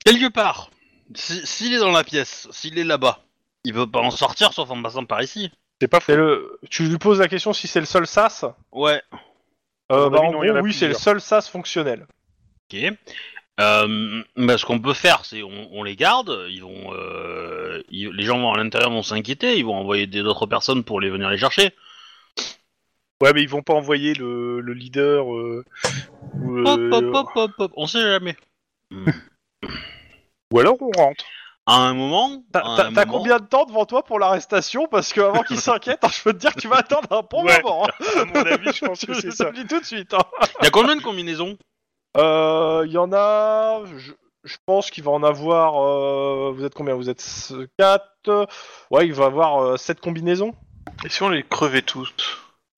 S1: Quelque part, si- s'il est dans la pièce, s'il est là-bas, il peut pas en sortir sauf en passant par ici.
S4: C'est pas
S2: C'est
S4: faux.
S2: le. Tu lui poses la question si c'est le seul sas.
S1: Ouais.
S2: Euh,
S4: À mon
S2: bah,
S4: avis,
S2: en
S4: non,
S2: gros,
S4: il y en a
S2: oui, c'est le
S4: plusieurs.
S2: seul sas fonctionnel.
S1: Ok. Euh, bah, ce qu'on peut faire, c'est on, on les garde. Ils vont, euh, ils- les gens vont à l'intérieur vont s'inquiéter. Ils vont envoyer des- d'autres personnes pour les venir les chercher.
S4: Ouais, mais ils vont pas envoyer le, le leader. euh, ou, euh,
S1: Hop, hop, hop, hop, hop, on sait jamais.
S4: ou alors on rentre.
S1: À un moment.
S2: T'as-
S1: à
S2: T'as
S1: un
S2: t'as
S1: moment-
S2: combien de temps devant toi pour l'arrestation Parce que avant qu'il s'inquiète, hein, je peux te dire que tu vas attendre un bon
S4: Ouais,
S2: moment. hein.
S4: À mon avis, je pense
S2: Je
S4: que
S2: te
S4: c'est
S2: le
S4: ça.
S2: dis tout de suite. hein.
S1: Il y a combien de combinaisons
S2: Euh, Il y en a. Je, je pense qu'il va en avoir. euh, vous êtes combien Vous êtes 4 Ouais, il va avoir 7 combinaisons.
S5: Et si on les crevait tous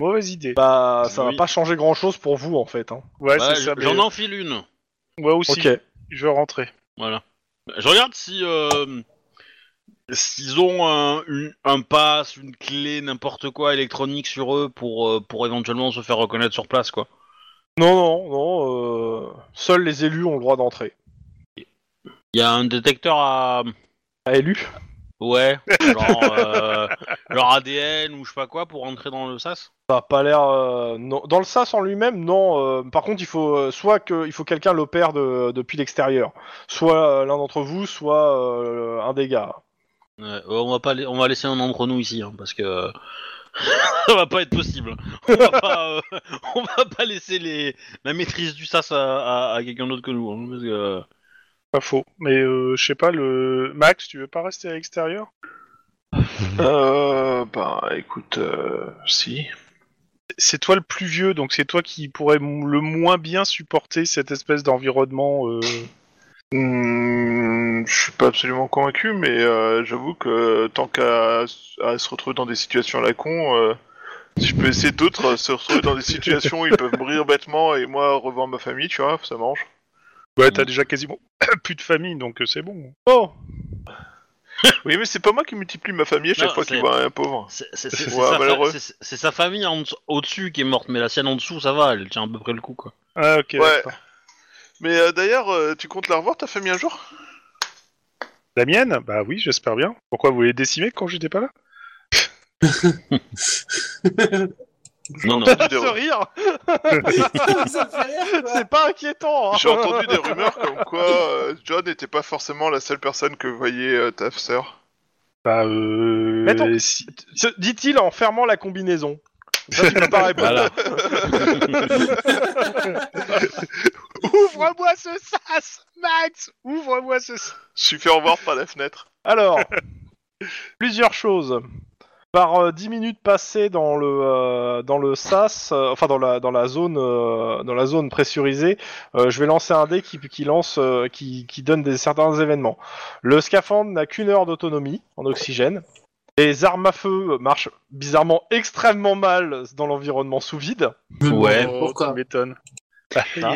S4: Mauvaise idée.
S2: Bah, ça
S1: Oui.
S2: va pas changer grand chose pour vous en fait. hein.
S4: Ouais,
S1: Bah,
S4: c'est ça. mais-
S1: J'en enfile une.
S4: Moi aussi,
S2: Ok.
S4: je vais rentrer.
S1: Voilà. Je regarde si. euh, S'ils ont un, une- un pass, une clé, n'importe quoi électronique sur eux pour, euh, pour éventuellement se faire reconnaître sur place, quoi.
S2: Non, non, non. euh, Seuls les élus ont le droit d'entrer.
S1: Il y a un détecteur à.
S2: Ah, élus
S1: Ouais, genre, euh, leur ADN ou je sais pas quoi pour entrer dans le SAS.
S2: Ça a pas l'air. euh, non. Dans le SAS en lui-même, non. euh, par contre, il faut euh, soit que il faut quelqu'un l'opère de- depuis l'extérieur, soit euh, l'un d'entre vous, soit euh, un des gars.
S1: Ouais, euh, on va pas, la- on va laisser un entre nous ici, hein, parce que ça va pas être possible. On va pas, euh, on va pas laisser les, la maîtrise du sas à, à- à quelqu'un d'autre que nous. hein, parce que-
S4: Pas faux. Mais euh, je sais pas, le Max, tu veux pas rester à l'extérieur
S5: Euh. Bah écoute, euh, si.
S4: C'est toi le plus vieux, donc c'est toi qui pourrais m- le moins bien supporter cette espèce d'environnement. euh,
S5: Hmm, je suis pas absolument convaincu, mais euh, j'avoue que euh, tant qu'à à se retrouver dans des situations à la con, euh, si je peux essayer d'autres euh, se retrouver dans des situations où ils peuvent mourir bêtement et moi revoir ma famille, tu vois, ça mange.
S4: Ouais, t'as déjà quasiment plus de famille, donc euh, c'est bon.
S2: Oh,
S5: Oui, mais c'est pas moi qui multiplie ma famille à chaque
S1: Non,
S5: fois qu'il
S1: c'est-
S5: voit un pauvre.
S1: C'est c'est- c'est- c'est
S5: Ouais,
S1: sa,
S5: malheureux.
S1: fa- c'est- c'est sa famille en dessous- au-dessus qui est morte, mais la sienne en dessous, ça va, elle tient à peu près le coup. Quoi.
S4: Ah, ok,
S5: Ouais.
S4: d'accord.
S5: Mais euh, d'ailleurs, euh, tu comptes la revoir ta famille un jour
S4: La mienne Bah oui, j'espère bien. Pourquoi vous les décimez quand j'étais pas là
S1: Non, non.
S5: J'ai entendu des
S2: ce
S5: ru-
S2: rire,
S3: Ça me fait rire, quoi.
S2: c'est pas inquiétant. hein.
S5: J'ai entendu des rumeurs comme quoi euh, John n'était pas forcément la seule personne que voyait euh, ta sœur.
S4: Bah euh.
S2: Mais attends.
S4: si-
S2: Se- Dit-il en fermant la combinaison. Ça, tu peux pas répondre.
S1: Voilà.
S4: Ouvre-moi ce sas, Max Ouvre-moi ce sas
S5: Je suis fait revoir par la fenêtre.
S2: Alors, plusieurs choses. Par euh, 10 minutes passées dans le euh, dans le SAS, euh, enfin dans la dans la zone euh, dans la zone pressurisée, euh, je vais lancer un dé qui, qui lance euh, qui, qui donne des certains événements. Le scaphandre n'a qu'une heure d'autonomie en oxygène. Les armes à feu marchent bizarrement extrêmement mal dans l'environnement sous vide.
S1: Ouais.
S3: Pourquoi
S6: Euh,
S4: Tu m'étonnes.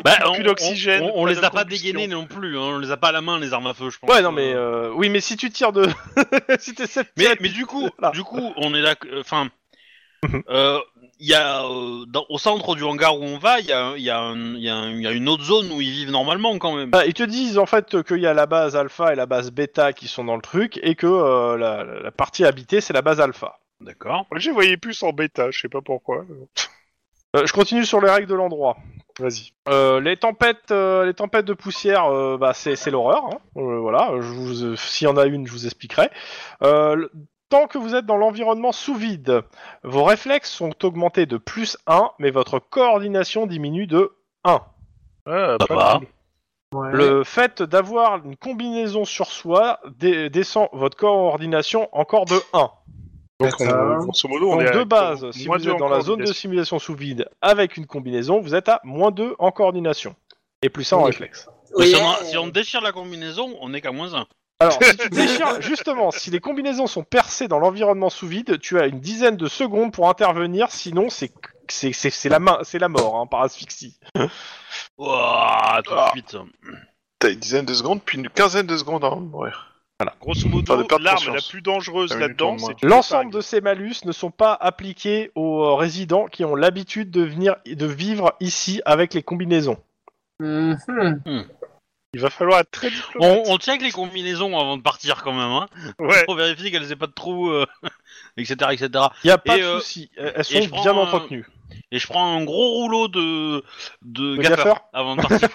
S1: Bah,
S4: plus d'oxygène,
S1: on- on
S4: pas
S1: les
S4: de
S1: a pas
S4: combustion.
S1: dégainés non plus, hein, on les a pas à la main, les armes à feu, je pense.
S2: Ouais, non mais euh, oui, mais si tu tires de si t'essaies de
S1: Mais,
S2: tirer-
S1: mais du coup,
S2: Voilà.
S1: du coup, on est là. Enfin, euh, il y a euh, dans- au centre du hangar où on va, il y a, il y, a un- il y a un- il y a une autre zone où ils vivent normalement quand même.
S2: Bah, ils te disent en fait qu'il y a la base alpha et la base bêta qui sont dans le truc et que euh, la, la partie habitée c'est la base alpha.
S1: D'accord.
S4: Moi, j'ai voyais plus en bêta, je sais pas pourquoi.
S2: Euh, je continue sur les règles de l'endroit.
S4: Vas-y.
S2: Euh, les tempêtes, euh, les tempêtes de poussière, euh, bah, c'est c'est l'horreur. hein. Euh, voilà, je vous- euh, s'il y en a une, je vous expliquerai. Euh, le- tant que vous êtes dans l'environnement sous vide, vos réflexes sont augmentés de plus 1, mais votre coordination diminue de 1.
S4: Ah,
S1: Ça va.
S4: mal.
S3: Ouais.
S2: Le fait d'avoir une combinaison sur soi dé- descend votre coordination encore de 1.
S4: Donc, on,
S3: D'accord.
S4: grosso modo, on
S2: Donc
S4: est à-
S2: de base, si vous
S4: moins deux
S2: êtes dans
S4: encore,
S2: la zone de
S4: Lucas.
S2: simulation sous vide avec une combinaison, vous êtes à moins 2 en coordination. Et plus 1 en
S3: Oui.
S2: réflexe.
S1: Mais
S3: Oui, hein.
S1: si, on,
S3: ouais.
S1: si on déchire la combinaison, on est qu'à moins 1.
S2: Alors, si tu déchires, justement, si les combinaisons sont percées dans l'environnement sous vide, tu as une dizaine de secondes pour intervenir, sinon c'est c'est- c'est c'est la, main- c'est la mort hein, par asphyxie.
S1: Ouah, tout de
S5: Ah.
S1: suite.
S5: T'as une dizaine de secondes, puis une quinzaine de secondes avant de mourir.
S4: Grosso
S5: Enfin,
S4: modo,
S5: de perte de
S4: l'arme la
S5: conscience.
S4: plus dangereuse
S5: T'as eu du temps
S4: là-dedans,
S5: de moins.
S4: c'est une
S2: L'ensemble
S4: épingle.
S2: de ces malus ne sont pas appliqués aux euh, résidents qui ont l'habitude de venir de vivre ici avec les combinaisons.
S3: Mhm.
S4: Il va falloir être très diplomate.
S1: On, on check les combinaisons avant de partir quand même, hein,
S4: Ouais.
S1: pour vérifier qu'elles aient pas de trous, euh, etc., etc.
S2: Il n'y a pas
S1: Et,
S2: de
S1: euh,
S2: souci, elles sont
S1: et je
S2: bien
S1: prends un-
S2: entretenues.
S1: Et je prends un gros rouleau de de
S2: De
S1: gaffeur
S2: gaffeur
S1: avant de partir.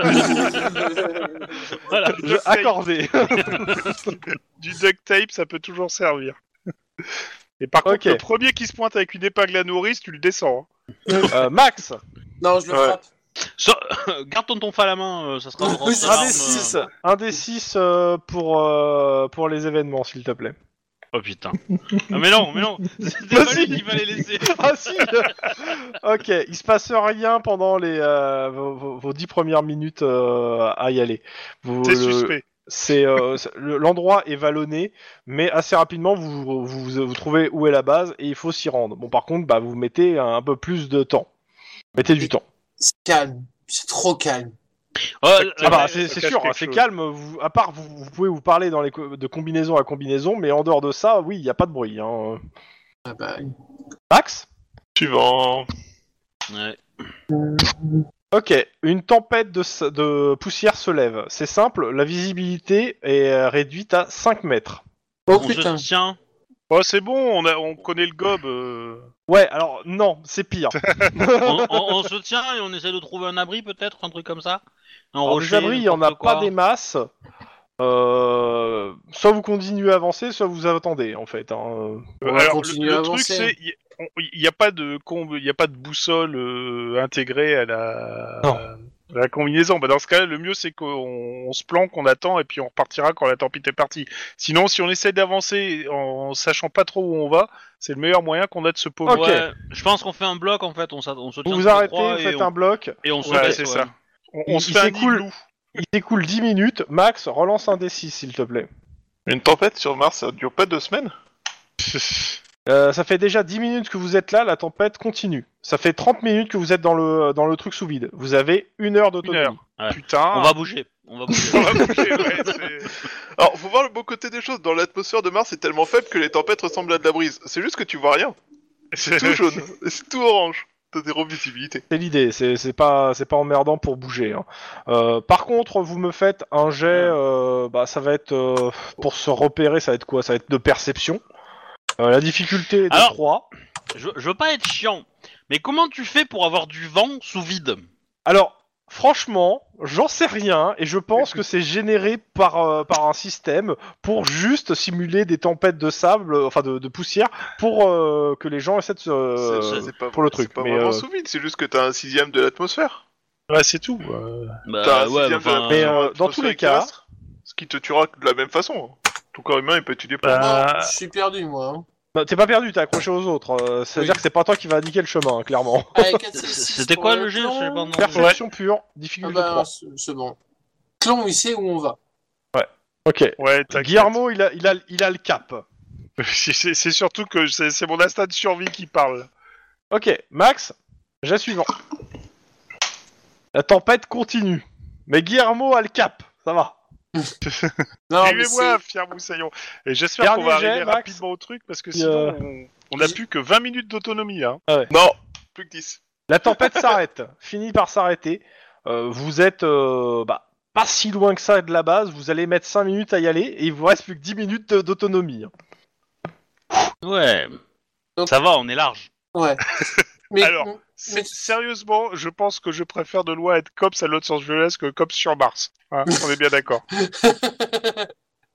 S1: voilà.
S2: Je- Accordé.
S4: Du duct tape, ça peut toujours servir. Et par
S2: Ok.
S4: contre,
S1: euh,
S4: le premier qui se pointe avec une épingle à nourrice, tu le descends. hein.
S2: Euh, Max,
S3: Non, je le
S4: Ouais.
S3: frappe.
S6: So- Garde ton tonfa à la main, euh, ça sera
S3: Oui,
S6: notre
S3: c'est
S2: un
S3: Arme,
S2: des
S3: euh,
S2: six, un des six euh, pour, euh, pour les événements, s'il te plaît.
S6: Oh putain. Ah, mais non, mais non, c'était pas lui qu'il fallait laisser.
S2: ah si Ok, il se passe rien pendant les euh, vos, vos- vos dix premières minutes euh, à y aller. Vous-
S4: C'est
S2: le-
S4: suspect.
S2: c'est, euh, c'est- le- l'endroit est vallonné, mais assez rapidement vous, vous, vous trouvez où est la base et il faut s'y rendre. Bon par contre, bah, vous mettez un peu plus de temps. Mettez du temps.
S3: C'est calme. C'est trop calme.
S6: Ah,
S2: Ah bah,
S4: Ouais,
S2: c'est
S4: ça
S2: c'est
S4: cache
S2: sûr, hein,
S4: quelque
S2: c'est
S4: chose.
S2: calme. Vous, à part, vous, vous pouvez vous parler dans les co- de combinaison à combinaison, mais en dehors de ça, oui, il n'y a pas de bruit. Hein.
S3: Ah bah,
S6: Oh,
S2: Max
S5: Suivant.
S6: ouais.
S2: Ok, une tempête de, s- de poussière se lève. C'est simple, la visibilité est euh, réduite à 5 mètres.
S3: Oh
S6: On
S3: putain.
S6: se tient.
S4: Oh, c'est bon, on, a, on connaît le gob. euh.
S2: Ouais, alors non, c'est pire.
S6: on, on- on se tient et on essaie de trouver un abri peut-être, un truc comme ça. Un
S2: Alors,
S6: rocher.
S2: les abris, il n'y en a
S6: n'importe quoi.
S2: pas des masses. Euh, soit vous continuez à avancer, soit vous attendez, en fait. hein.
S3: On va
S4: Alors,
S3: continuer
S4: le, le
S3: à
S4: truc,
S3: avancer.
S4: c'est il n'y a, pas de comb- y a pas de boussole euh, intégrée à la,
S2: Non.
S4: à la combinaison. Bah, dans ce cas-là, le mieux, c'est qu'on on se planque, on attend, et puis on repartira quand la tempête est partie. Sinon, si on essaie d'avancer en sachant pas trop où on va, c'est le meilleur moyen qu'on a de se paumer.
S2: Ok.
S6: Ouais, je pense qu'on fait un bloc en fait, on, s'a- on se tient
S2: Vous vous
S6: tous les
S2: arrêtez,
S6: trois
S2: vous
S6: et
S2: faites
S6: on,
S2: un bloc,
S6: et on se
S4: Ouais,
S6: baisse,
S4: c'est
S6: ouais.
S4: ça. On,
S2: Il-
S4: on se
S2: il
S4: fait un
S2: s'écoule.
S4: igloo.
S2: il découle 10 minutes. Max, relance un D6, s'il te plaît.
S5: Une tempête sur Mars, ça dure pas deux semaines
S2: Euh, ça fait déjà 10 minutes que vous êtes là, la tempête continue. Ça fait 30 minutes que vous êtes dans le, dans le truc sous vide. Vous avez une heure
S4: Une
S2: d'autonomie.
S4: heure.
S6: Ouais.
S4: Putain.
S6: On va bouger. On va bouger.
S4: on va bouger, ouais, c'est-
S5: Alors, faut voir le beau côté des choses. Dans l'atmosphère de Mars, c'est tellement faible que les tempêtes ressemblent à de la brise. C'est juste que tu vois rien. C'est tout jaune, et c'est tout orange. T'as zéro visibilité.
S2: C'est l'idée, c'est c'est pas, c'est pas emmerdant pour bouger. hein. Euh, par contre, vous me faites un jet, euh, bah, ça va être euh, pour se repérer, ça va être quoi Ça va être de perception. Euh, la difficulté est de
S6: Alors-
S2: 3.
S6: Je, je veux pas être chiant, mais comment tu fais pour avoir du vent sous vide
S2: Alors, franchement, j'en sais rien et je pense que c'est généré par, euh, par un système pour juste simuler des tempêtes de sable, euh, enfin de, de poussière, pour euh, que les gens essaient de se. euh,
S5: C'est- c'est pas-
S2: pour le truc,
S5: C'est pas
S2: mais,
S5: vraiment
S2: euh,
S5: sous vide, c'est juste que t'as un sixième de l'atmosphère.
S4: Ouais, c'est tout. euh.
S5: T'as
S6: Bah
S5: un
S6: ouais,
S5: sixième
S6: enfin,
S5: de
S2: Mais,
S5: la pression
S2: euh, dans tous les cas-
S5: atmosphérique terrestre, Ce qui te tuera de la même façon. Ton corps humain, il peut tuer par.
S4: Bah,
S3: Je suis perdu, moi. hein.
S2: Non, Bah, T'es pas perdu, t'es accroché aux autres. euh, C'est-à-dire
S3: Oui.
S2: que c'est pas toi qui va indiquer le chemin, hein, clairement.
S3: Allez, 4,
S6: c-
S3: 6,
S6: Oh, c'était quoi le jeu Je sais pas, non.
S2: Perception pure,
S3: Ah
S2: difficulté
S3: bah,
S2: 3.
S3: c'est c'est bon. Clon, il sait où on va.
S2: Ok.
S4: ouais, t'inquiète.
S2: Guillermo, il a, il, a, il a le cap.
S4: C'est- C'est c'est surtout que c'est c'est mon instinct de survie qui parle.
S2: Ok, Max, j'ai suivant. La tempête continue. Mais Guillermo a le cap, ça va. Ah,
S3: Non, mais
S4: Suivez-moi,
S3: c'est...
S4: fier moussaillon. Et j'espère qu'on
S2: Dernier
S4: va
S2: jet,
S4: arriver
S2: Max.
S4: rapidement au truc parce que
S2: Puis,
S4: sinon,
S2: euh, Ah
S4: on- on n'a plus que 20 minutes d'autonomie. Hein.
S5: Non, plus que 10.
S2: La tempête s'arrête, finit par s'arrêter. Euh, vous êtes euh, bah, pas si loin que ça de la base, vous allez mettre 5 minutes à y aller et il vous reste plus que 10 minutes euh, d'autonomie.
S6: ouais.
S3: Donc-
S6: Ça va, on est large.
S3: Ouais. Mais,
S4: Alors.
S3: mais-
S4: C'est- Sérieusement, je pense que je préfère de loin être cops à Los Angeles que cops sur Mars. Hein, on est bien d'accord.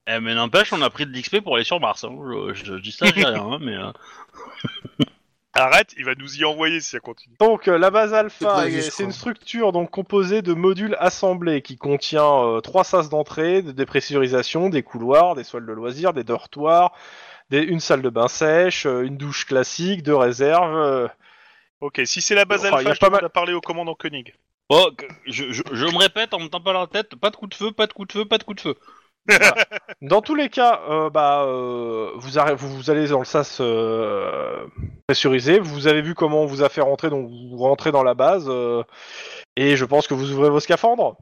S6: Eh, mais n'empêche, on a pris de l'XP pour aller sur Mars. hein. Je, je- je dis ça, je dis rien, hein, mais. euh,
S4: Arrête, il va nous y envoyer si ça continue.
S2: Donc euh, la base
S3: C'est
S2: alpha,
S3: pas
S2: est-
S3: juste,
S2: c'est une
S3: quoi.
S2: structure donc composée de modules assemblés qui contient euh, trois sas d'entrée, de dépressurisation, des couloirs, des sols de loisirs, des dortoirs, des- une salle de bain sèche, euh, une douche classique, deux réserves. euh,
S4: Ok, si c'est la base
S2: Oh, il y
S4: alpha,
S2: a
S4: je
S2: pas
S4: pas mal
S2: mal-
S4: à parler au commandant Koenig.
S6: Oh, que- je, je- je me répète en me tapant la tête, pas de coup de feu, pas de coup de feu, pas de coup de feu.
S2: Dans tous les cas, euh, bah, euh, vous, arrê- vous, vous allez dans le sas euh, pressurisé. Vous avez vu comment on vous a fait rentrer, donc vous rentrez dans la base. euh, et je pense que vous ouvrez vos scaphandres.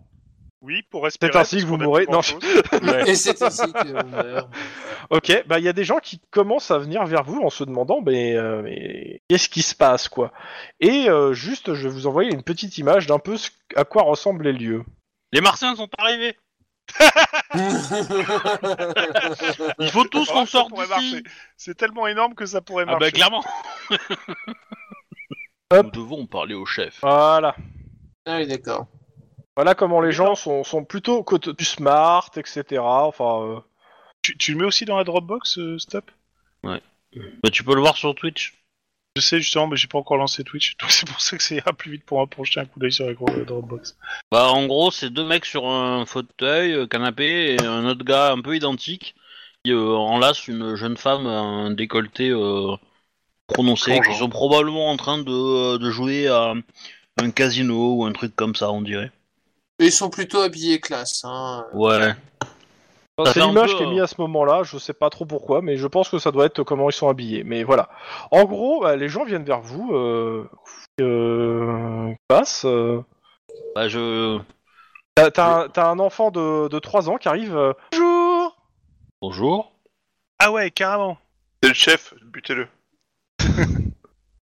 S4: Oui, pour respirer.
S2: C'est ainsi
S4: parce
S2: que vous
S4: qu'on a
S2: mourrez.
S4: plus grand
S2: Non,
S4: chose.
S3: Et c'est ici qu'on meurt.
S2: Ok, bah il y a des gens qui commencent à venir vers vous en se demandant mais, euh, mais qu'est-ce qui se passe quoi. Et euh, juste, je vais vous envoyer une petite image d'un peu ce- à quoi ressemblent les lieux.
S6: Les Martiens sont arrivés. Il faut tous
S4: Oh,
S6: qu'on
S4: ça
S6: sorte
S4: pourrait
S6: d'ici.
S4: marcher. C'est tellement énorme que ça pourrait
S6: Ah
S4: marcher.
S6: bah clairement.
S2: Hop.
S6: Nous devons parler au chef.
S2: Voilà,
S3: Ah oui, d'accord.
S2: voilà comment les gens sont, sont plutôt côté du smart, etc. Enfin, euh,
S4: Tu, tu le mets aussi dans la Dropbox, euh, stop
S1: Bah, tu peux le voir sur Twitch.
S4: Je sais justement, mais j'ai pas encore lancé Twitch, donc c'est pour ça que c'est ira plus vite pour moi pour jeter un coup d'œil sur la gro- la Dropbox.
S1: Bah, en gros, c'est deux mecs sur un fauteuil, euh, canapé, et un autre gars un peu identique qui euh, enlace une jeune femme à un décolleté euh, prononcé,
S5: Plongeant.
S1: qui sont probablement en train de, euh, de jouer à un casino ou un truc comme ça, on dirait.
S3: Ils sont plutôt habillés classe. Hein.
S1: Ouais. Ça
S2: Oh, C'est
S1: fait un
S2: l'image
S1: peu,
S2: qui est
S1: euh,
S2: mise à ce moment-là, je sais pas trop pourquoi, mais je pense que ça doit être comment ils sont habillés. Mais voilà. En gros, bah, les gens viennent vers vous, euh, euh, ils passent. euh.
S1: Bah, je.
S2: T'as- T'as un, t'as un enfant de, de 3 ans qui arrive. euh, Bonjour
S1: Bonjour.
S4: Ah ouais, carrément.
S5: bah, C'est le chef, butez-le.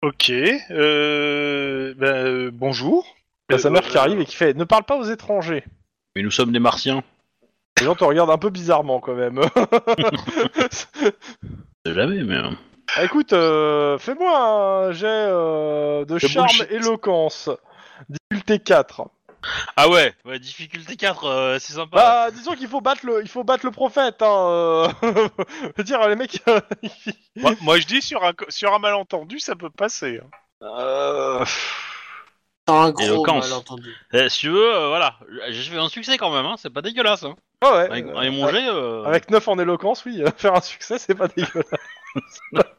S4: Ok. Euh, ben, euh, bonjour.
S2: T'as sa
S4: Euh,
S2: mère qui
S4: euh,
S2: arrive et qui fait Ne parle pas aux étrangers.
S1: Mais nous sommes des martiens.
S2: Les gens te regardent un peu bizarrement quand même.
S1: Je sais Jamais, mais. euh,
S2: Ah, écoute, euh, fais-moi un jet euh, de charme
S4: bullshit.
S2: éloquence. Difficulté 4.
S1: Ah ouais, ouais, difficulté 4, euh, c'est sympa.
S2: Bah, disons qu'il faut battre le, il faut battre le prophète. Hein, euh. Je veux dire les mecs. euh,
S4: moi, moi, je dis sur un co- sur un malentendu, ça peut passer. hein.
S2: Ah.
S1: Euh,
S3: T'as un gros
S1: Éloquence.
S3: malentendu.
S1: eh, si tu veux, euh, voilà. J'ai fait un succès quand même, hein. c'est pas dégueulasse. Hein.
S2: Ah ouais.
S1: Avec,
S2: euh,
S1: avec mon jet, euh,
S2: avec 9 en éloquence, oui, euh, faire un succès, c'est pas dégueulasse.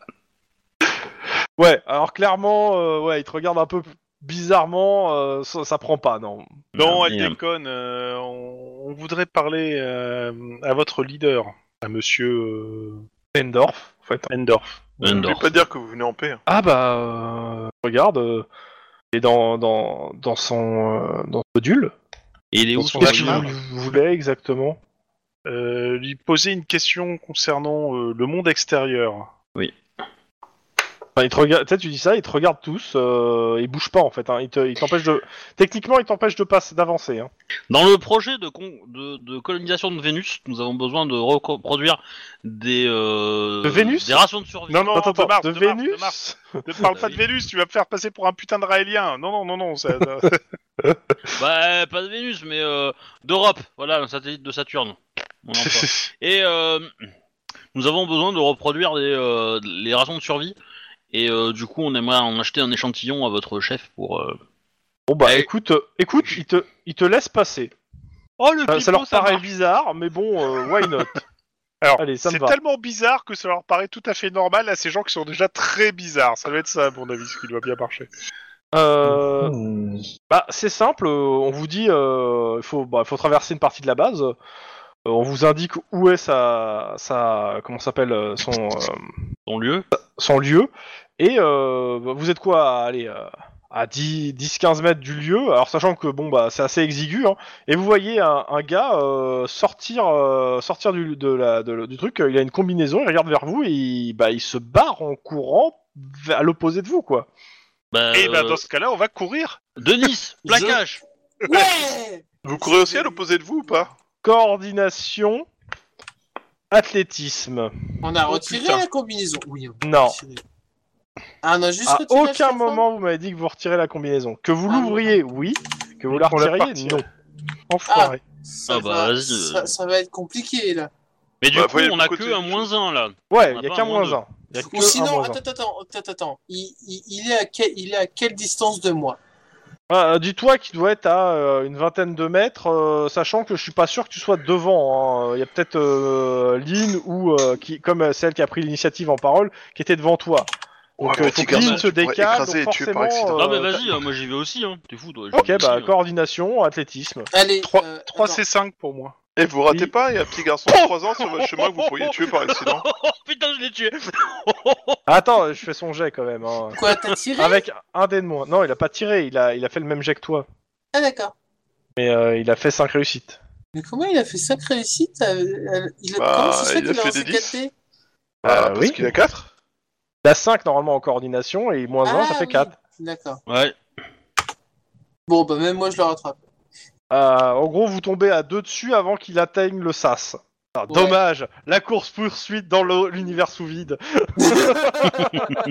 S2: ouais, alors clairement, euh, ouais, il te regarde un peu bizarrement, euh, ça, ça prend pas, non.
S4: Non, elle
S1: mais, euh,
S4: déconne. euh, on, on voudrait parler euh, à votre leader, à Monsieur euh,
S2: Endorf, en fait.
S4: Endorf.
S5: Je
S1: Endor.
S5: vais pas dire que vous venez en paix. hein.
S2: Ah bah, euh, regarde, euh, il est dans, dans, dans son euh, dans son module.
S1: Et il est où
S4: Dans son
S1: son
S2: Qu'est-ce que
S4: Ouais,
S1: voyage
S2: vous voulez exactement
S4: Euh, lui poser une question concernant euh, le monde extérieur.
S2: Enfin, il te regarde, tu sais, tu dis ça, ils te regardent tous, euh, ils bougent pas en fait, hein, ils te- ils t'empêchent de. Techniquement, ils t'empêchent de passer, d'avancer. Hein.
S1: Dans le projet de, con- de, de colonisation de Vénus, nous avons besoin de reproduire des, euh,
S2: De Vénus
S1: des rations de survie.
S4: Non, non, non, de Mars,
S2: de,
S4: de Mars, de
S2: Vénus
S4: Mars. Ne parle pas de Vénus, tu vas me faire passer pour un putain de Raélien. Non, non, non, non. Ça, ça-
S1: Bah, pas de Vénus, mais euh, d'Europe. Voilà, un satellite de Saturne. On en parle. Et euh, nous avons besoin de reproduire des, euh, les rations de survie. Et euh, du coup, on aimerait en acheter un échantillon à votre chef pour. euh,
S2: Bon bah
S1: Eh.
S2: écoute, euh, écoute, ils te, ils te laissent passer.
S1: Oh, le
S2: Euh, Ça, ça leur
S1: pipeau,
S2: paraît
S1: marche.
S2: bizarre, mais bon, euh, why not
S4: Alors,
S2: Allez, ça me
S4: c'est
S2: va.
S4: tellement bizarre que ça leur paraît tout à fait normal à ces gens qui sont déjà très bizarres. Ça doit être ça, à mon avis, ce qui doit bien marcher.
S2: Euh,
S4: Hmm.
S2: Bah c'est simple, euh, on vous dit, euh, il faut, bah, faut traverser une partie de la base. euh, on vous indique où est sa, sa comment ça s'appelle euh, son, euh,
S1: Ton lieu
S2: son lieu. Et euh, bah, vous êtes quoi à aller euh, à 10-15 mètres du lieu, alors sachant que bon bah c'est assez exigu, hein, et vous voyez un, un gars euh, sortir euh, sortir du, de la, de- du truc, il a une combinaison, il regarde vers vous et il, bah, il se barre en courant v- à l'opposé de vous quoi.
S1: bah,
S2: Eh
S4: Et ben,
S1: euh,
S4: dans ce cas-là, on va courir.
S1: Denis, plaquage
S3: Ouais
S5: Vous courez aussi à l'opposé de vous ou pas
S2: Coordination, athlétisme.
S3: On a
S4: Oh,
S3: retiré
S4: putain.
S3: la combinaison. Oui, on a
S2: Non.
S3: retiré. Ah, on a juste
S2: À
S3: retiré la
S2: aucun
S3: chaîne,
S2: moment vous m'avez dit que vous retirez la combinaison. Que vous
S3: Ah,
S2: l'ouvriez, oui. Que vous la
S4: Qu'on la
S2: retiriez,
S1: hein.
S4: partire.
S2: non.
S4: Enfoiré.
S3: Ça,
S1: Ah bah,
S3: va,
S1: vas-y.
S3: ça, ça va être compliqué là.
S1: Mais du
S5: Bah,
S1: coup,
S5: voyez,
S1: on a
S5: pourquoi
S1: que
S5: tu-
S1: un moins un là.
S2: Ouais,
S1: On a
S2: il y a
S1: pas
S2: qu'un
S1: un moins
S2: moins
S1: deux.
S2: 1. Y a que
S3: Ou
S2: un
S3: sinon,
S2: moins un.
S3: attends, attends, attends, attends. Il, il- il est à quel- il est à quelle distance de moi
S2: Ah, euh, Dis-toi qu'il doit être à euh, une vingtaine de mètres, euh, sachant que je suis pas sûr que tu sois devant. hein. Il y a peut-être euh, Lynn ou euh, qui, comme euh, celle qui a pris l'initiative en parole, qui était devant toi. Donc
S5: Ouais,
S2: euh, faut
S5: mais
S2: que Lynn
S5: sinon,
S2: se
S5: tu pourrais
S2: décale, donc
S5: écraser et tuer par
S2: forcément.
S5: accident.
S1: Ah,
S2: euh,
S1: mais vas-y, euh, moi j'y vais aussi, hein. T'es fou, toi.
S5: Oh,
S1: je vais
S2: Ok, bah
S1: aussi, hein.
S2: coordination, athlétisme.
S3: Allez.
S4: 3,
S3: euh, attends.
S4: Ah, c'est 5 pour moi.
S5: Et Eh, vous ratez
S2: Oui.
S5: pas, il y a un petit garçon de 3 ans sur votre chemin que vous pourriez tuer par accident.
S1: Oh putain, je l'ai tué
S2: Attends, euh, je fais son jet quand même. hein.
S3: Quoi, t'as tiré
S2: Avec un dé de moins. Non, il a pas tiré, il a, il a fait le même jet que toi.
S3: Ah, d'accord.
S2: Mais euh, il a fait 5 réussites.
S3: Mais comment il a fait 5 réussites euh, euh, il a...
S5: Bah,
S3: Comment ça se fait
S5: il
S3: qu'il
S5: a
S3: a
S5: fait
S3: lancé
S5: des
S3: 4 dés
S2: Bah,
S5: Ah, parce
S2: oui.
S5: qu'il a 4
S2: Il a 5 normalement en coordination et moins 1, ça
S3: Ah,
S2: fait
S3: oui.
S2: 4.
S3: D'accord.
S1: Ouais.
S3: Bon, bah, même moi, je le rattrape.
S2: Euh, en gros, vous tombez à deux dessus avant qu'il atteigne le sas. Ah,
S3: Ouais.
S2: Dommage, la course poursuite dans le- l'univers sous vide.
S1: Bah, de
S2: Ok.
S6: Bah,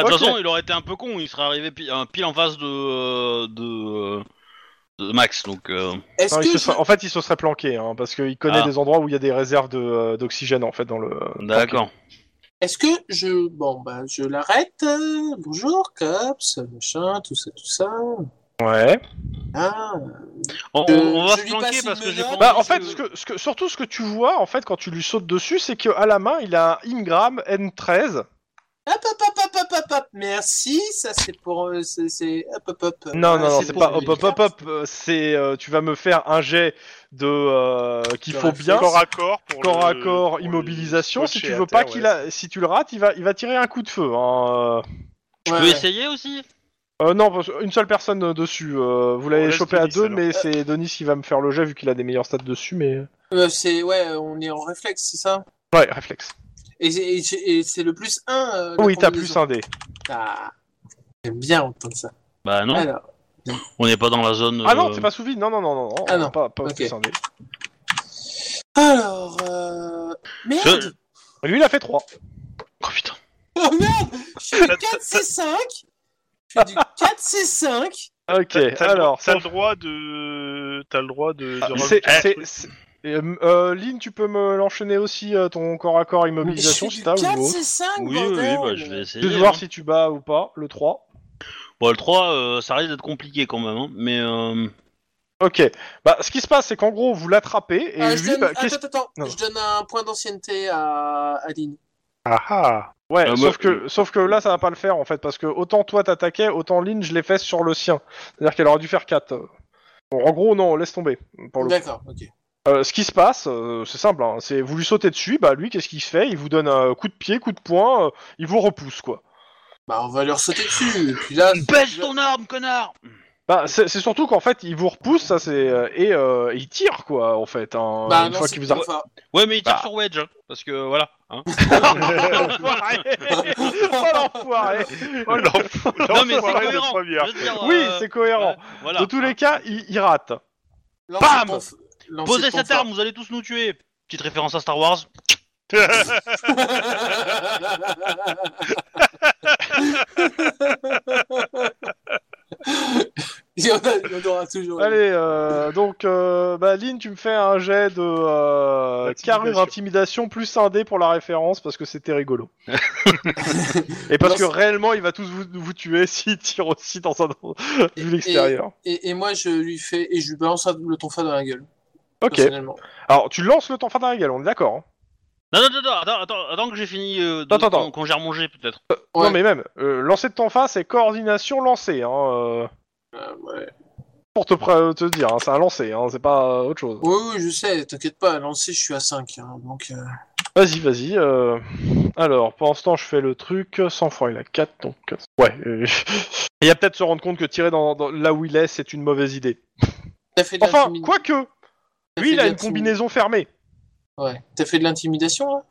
S1: toute façon, il aurait été un peu con, il serait arrivé pi- euh, pile en face de. euh, de. euh,
S6: de Max, donc. euh,
S3: Est-ce
S2: Non, il
S3: que
S2: se
S3: je-
S2: serait- En fait, il se serait planqué, hein, parce qu'il connaît
S6: Ah.
S2: des endroits où il y a des réserves de, euh, d'oxygène, en fait, dans le...
S6: D'accord.
S3: Est-ce que je. Bon, bah, je l'arrête. euh, Bonjour, Cops, machin, tout ça, tout ça.
S2: Ouais.
S3: Ah,
S6: On,
S3: Euh,
S6: on va
S3: je
S6: se
S3: lui
S6: planquer
S3: passe
S6: parce
S3: une
S6: que j'ai
S3: menace.
S6: pas
S2: Bah,
S6: envie
S2: en fait,
S6: que-
S2: ce que, ce que- surtout ce que tu vois, en fait, quand tu lui sautes dessus, c'est qu'à la main, il a un Ingram N13.
S3: hop, hop, hop, hop, hop, hop, hop. Merci, ça c'est pour. euh, c'est- C'est. Hop, hop,
S2: Non,
S3: hop.
S2: non, non,
S3: Voilà,
S2: c'est
S3: Ah, pour
S2: pas hop,
S3: lui.
S2: hop, hop, hop, euh, c'est... euh, tu vas me faire un jet de... euh, qu'il
S3: De
S2: faut
S3: réflexe.
S2: bien...
S4: Corps à corps pour
S2: Corps à
S4: le-
S2: corps,
S4: pour le
S2: immobilisation, si
S4: scotcher
S2: tu
S4: à
S2: veux
S4: terre,
S2: pas qu'il
S4: ouais.
S2: a... Si tu le rates, il va, il va tirer un coup de feu, hein, euh.
S6: Tu
S3: Ouais,
S6: peux
S3: ouais.
S6: essayer aussi
S2: Euh, non, parce qu'une seule personne euh, dessus. euh, vous l'avez
S4: laisse
S2: chopé à
S4: Denis,
S2: deux,
S4: alors.
S2: mais c'est Denis qui va me faire le jet vu qu'il a des meilleurs stats dessus, mais.
S3: Euh, c'est. Ouais, on est en réflexe, c'est ça
S2: Ouais, réflexe.
S3: Et, c'est- et c'est- et c'est le plus 1.
S2: Oui, t'as plus un Hein dé.
S3: Ah, j'aime bien entendre ça.
S6: Bah non,
S3: Alors,
S6: on n'est pas dans la zone.
S2: Ah non,
S6: euh,
S2: t'es pas sous vide, non, non, non, non. non,
S3: Ah non,
S2: Pas, pas
S3: ok.
S2: plus un dé.
S3: alors euh... merde.
S6: Je-
S2: Lui, il a fait 3.
S6: Oh putain.
S3: Oh merde Je suis du 4C5 Je suis du 4C5
S2: Ok,
S4: T'as- t'as le droit-
S2: alors.
S4: t'as
S2: ça-
S4: le droit de, t'as le droit de. de
S2: C'est.
S4: rajouter un
S2: c'est-
S4: truc.
S2: c'est- euh, euh, Lynn, tu peux me l'enchaîner aussi euh, ton corps à corps
S3: Je suis
S2: immobilisation
S3: du
S2: si t'as ou autre.
S3: 4C5
S6: Oui, oui,
S3: bordel.
S6: bah, je vais essayer.
S2: Je vais
S6: hein.
S2: voir si tu bats ou pas, le 3.
S6: Bon, le 3, euh, ça risque d'être compliqué quand même, hein, mais. euh,
S2: Ok, bah ce qui se passe c'est qu'en gros vous l'attrapez et
S3: Ah, je
S2: lui
S3: donne...
S2: bah, qu'est-ce-
S3: Attends, attends,
S2: Non.
S3: je donne un point d'ancienneté à Aline.
S4: Ah ah.
S2: Ouais,
S6: Euh,
S2: sauf,
S6: moi-
S2: que, sauf que là, ça va pas le faire en fait, parce que autant toi t'attaquais, autant Lynn, je l'ai fait sur le sien. C'est-à-dire qu'elle aurait dû faire 4. Bon, en gros, non, laisse tomber. Pour le coup.
S3: D'accord, ok.
S2: Euh, ce qui se passe, euh, c'est simple, hein, c'est vous lui sautez dessus, bah lui, qu'est-ce qu'il se fait Il vous donne un coup de pied, coup de poing, euh, il vous repousse quoi.
S3: Bah, on va leur sauter dessus. Et puis là,
S6: Baisse ton arme, connard
S2: Bah, c'est c'est surtout qu'en fait, il vous repousse, ça c'est. euh, Et euh, il tire quoi, en fait, hein,
S3: bah,
S2: une
S3: non,
S2: fois
S3: c'est
S2: qu'il vous a.
S3: pour ça.
S6: Ouais, mais il tire
S2: Bah.
S6: sur Wedge, hein, parce que voilà. hein.
S2: L'enfoiré Oh, l'enfoiré
S4: Oh, l'enf-
S6: non, mais c'est
S4: l'enfoiré de
S6: cohérent.
S4: première.
S6: je veux dire,
S2: Oui,
S6: euh,
S2: c'est cohérent.
S6: ouais, voilà.
S2: De tous les cas, il, il rate.
S3: Lancez
S6: Bam
S3: ton f- lancez
S6: Posez
S3: ton
S6: cette
S3: phare.
S6: arme, vous allez tous nous tuer Petite référence à Star Wars.
S3: Il y en a, il y en aura toujours.
S2: Allez, euh, donc, euh, bah, Lynn, tu me fais un jet de euh,
S4: Intimidation.
S2: carrure intimidation plus un dé pour la référence parce que c'était rigolo. et parce que
S3: Non,
S2: réellement, il va tous vous, vous tuer s'il tire aussi dans un vu l'extérieur.
S3: Et, et moi, je lui fais et je lui balance un double tonfa dans la gueule.
S2: Ok.
S3: Personnellement.
S2: Alors, tu lances le temps fin d'un régal, on est d'accord. hein.
S6: Non, non, non, non, attends, attends, attends que j'ai fini. Euh, de-
S2: Attends, attends.
S6: qu'on- Qu'on gère mon jet, peut-être.
S3: Ouais.
S2: Non, mais même, euh, lancer de temps fin, c'est coordination lancée. Hein, euh,
S3: Euh, ouais.
S2: pour te, pré- te dire, hein, c'est un lancer, hein, c'est pas euh, autre chose.
S3: Oui, oui, je sais. T'inquiète pas. Lancé, je suis à 5. donc. euh,
S2: Vas-y, vas-y. euh, Alors, pour l'instant, je fais le truc. euh, Sans fois, il a 4, donc... euh, Ouais. euh, Il va peut-être se rendre compte que tirer dans, dans- là où il est, c'est une mauvaise idée.
S3: T'as fait de
S2: Enfin,
S3: l'intimi-
S2: quoique
S3: t'as
S2: Lui,
S3: fait
S2: il
S3: de
S2: a une
S3: l'intimi-
S2: combinaison fermée.
S3: Ouais. T'as fait de l'intimidation là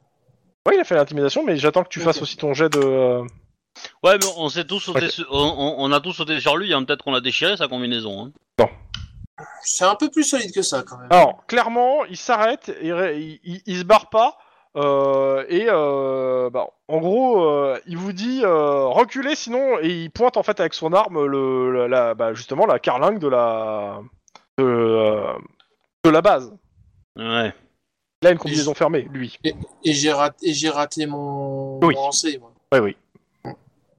S2: Ouais, il a fait l'intimidation, mais j'attends que tu
S3: Ok.
S2: fasses aussi ton jet de... euh,
S6: Ouais, mais on s'est tous sauté
S2: Ok.
S6: sur- on, on- on a tous sauté sur lui, hein, peut-être qu'on a déchiré sa combinaison. hein.
S3: C'est un peu plus solide que ça quand même.
S2: Alors, clairement, il s'arrête, il, ré- il, il- il se barre pas, euh, et euh, bah, en gros, euh, il vous dit euh, reculez sinon, et il pointe en fait avec son arme le, la, la- bah, justement la carlingue de la de, euh, de la base.
S6: Ouais.
S2: Il a une combinaison fermée, lui.
S3: Et j'ai raté, et j'ai raté mon,
S2: Oui.
S3: mon lancer. Moi.
S2: Oui, oui.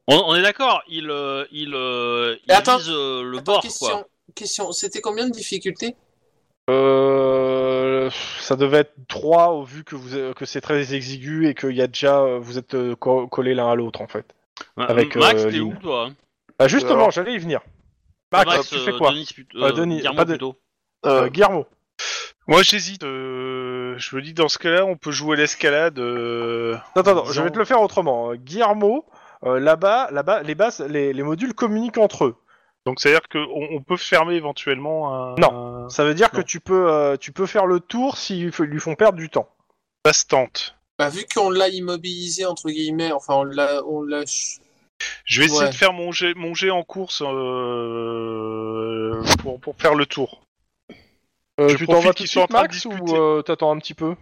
S6: On, on est d'accord, il, euh, il, euh, il
S3: Et attends.
S6: vise, euh, le
S3: Attends,
S6: bord, quoi.
S3: question, question. C'était combien de difficultés
S2: Euh, ça devait être 3 au vu que vous que c'est très exigu et que y a déjà euh, vous êtes euh, co- collés l'un à l'autre en fait.
S6: Ma-
S2: Avec,
S6: Max,
S2: euh,
S6: t'es
S2: Lynn.
S6: où, toi hein
S2: Bah justement,
S5: Alors
S2: j'allais y venir. Max, tu
S6: euh,
S2: fais quoi
S6: Denis, plut-
S2: Euh,
S6: euh,
S2: Denis,
S6: Guillermo,
S2: pas de-
S6: plutôt.
S2: Euh, Guillermo.
S4: Moi, j'hésite. euh, je me dis, dans ce cas-là, on peut jouer l'escalade. euh,
S2: Attends, attends,
S4: Disons-
S2: je vais te le faire autrement. Euh, Guillermo, euh, là-bas, là-bas, les bases, les, les modules communiquent entre eux.
S4: Donc, c'est-à-dire qu'on on peut fermer éventuellement un, un
S2: Ça veut dire
S4: Ah. Non.
S2: que tu peux, euh, tu peux faire le tour s'ils f- lui font perdre du temps.
S4: passe-tente.
S3: Bah, vu qu'on l'a immobilisé, entre guillemets, enfin, on l'a, on l'a, ch-
S4: Je vais essayer
S3: Ouais.
S4: de faire mon jet, mon jet en course euh, pour, pour faire le tour.
S2: Euh,
S4: Je
S2: tu t'en
S4: profite
S2: vas tout
S4: qu'ils
S2: de
S4: sont en
S2: suite,
S4: train de
S2: Max, ou
S4: discuter.
S2: euh, t'attends un petit peu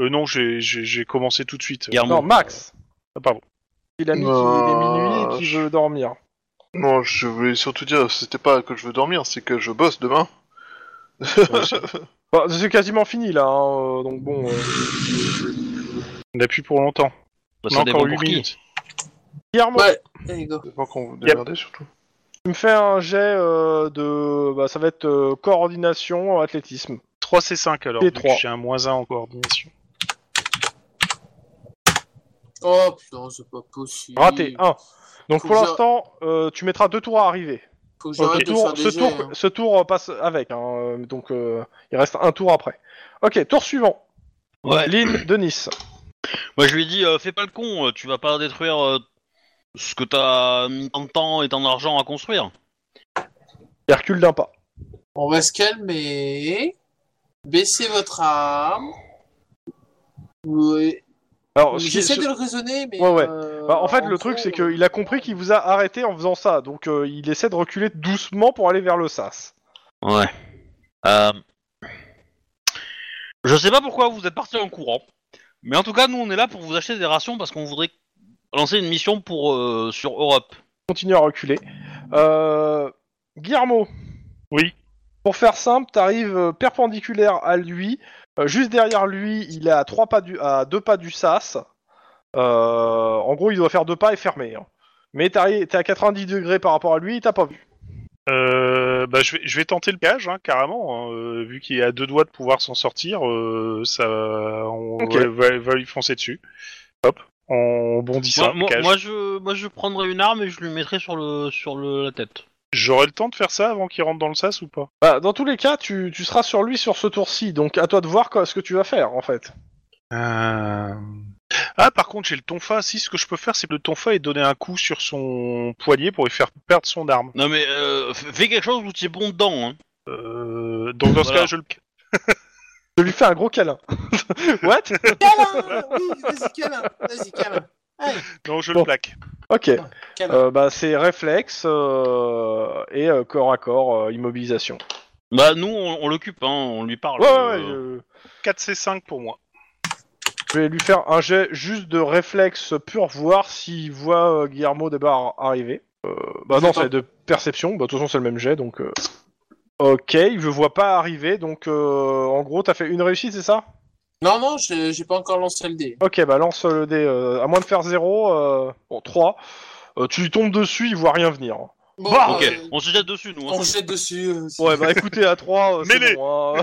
S4: Euh, non, j'ai- j'ai j'ai commencé tout de suite.
S6: Guillermo.
S2: Non, Max.
S4: Ah, pardon.
S2: Il a mis qu'il
S5: Non,
S2: est minuit et qu'il
S5: je-
S2: veut dormir.
S5: Non, je voulais surtout dire, c'était pas que je veux dormir, c'est que je bosse demain.
S2: Bah, c'est quasiment fini là, hein, euh, donc bon. euh.
S4: On appuie pour longtemps.
S1: Bah,
S4: On
S1: ça
S4: a
S1: dépend
S4: encore
S1: pour
S4: 8
S1: qui.
S4: minutes.
S2: Guillermo,
S3: Ouais, allez, go.
S5: C'est pas qu'on vous
S4: Yep.
S5: démerdez surtout.
S2: tu me fais un jet euh, de. Bah, ça va être euh, coordination, athlétisme.
S4: 3 C5 alors.
S2: Et
S4: vu que
S2: trois.
S4: J'ai un moins 1 en coordination.
S3: Oh putain, c'est pas possible.
S2: Raté, 1. Donc
S3: Faut
S2: pour
S3: que je-
S2: l'instant, euh, tu mettras deux tours à arriver.
S3: Faut que
S2: Ce
S3: j'arrête de faire
S2: tour,
S3: des
S2: ce,
S3: jets,
S2: tour,
S3: hein.
S2: ce tour euh, passe avec, hein, euh, donc euh, il reste un tour après. Ok, tour suivant.
S1: Ouais.
S2: Lynn de Nice.
S1: Moi je lui ai dit, euh, fais pas le con, euh, tu vas pas détruire euh, ce que t'as mis tant de temps et tant d'argent à construire.
S2: Il recule d'un pas.
S3: On va se calmer. Baissez votre arme. Ouais.
S6: Oh,
S2: Alors, ce qui-
S3: J'essaie
S2: ce-
S3: de le raisonner, mais.
S2: Ouais, ouais.
S3: euh,
S2: bah, en fait, le
S3: gros,
S2: truc, c'est qu'il a compris qu'il vous a arrêté en faisant ça, donc euh, il essaie de reculer doucement pour aller vers le sas.
S1: Ouais. Euh... Je sais pas pourquoi vous êtes partis en courant, mais en tout cas, nous on est là pour vous acheter des rations parce qu'on voudrait lancer une mission pour euh, sur Europe.
S2: Il continue à reculer. Euh, Guillermo,
S4: Oui.
S2: pour faire simple, t'arrives euh, perpendiculaire à lui. Euh, juste derrière lui, il est à, trois pas du, à deux pas du sas. Euh, en gros, il doit faire deux pas et fermer. hein. Mais t'arri- t'es à 90 degrés par rapport à lui, il t'a pas vu.
S4: Euh, bah, je, vais, je vais tenter le piège, hein, carrément. hein, euh, vu qu'il est à deux doigts de pouvoir s'en sortir, euh, ça, on
S2: Ok.
S4: va, va- va lui foncer dessus. Hop, en
S1: Moi,
S4: bondissant.
S1: moi-
S4: cage.
S1: moi, je, moi je prendrais une arme et je lui mettrais sur le sur le, la tête.
S4: J'aurai le temps de faire ça avant qu'il rentre dans le sas ou pas
S2: Bah, dans tous les cas, tu, tu seras sur lui sur ce tour-ci, donc à toi de voir quoi, ce que tu vas faire en fait.
S4: Euh. Ah, par contre, j'ai le tonfa. Si, ce que je peux faire, c'est que le tonfa et donner un coup sur son poignet pour lui faire perdre son arme.
S1: Non mais euh, f- fais quelque chose où tu es bon dedans. Hein.
S4: Euh, donc, dans ce
S1: Voilà.
S4: cas, je le.
S2: Je lui fais un gros câlin. What
S3: Câlin Oui, vas-y, câlin. Vas-y, câlin. Allez,
S4: Non, je
S2: Bon.
S4: le plaque.
S2: Ok,
S3: câlin.
S2: euh, bah, c'est réflexe euh, et euh, corps à corps, euh, immobilisation.
S1: Bah nous on, on l'occupe, hein, on lui parle.
S2: Ouais, ouais, ouais,
S1: euh,
S2: je-
S4: 4C5 pour moi.
S2: Je vais lui faire un jet juste de réflexe pur, voir s'il voit euh, Guillermo d'abord arriver. Euh, bah non,
S3: Attends.
S2: c'est de perception. Bah, de toute façon, c'est le même jet, donc. euh. Ok, il ne voit pas arriver, donc euh, en gros, t'as fait une réussite, c'est ça
S3: Non, non, j'ai j'ai pas encore lancé le dé.
S2: Ok, bah lance le dé. euh, à moins de faire 0, bon, 3. tu lui tombes dessus, il voit rien venir.
S3: Bon,
S2: Bah,
S1: Ok,
S3: euh,
S1: on se jette dessus nous. hein.
S3: on jette dessus. euh, c'est-
S2: Ouais, bah écoutez, à 3, c'est
S4: Mêlée.
S2: bon. hein.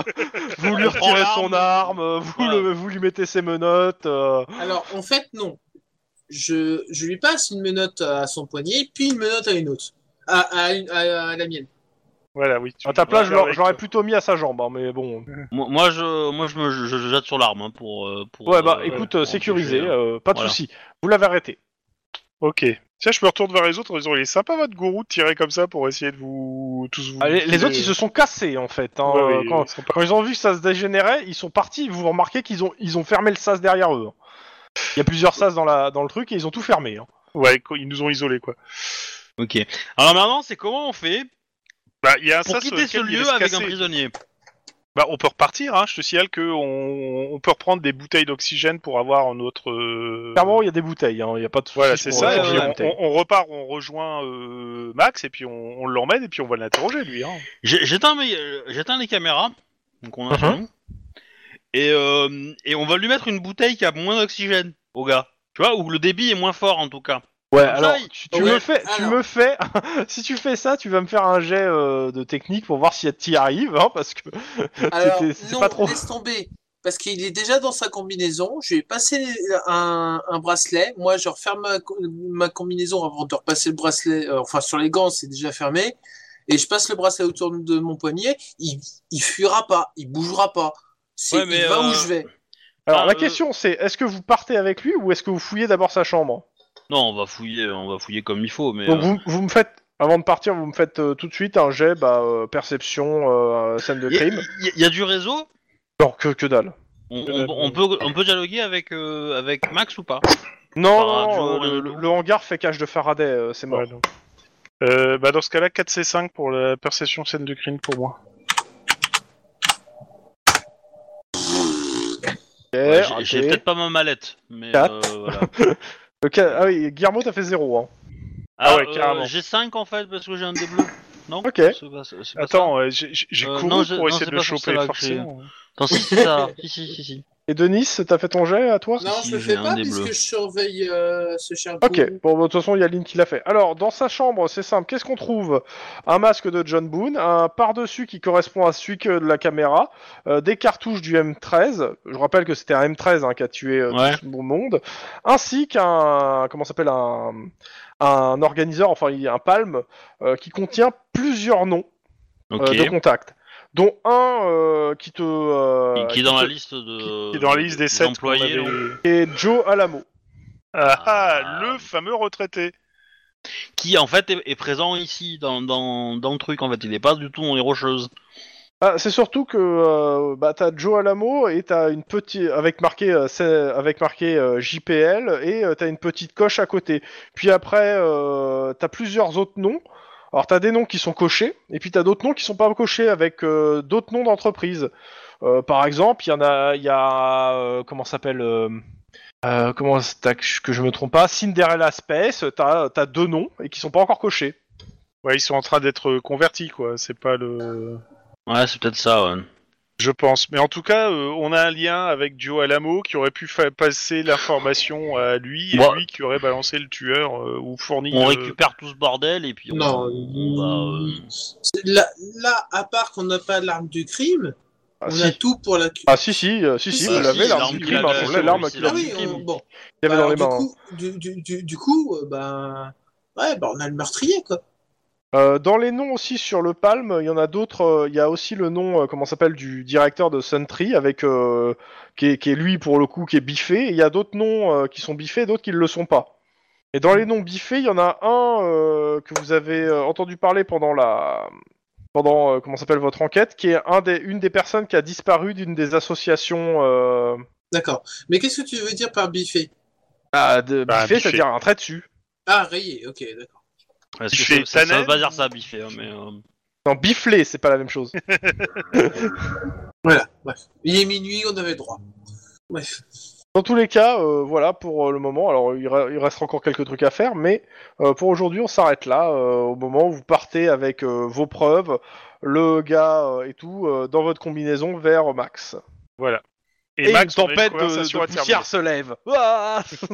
S2: vous lui
S1: On prend
S2: retirez
S1: l'arme.
S2: son arme, euh, vous,
S1: Voilà.
S2: le- vous lui mettez ses menottes. euh,
S3: Alors, en fait, non. Je, je lui passe une menotte à son poignet, puis une menotte à une autre. À, à une- à- à la mienne.
S4: Voilà, oui. tu-
S2: À ta place, je l'aurais-
S4: Avec-
S2: je l'aurais plutôt mis à sa jambe, hein, mais bon.
S1: Moi, moi, je, moi je me je, je jette sur l'arme hein, pour, euh, pour.
S2: Ouais, bah
S1: euh,
S2: écoute,
S1: pour
S2: euh, sécurisé,
S1: empêcher, euh,
S2: euh, pas de
S1: Voilà.
S2: souci. Vous l'avez arrêté.
S4: Ok. Tiens, je me retourne vers les autres en disant il est sympa votre gourou de tirer comme ça pour essayer de vous. tous vous.
S2: Ah, les, les autres, ils se sont cassés en fait. hein,
S4: Ouais,
S2: euh,
S4: ouais,
S2: quand,
S4: ils sont pas-
S2: quand ils ont vu que ça se dégénérait, ils sont partis. Vous remarquez qu'ils ont, ils ont fermé le sas derrière eux. hein. Il y a plusieurs sas dans, la, dans le truc et ils ont tout fermé. hein.
S4: Ouais, quoi, ils nous ont isolés, quoi.
S1: Ok. Alors maintenant, c'est comment on fait
S4: Bah, il y a un
S1: pour
S4: sas sur
S1: quitter ce
S4: lequel il
S1: lieu
S4: reste
S1: avec un
S4: cassé.
S1: prisonnier
S4: Bah, on peut repartir, hein. Je te signale que on, on peut reprendre des bouteilles d'oxygène pour avoir notre. euh,
S2: Clairement, il y a des bouteilles. hein, Il n'y a pas de souci.
S4: Voilà, c'est
S2: pour-
S4: ça.
S1: ouais,
S4: et
S2: pour
S4: puis
S2: les
S1: ouais.
S2: bouteilles.
S4: on, on- on repart, on rejoint euh, Max, et puis on, on l'emmène, et puis on va l'interroger, lui. Hein.
S1: J'ai- J'éteins mes- euh, j'éteins les caméras, donc on a chez
S2: Mhm.
S1: nous. et euh, et on va lui mettre une bouteille qui a moins d'oxygène au gars. Tu vois, où le débit est moins fort en tout cas.
S2: Ouais,
S1: Comme
S2: alors
S1: ça, il-
S2: tu, tu
S3: Ouais,
S2: me fais, tu
S3: alors.
S2: me fais. si tu fais ça, tu vas me faire un jet euh, de technique pour voir si tu y arrives, hein, parce que
S3: Alors,
S2: c'était- c'était
S3: non,
S2: pas trop.
S3: laisse tomber. Parce qu'il est déjà dans sa combinaison. Je lui ai passé un, un bracelet. Moi, je referme ma, co- ma combinaison avant de repasser le bracelet. euh, enfin, sur les gants, c'est déjà fermé. Et je passe le bracelet autour de mon poignet. Il, il fuira pas. Il bougera pas. C'est
S1: Ouais, mais,
S3: il va
S1: euh,
S3: où je vais.
S2: Alors
S1: Ah,
S2: la
S1: euh,
S2: question, c'est est-ce que vous partez avec lui ou est-ce que vous fouillez d'abord sa chambre
S1: Non, on va fouiller, on va fouiller comme il faut, mais.
S2: Donc
S1: euh,
S2: vous, vous me faites, avant de partir, vous me faites euh, tout de suite un jet, bah, euh, perception, euh, scène de
S1: y, a-
S2: crime.
S1: y a- y a du réseau.
S2: Non, que, que dalle.
S1: On, on- on peut on peut dialoguer avec euh, avec Max ou pas
S2: Non,
S1: Par
S2: non,
S1: radio,
S2: euh,
S1: rien
S2: le,
S1: Bah, du tout.
S2: le hangar fait cache de Faraday, euh, c'est mort.
S4: Ouais, donc. Euh, bah, dans ce cas-là, 4C5 pour la perception scène de crime pour moi.
S2: Ok,
S1: Ouais, j'ai-
S2: raté.
S1: J'ai peut-être pas ma mallette, mais.
S2: Quatre.
S1: euh, voilà.
S2: Ok, Ah oui, Guillermo, t'as fait zéro. Hein.
S4: Ah ouais,
S6: euh,
S4: carrément.
S6: j'ai 5 en fait parce que j'ai un dé bleu. Non
S2: Ok.
S6: c'est pas- c'est- c'est pas Ah, ça.
S4: Attends, euh, j'ai j'ai- j'ai
S6: Euh,
S4: couru
S6: non, je-
S4: pour
S6: non,
S4: essayer
S6: c'est
S4: de le
S6: pas sur
S4: choper,
S6: celle-là que j'ai.
S4: forcément.
S6: Attends, si, c'est ça. si, si, si, si.
S2: Et Denis, t'as fait ton jet à toi
S3: Non,
S6: Si,
S3: je le
S6: j'ai
S3: fais
S6: un
S3: pas
S6: des
S3: puisque
S6: bleus.
S3: je surveille euh, ce cher
S2: Ok,
S3: Boone.
S2: bon, bah, de toute façon, il y a Lynn qui l'a fait. Alors, dans sa chambre, c'est simple, qu'est-ce qu'on trouve Un masque de John Boone, un par-dessus qui correspond à celui que de la caméra, euh, des cartouches du M13, je rappelle que c'était un M13 hein, qui a tué euh,
S6: Ouais.
S2: tout ce bon monde, ainsi qu'un, comment ça s'appelle, un, un organiseur, enfin, il y a un palme, euh, qui contient plusieurs noms euh,
S6: Ok.
S2: de contacts, dont un euh, qui te... euh,
S6: qui est dans
S2: te-
S6: la liste de.
S4: Qui est dans la liste des 7 qu'on
S6: employés.
S4: avait-
S2: Et Joe Alamo.
S4: Ah, ah,
S6: Ah.
S4: le fameux retraité.
S6: Qui en fait est, est présent ici dans, dans, dans le truc en fait. Il est pas du tout dans les rocheuses.
S2: Ah, c'est surtout que euh, bah, t'as Joe Alamo et t'as une petite avec marqué euh, c'est- avec marqué euh, JPL et euh, t'as une petite coche à côté. Puis après euh, t'as plusieurs autres noms. Alors t'as des noms qui sont cochés et puis t'as d'autres noms qui sont pas cochés avec euh, d'autres noms d'entreprises. Euh, par exemple, il y en a, il y a euh, comment ça s'appelle euh, euh, comment tac, que je me trompe pas Cinderella Space. T'as t'as deux noms et qui sont pas encore cochés.
S4: Ouais, ils sont en train d'être euh, convertis, quoi. C'est pas le.
S6: Ouais, c'est peut-être ça. Ouais.
S4: Je pense. Mais en tout cas, euh, on a un lien avec Joe Alamo qui aurait pu fa- passer l'information à lui et
S6: Ouais.
S4: lui qui aurait balancé le tueur euh, ou fourni.
S6: On
S4: le-
S6: récupère tout ce bordel et puis on.
S3: Non. mm,
S6: on va, euh,
S3: C'est- Là, là, à part qu'on n'a pas l'arme du crime,
S2: Ah,
S3: on
S2: si.
S3: a tout pour la. cu-
S2: Ah, si si euh, si si,
S3: Si,
S2: vous
S3: si,
S2: l'avez
S3: si,
S2: l'arme du
S3: l'arme
S2: crime,
S3: qu'il a-
S2: hein, c'est l'arme
S6: c'est
S2: qu'il a-
S3: Ah
S6: l'arme
S3: oui,
S6: du
S3: on-
S6: crime.
S3: bon.
S2: il y avait
S3: Bah,
S2: dans les
S3: alors,
S2: mains. hein.
S3: Du coup, du, du, du, du coup, euh, bah, ouais, bah, on a le meurtrier quoi.
S2: Euh, dans les noms aussi sur le palme, il y en a d'autres. euh, Il y a aussi le nom, euh, comment ça s'appelle, du directeur de Sentry, avec euh, qui, est, qui est lui pour le coup qui est biffé. Et Il y a d'autres noms euh, qui sont biffés, d'autres qui ne le sont pas. Et dans les noms biffés, il y en a un euh, que vous avez euh, entendu parler pendant la pendant euh, comment s'appelle votre enquête, qui est un des une des personnes qui a disparu d'une des associations. Euh...
S3: D'accord. Mais qu'est-ce que tu veux dire par biffé
S2: Ah, de
S4: Bah,
S2: biffé,
S4: biffé.
S2: c'est-à-dire un trait dessus.
S3: Ah, rayé. Ok, d'accord.
S6: Parce que
S4: Biffé,
S6: ça- ça, ça
S4: Tannen.
S6: veut pas dire ça, biffé, hein, mais. euh,
S2: Non, bifflé, c'est pas la même chose.
S3: Voilà. Bref. Il est minuit, on avait droit. Bref.
S2: Dans tous les cas, euh, voilà pour euh, le moment. Alors, il, re- il reste encore quelques trucs à faire, mais euh, pour aujourd'hui, on s'arrête là. euh, au moment où vous partez avec euh, vos preuves, le gars euh, et tout, euh, dans votre combinaison vers Max.
S4: Voilà.
S2: Et,
S4: Max, on
S2: une
S4: a
S2: tempête de,
S4: conversation
S2: de
S4: à terminer.
S2: poussière se lève. Ah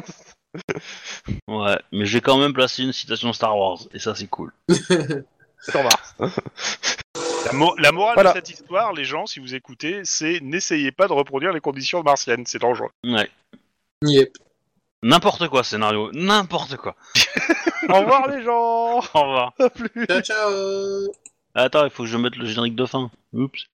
S2: Ouah
S6: Ouais, mais j'ai quand même placé une citation Star Wars et ça c'est cool.
S2: Sur Mars.
S4: La, mo- la morale
S2: Voilà.
S4: de cette histoire, les gens, si vous écoutez, c'est n'essayez pas de reproduire les conditions martiennes, c'est dangereux.
S6: Ouais.
S3: Yep.
S6: N'importe quoi scénario, n'importe quoi.
S2: Au revoir les gens.
S6: Au revoir.
S2: À plus.
S3: Ciao, ciao.
S6: Attends, il faut que je mette le générique de fin. Oups.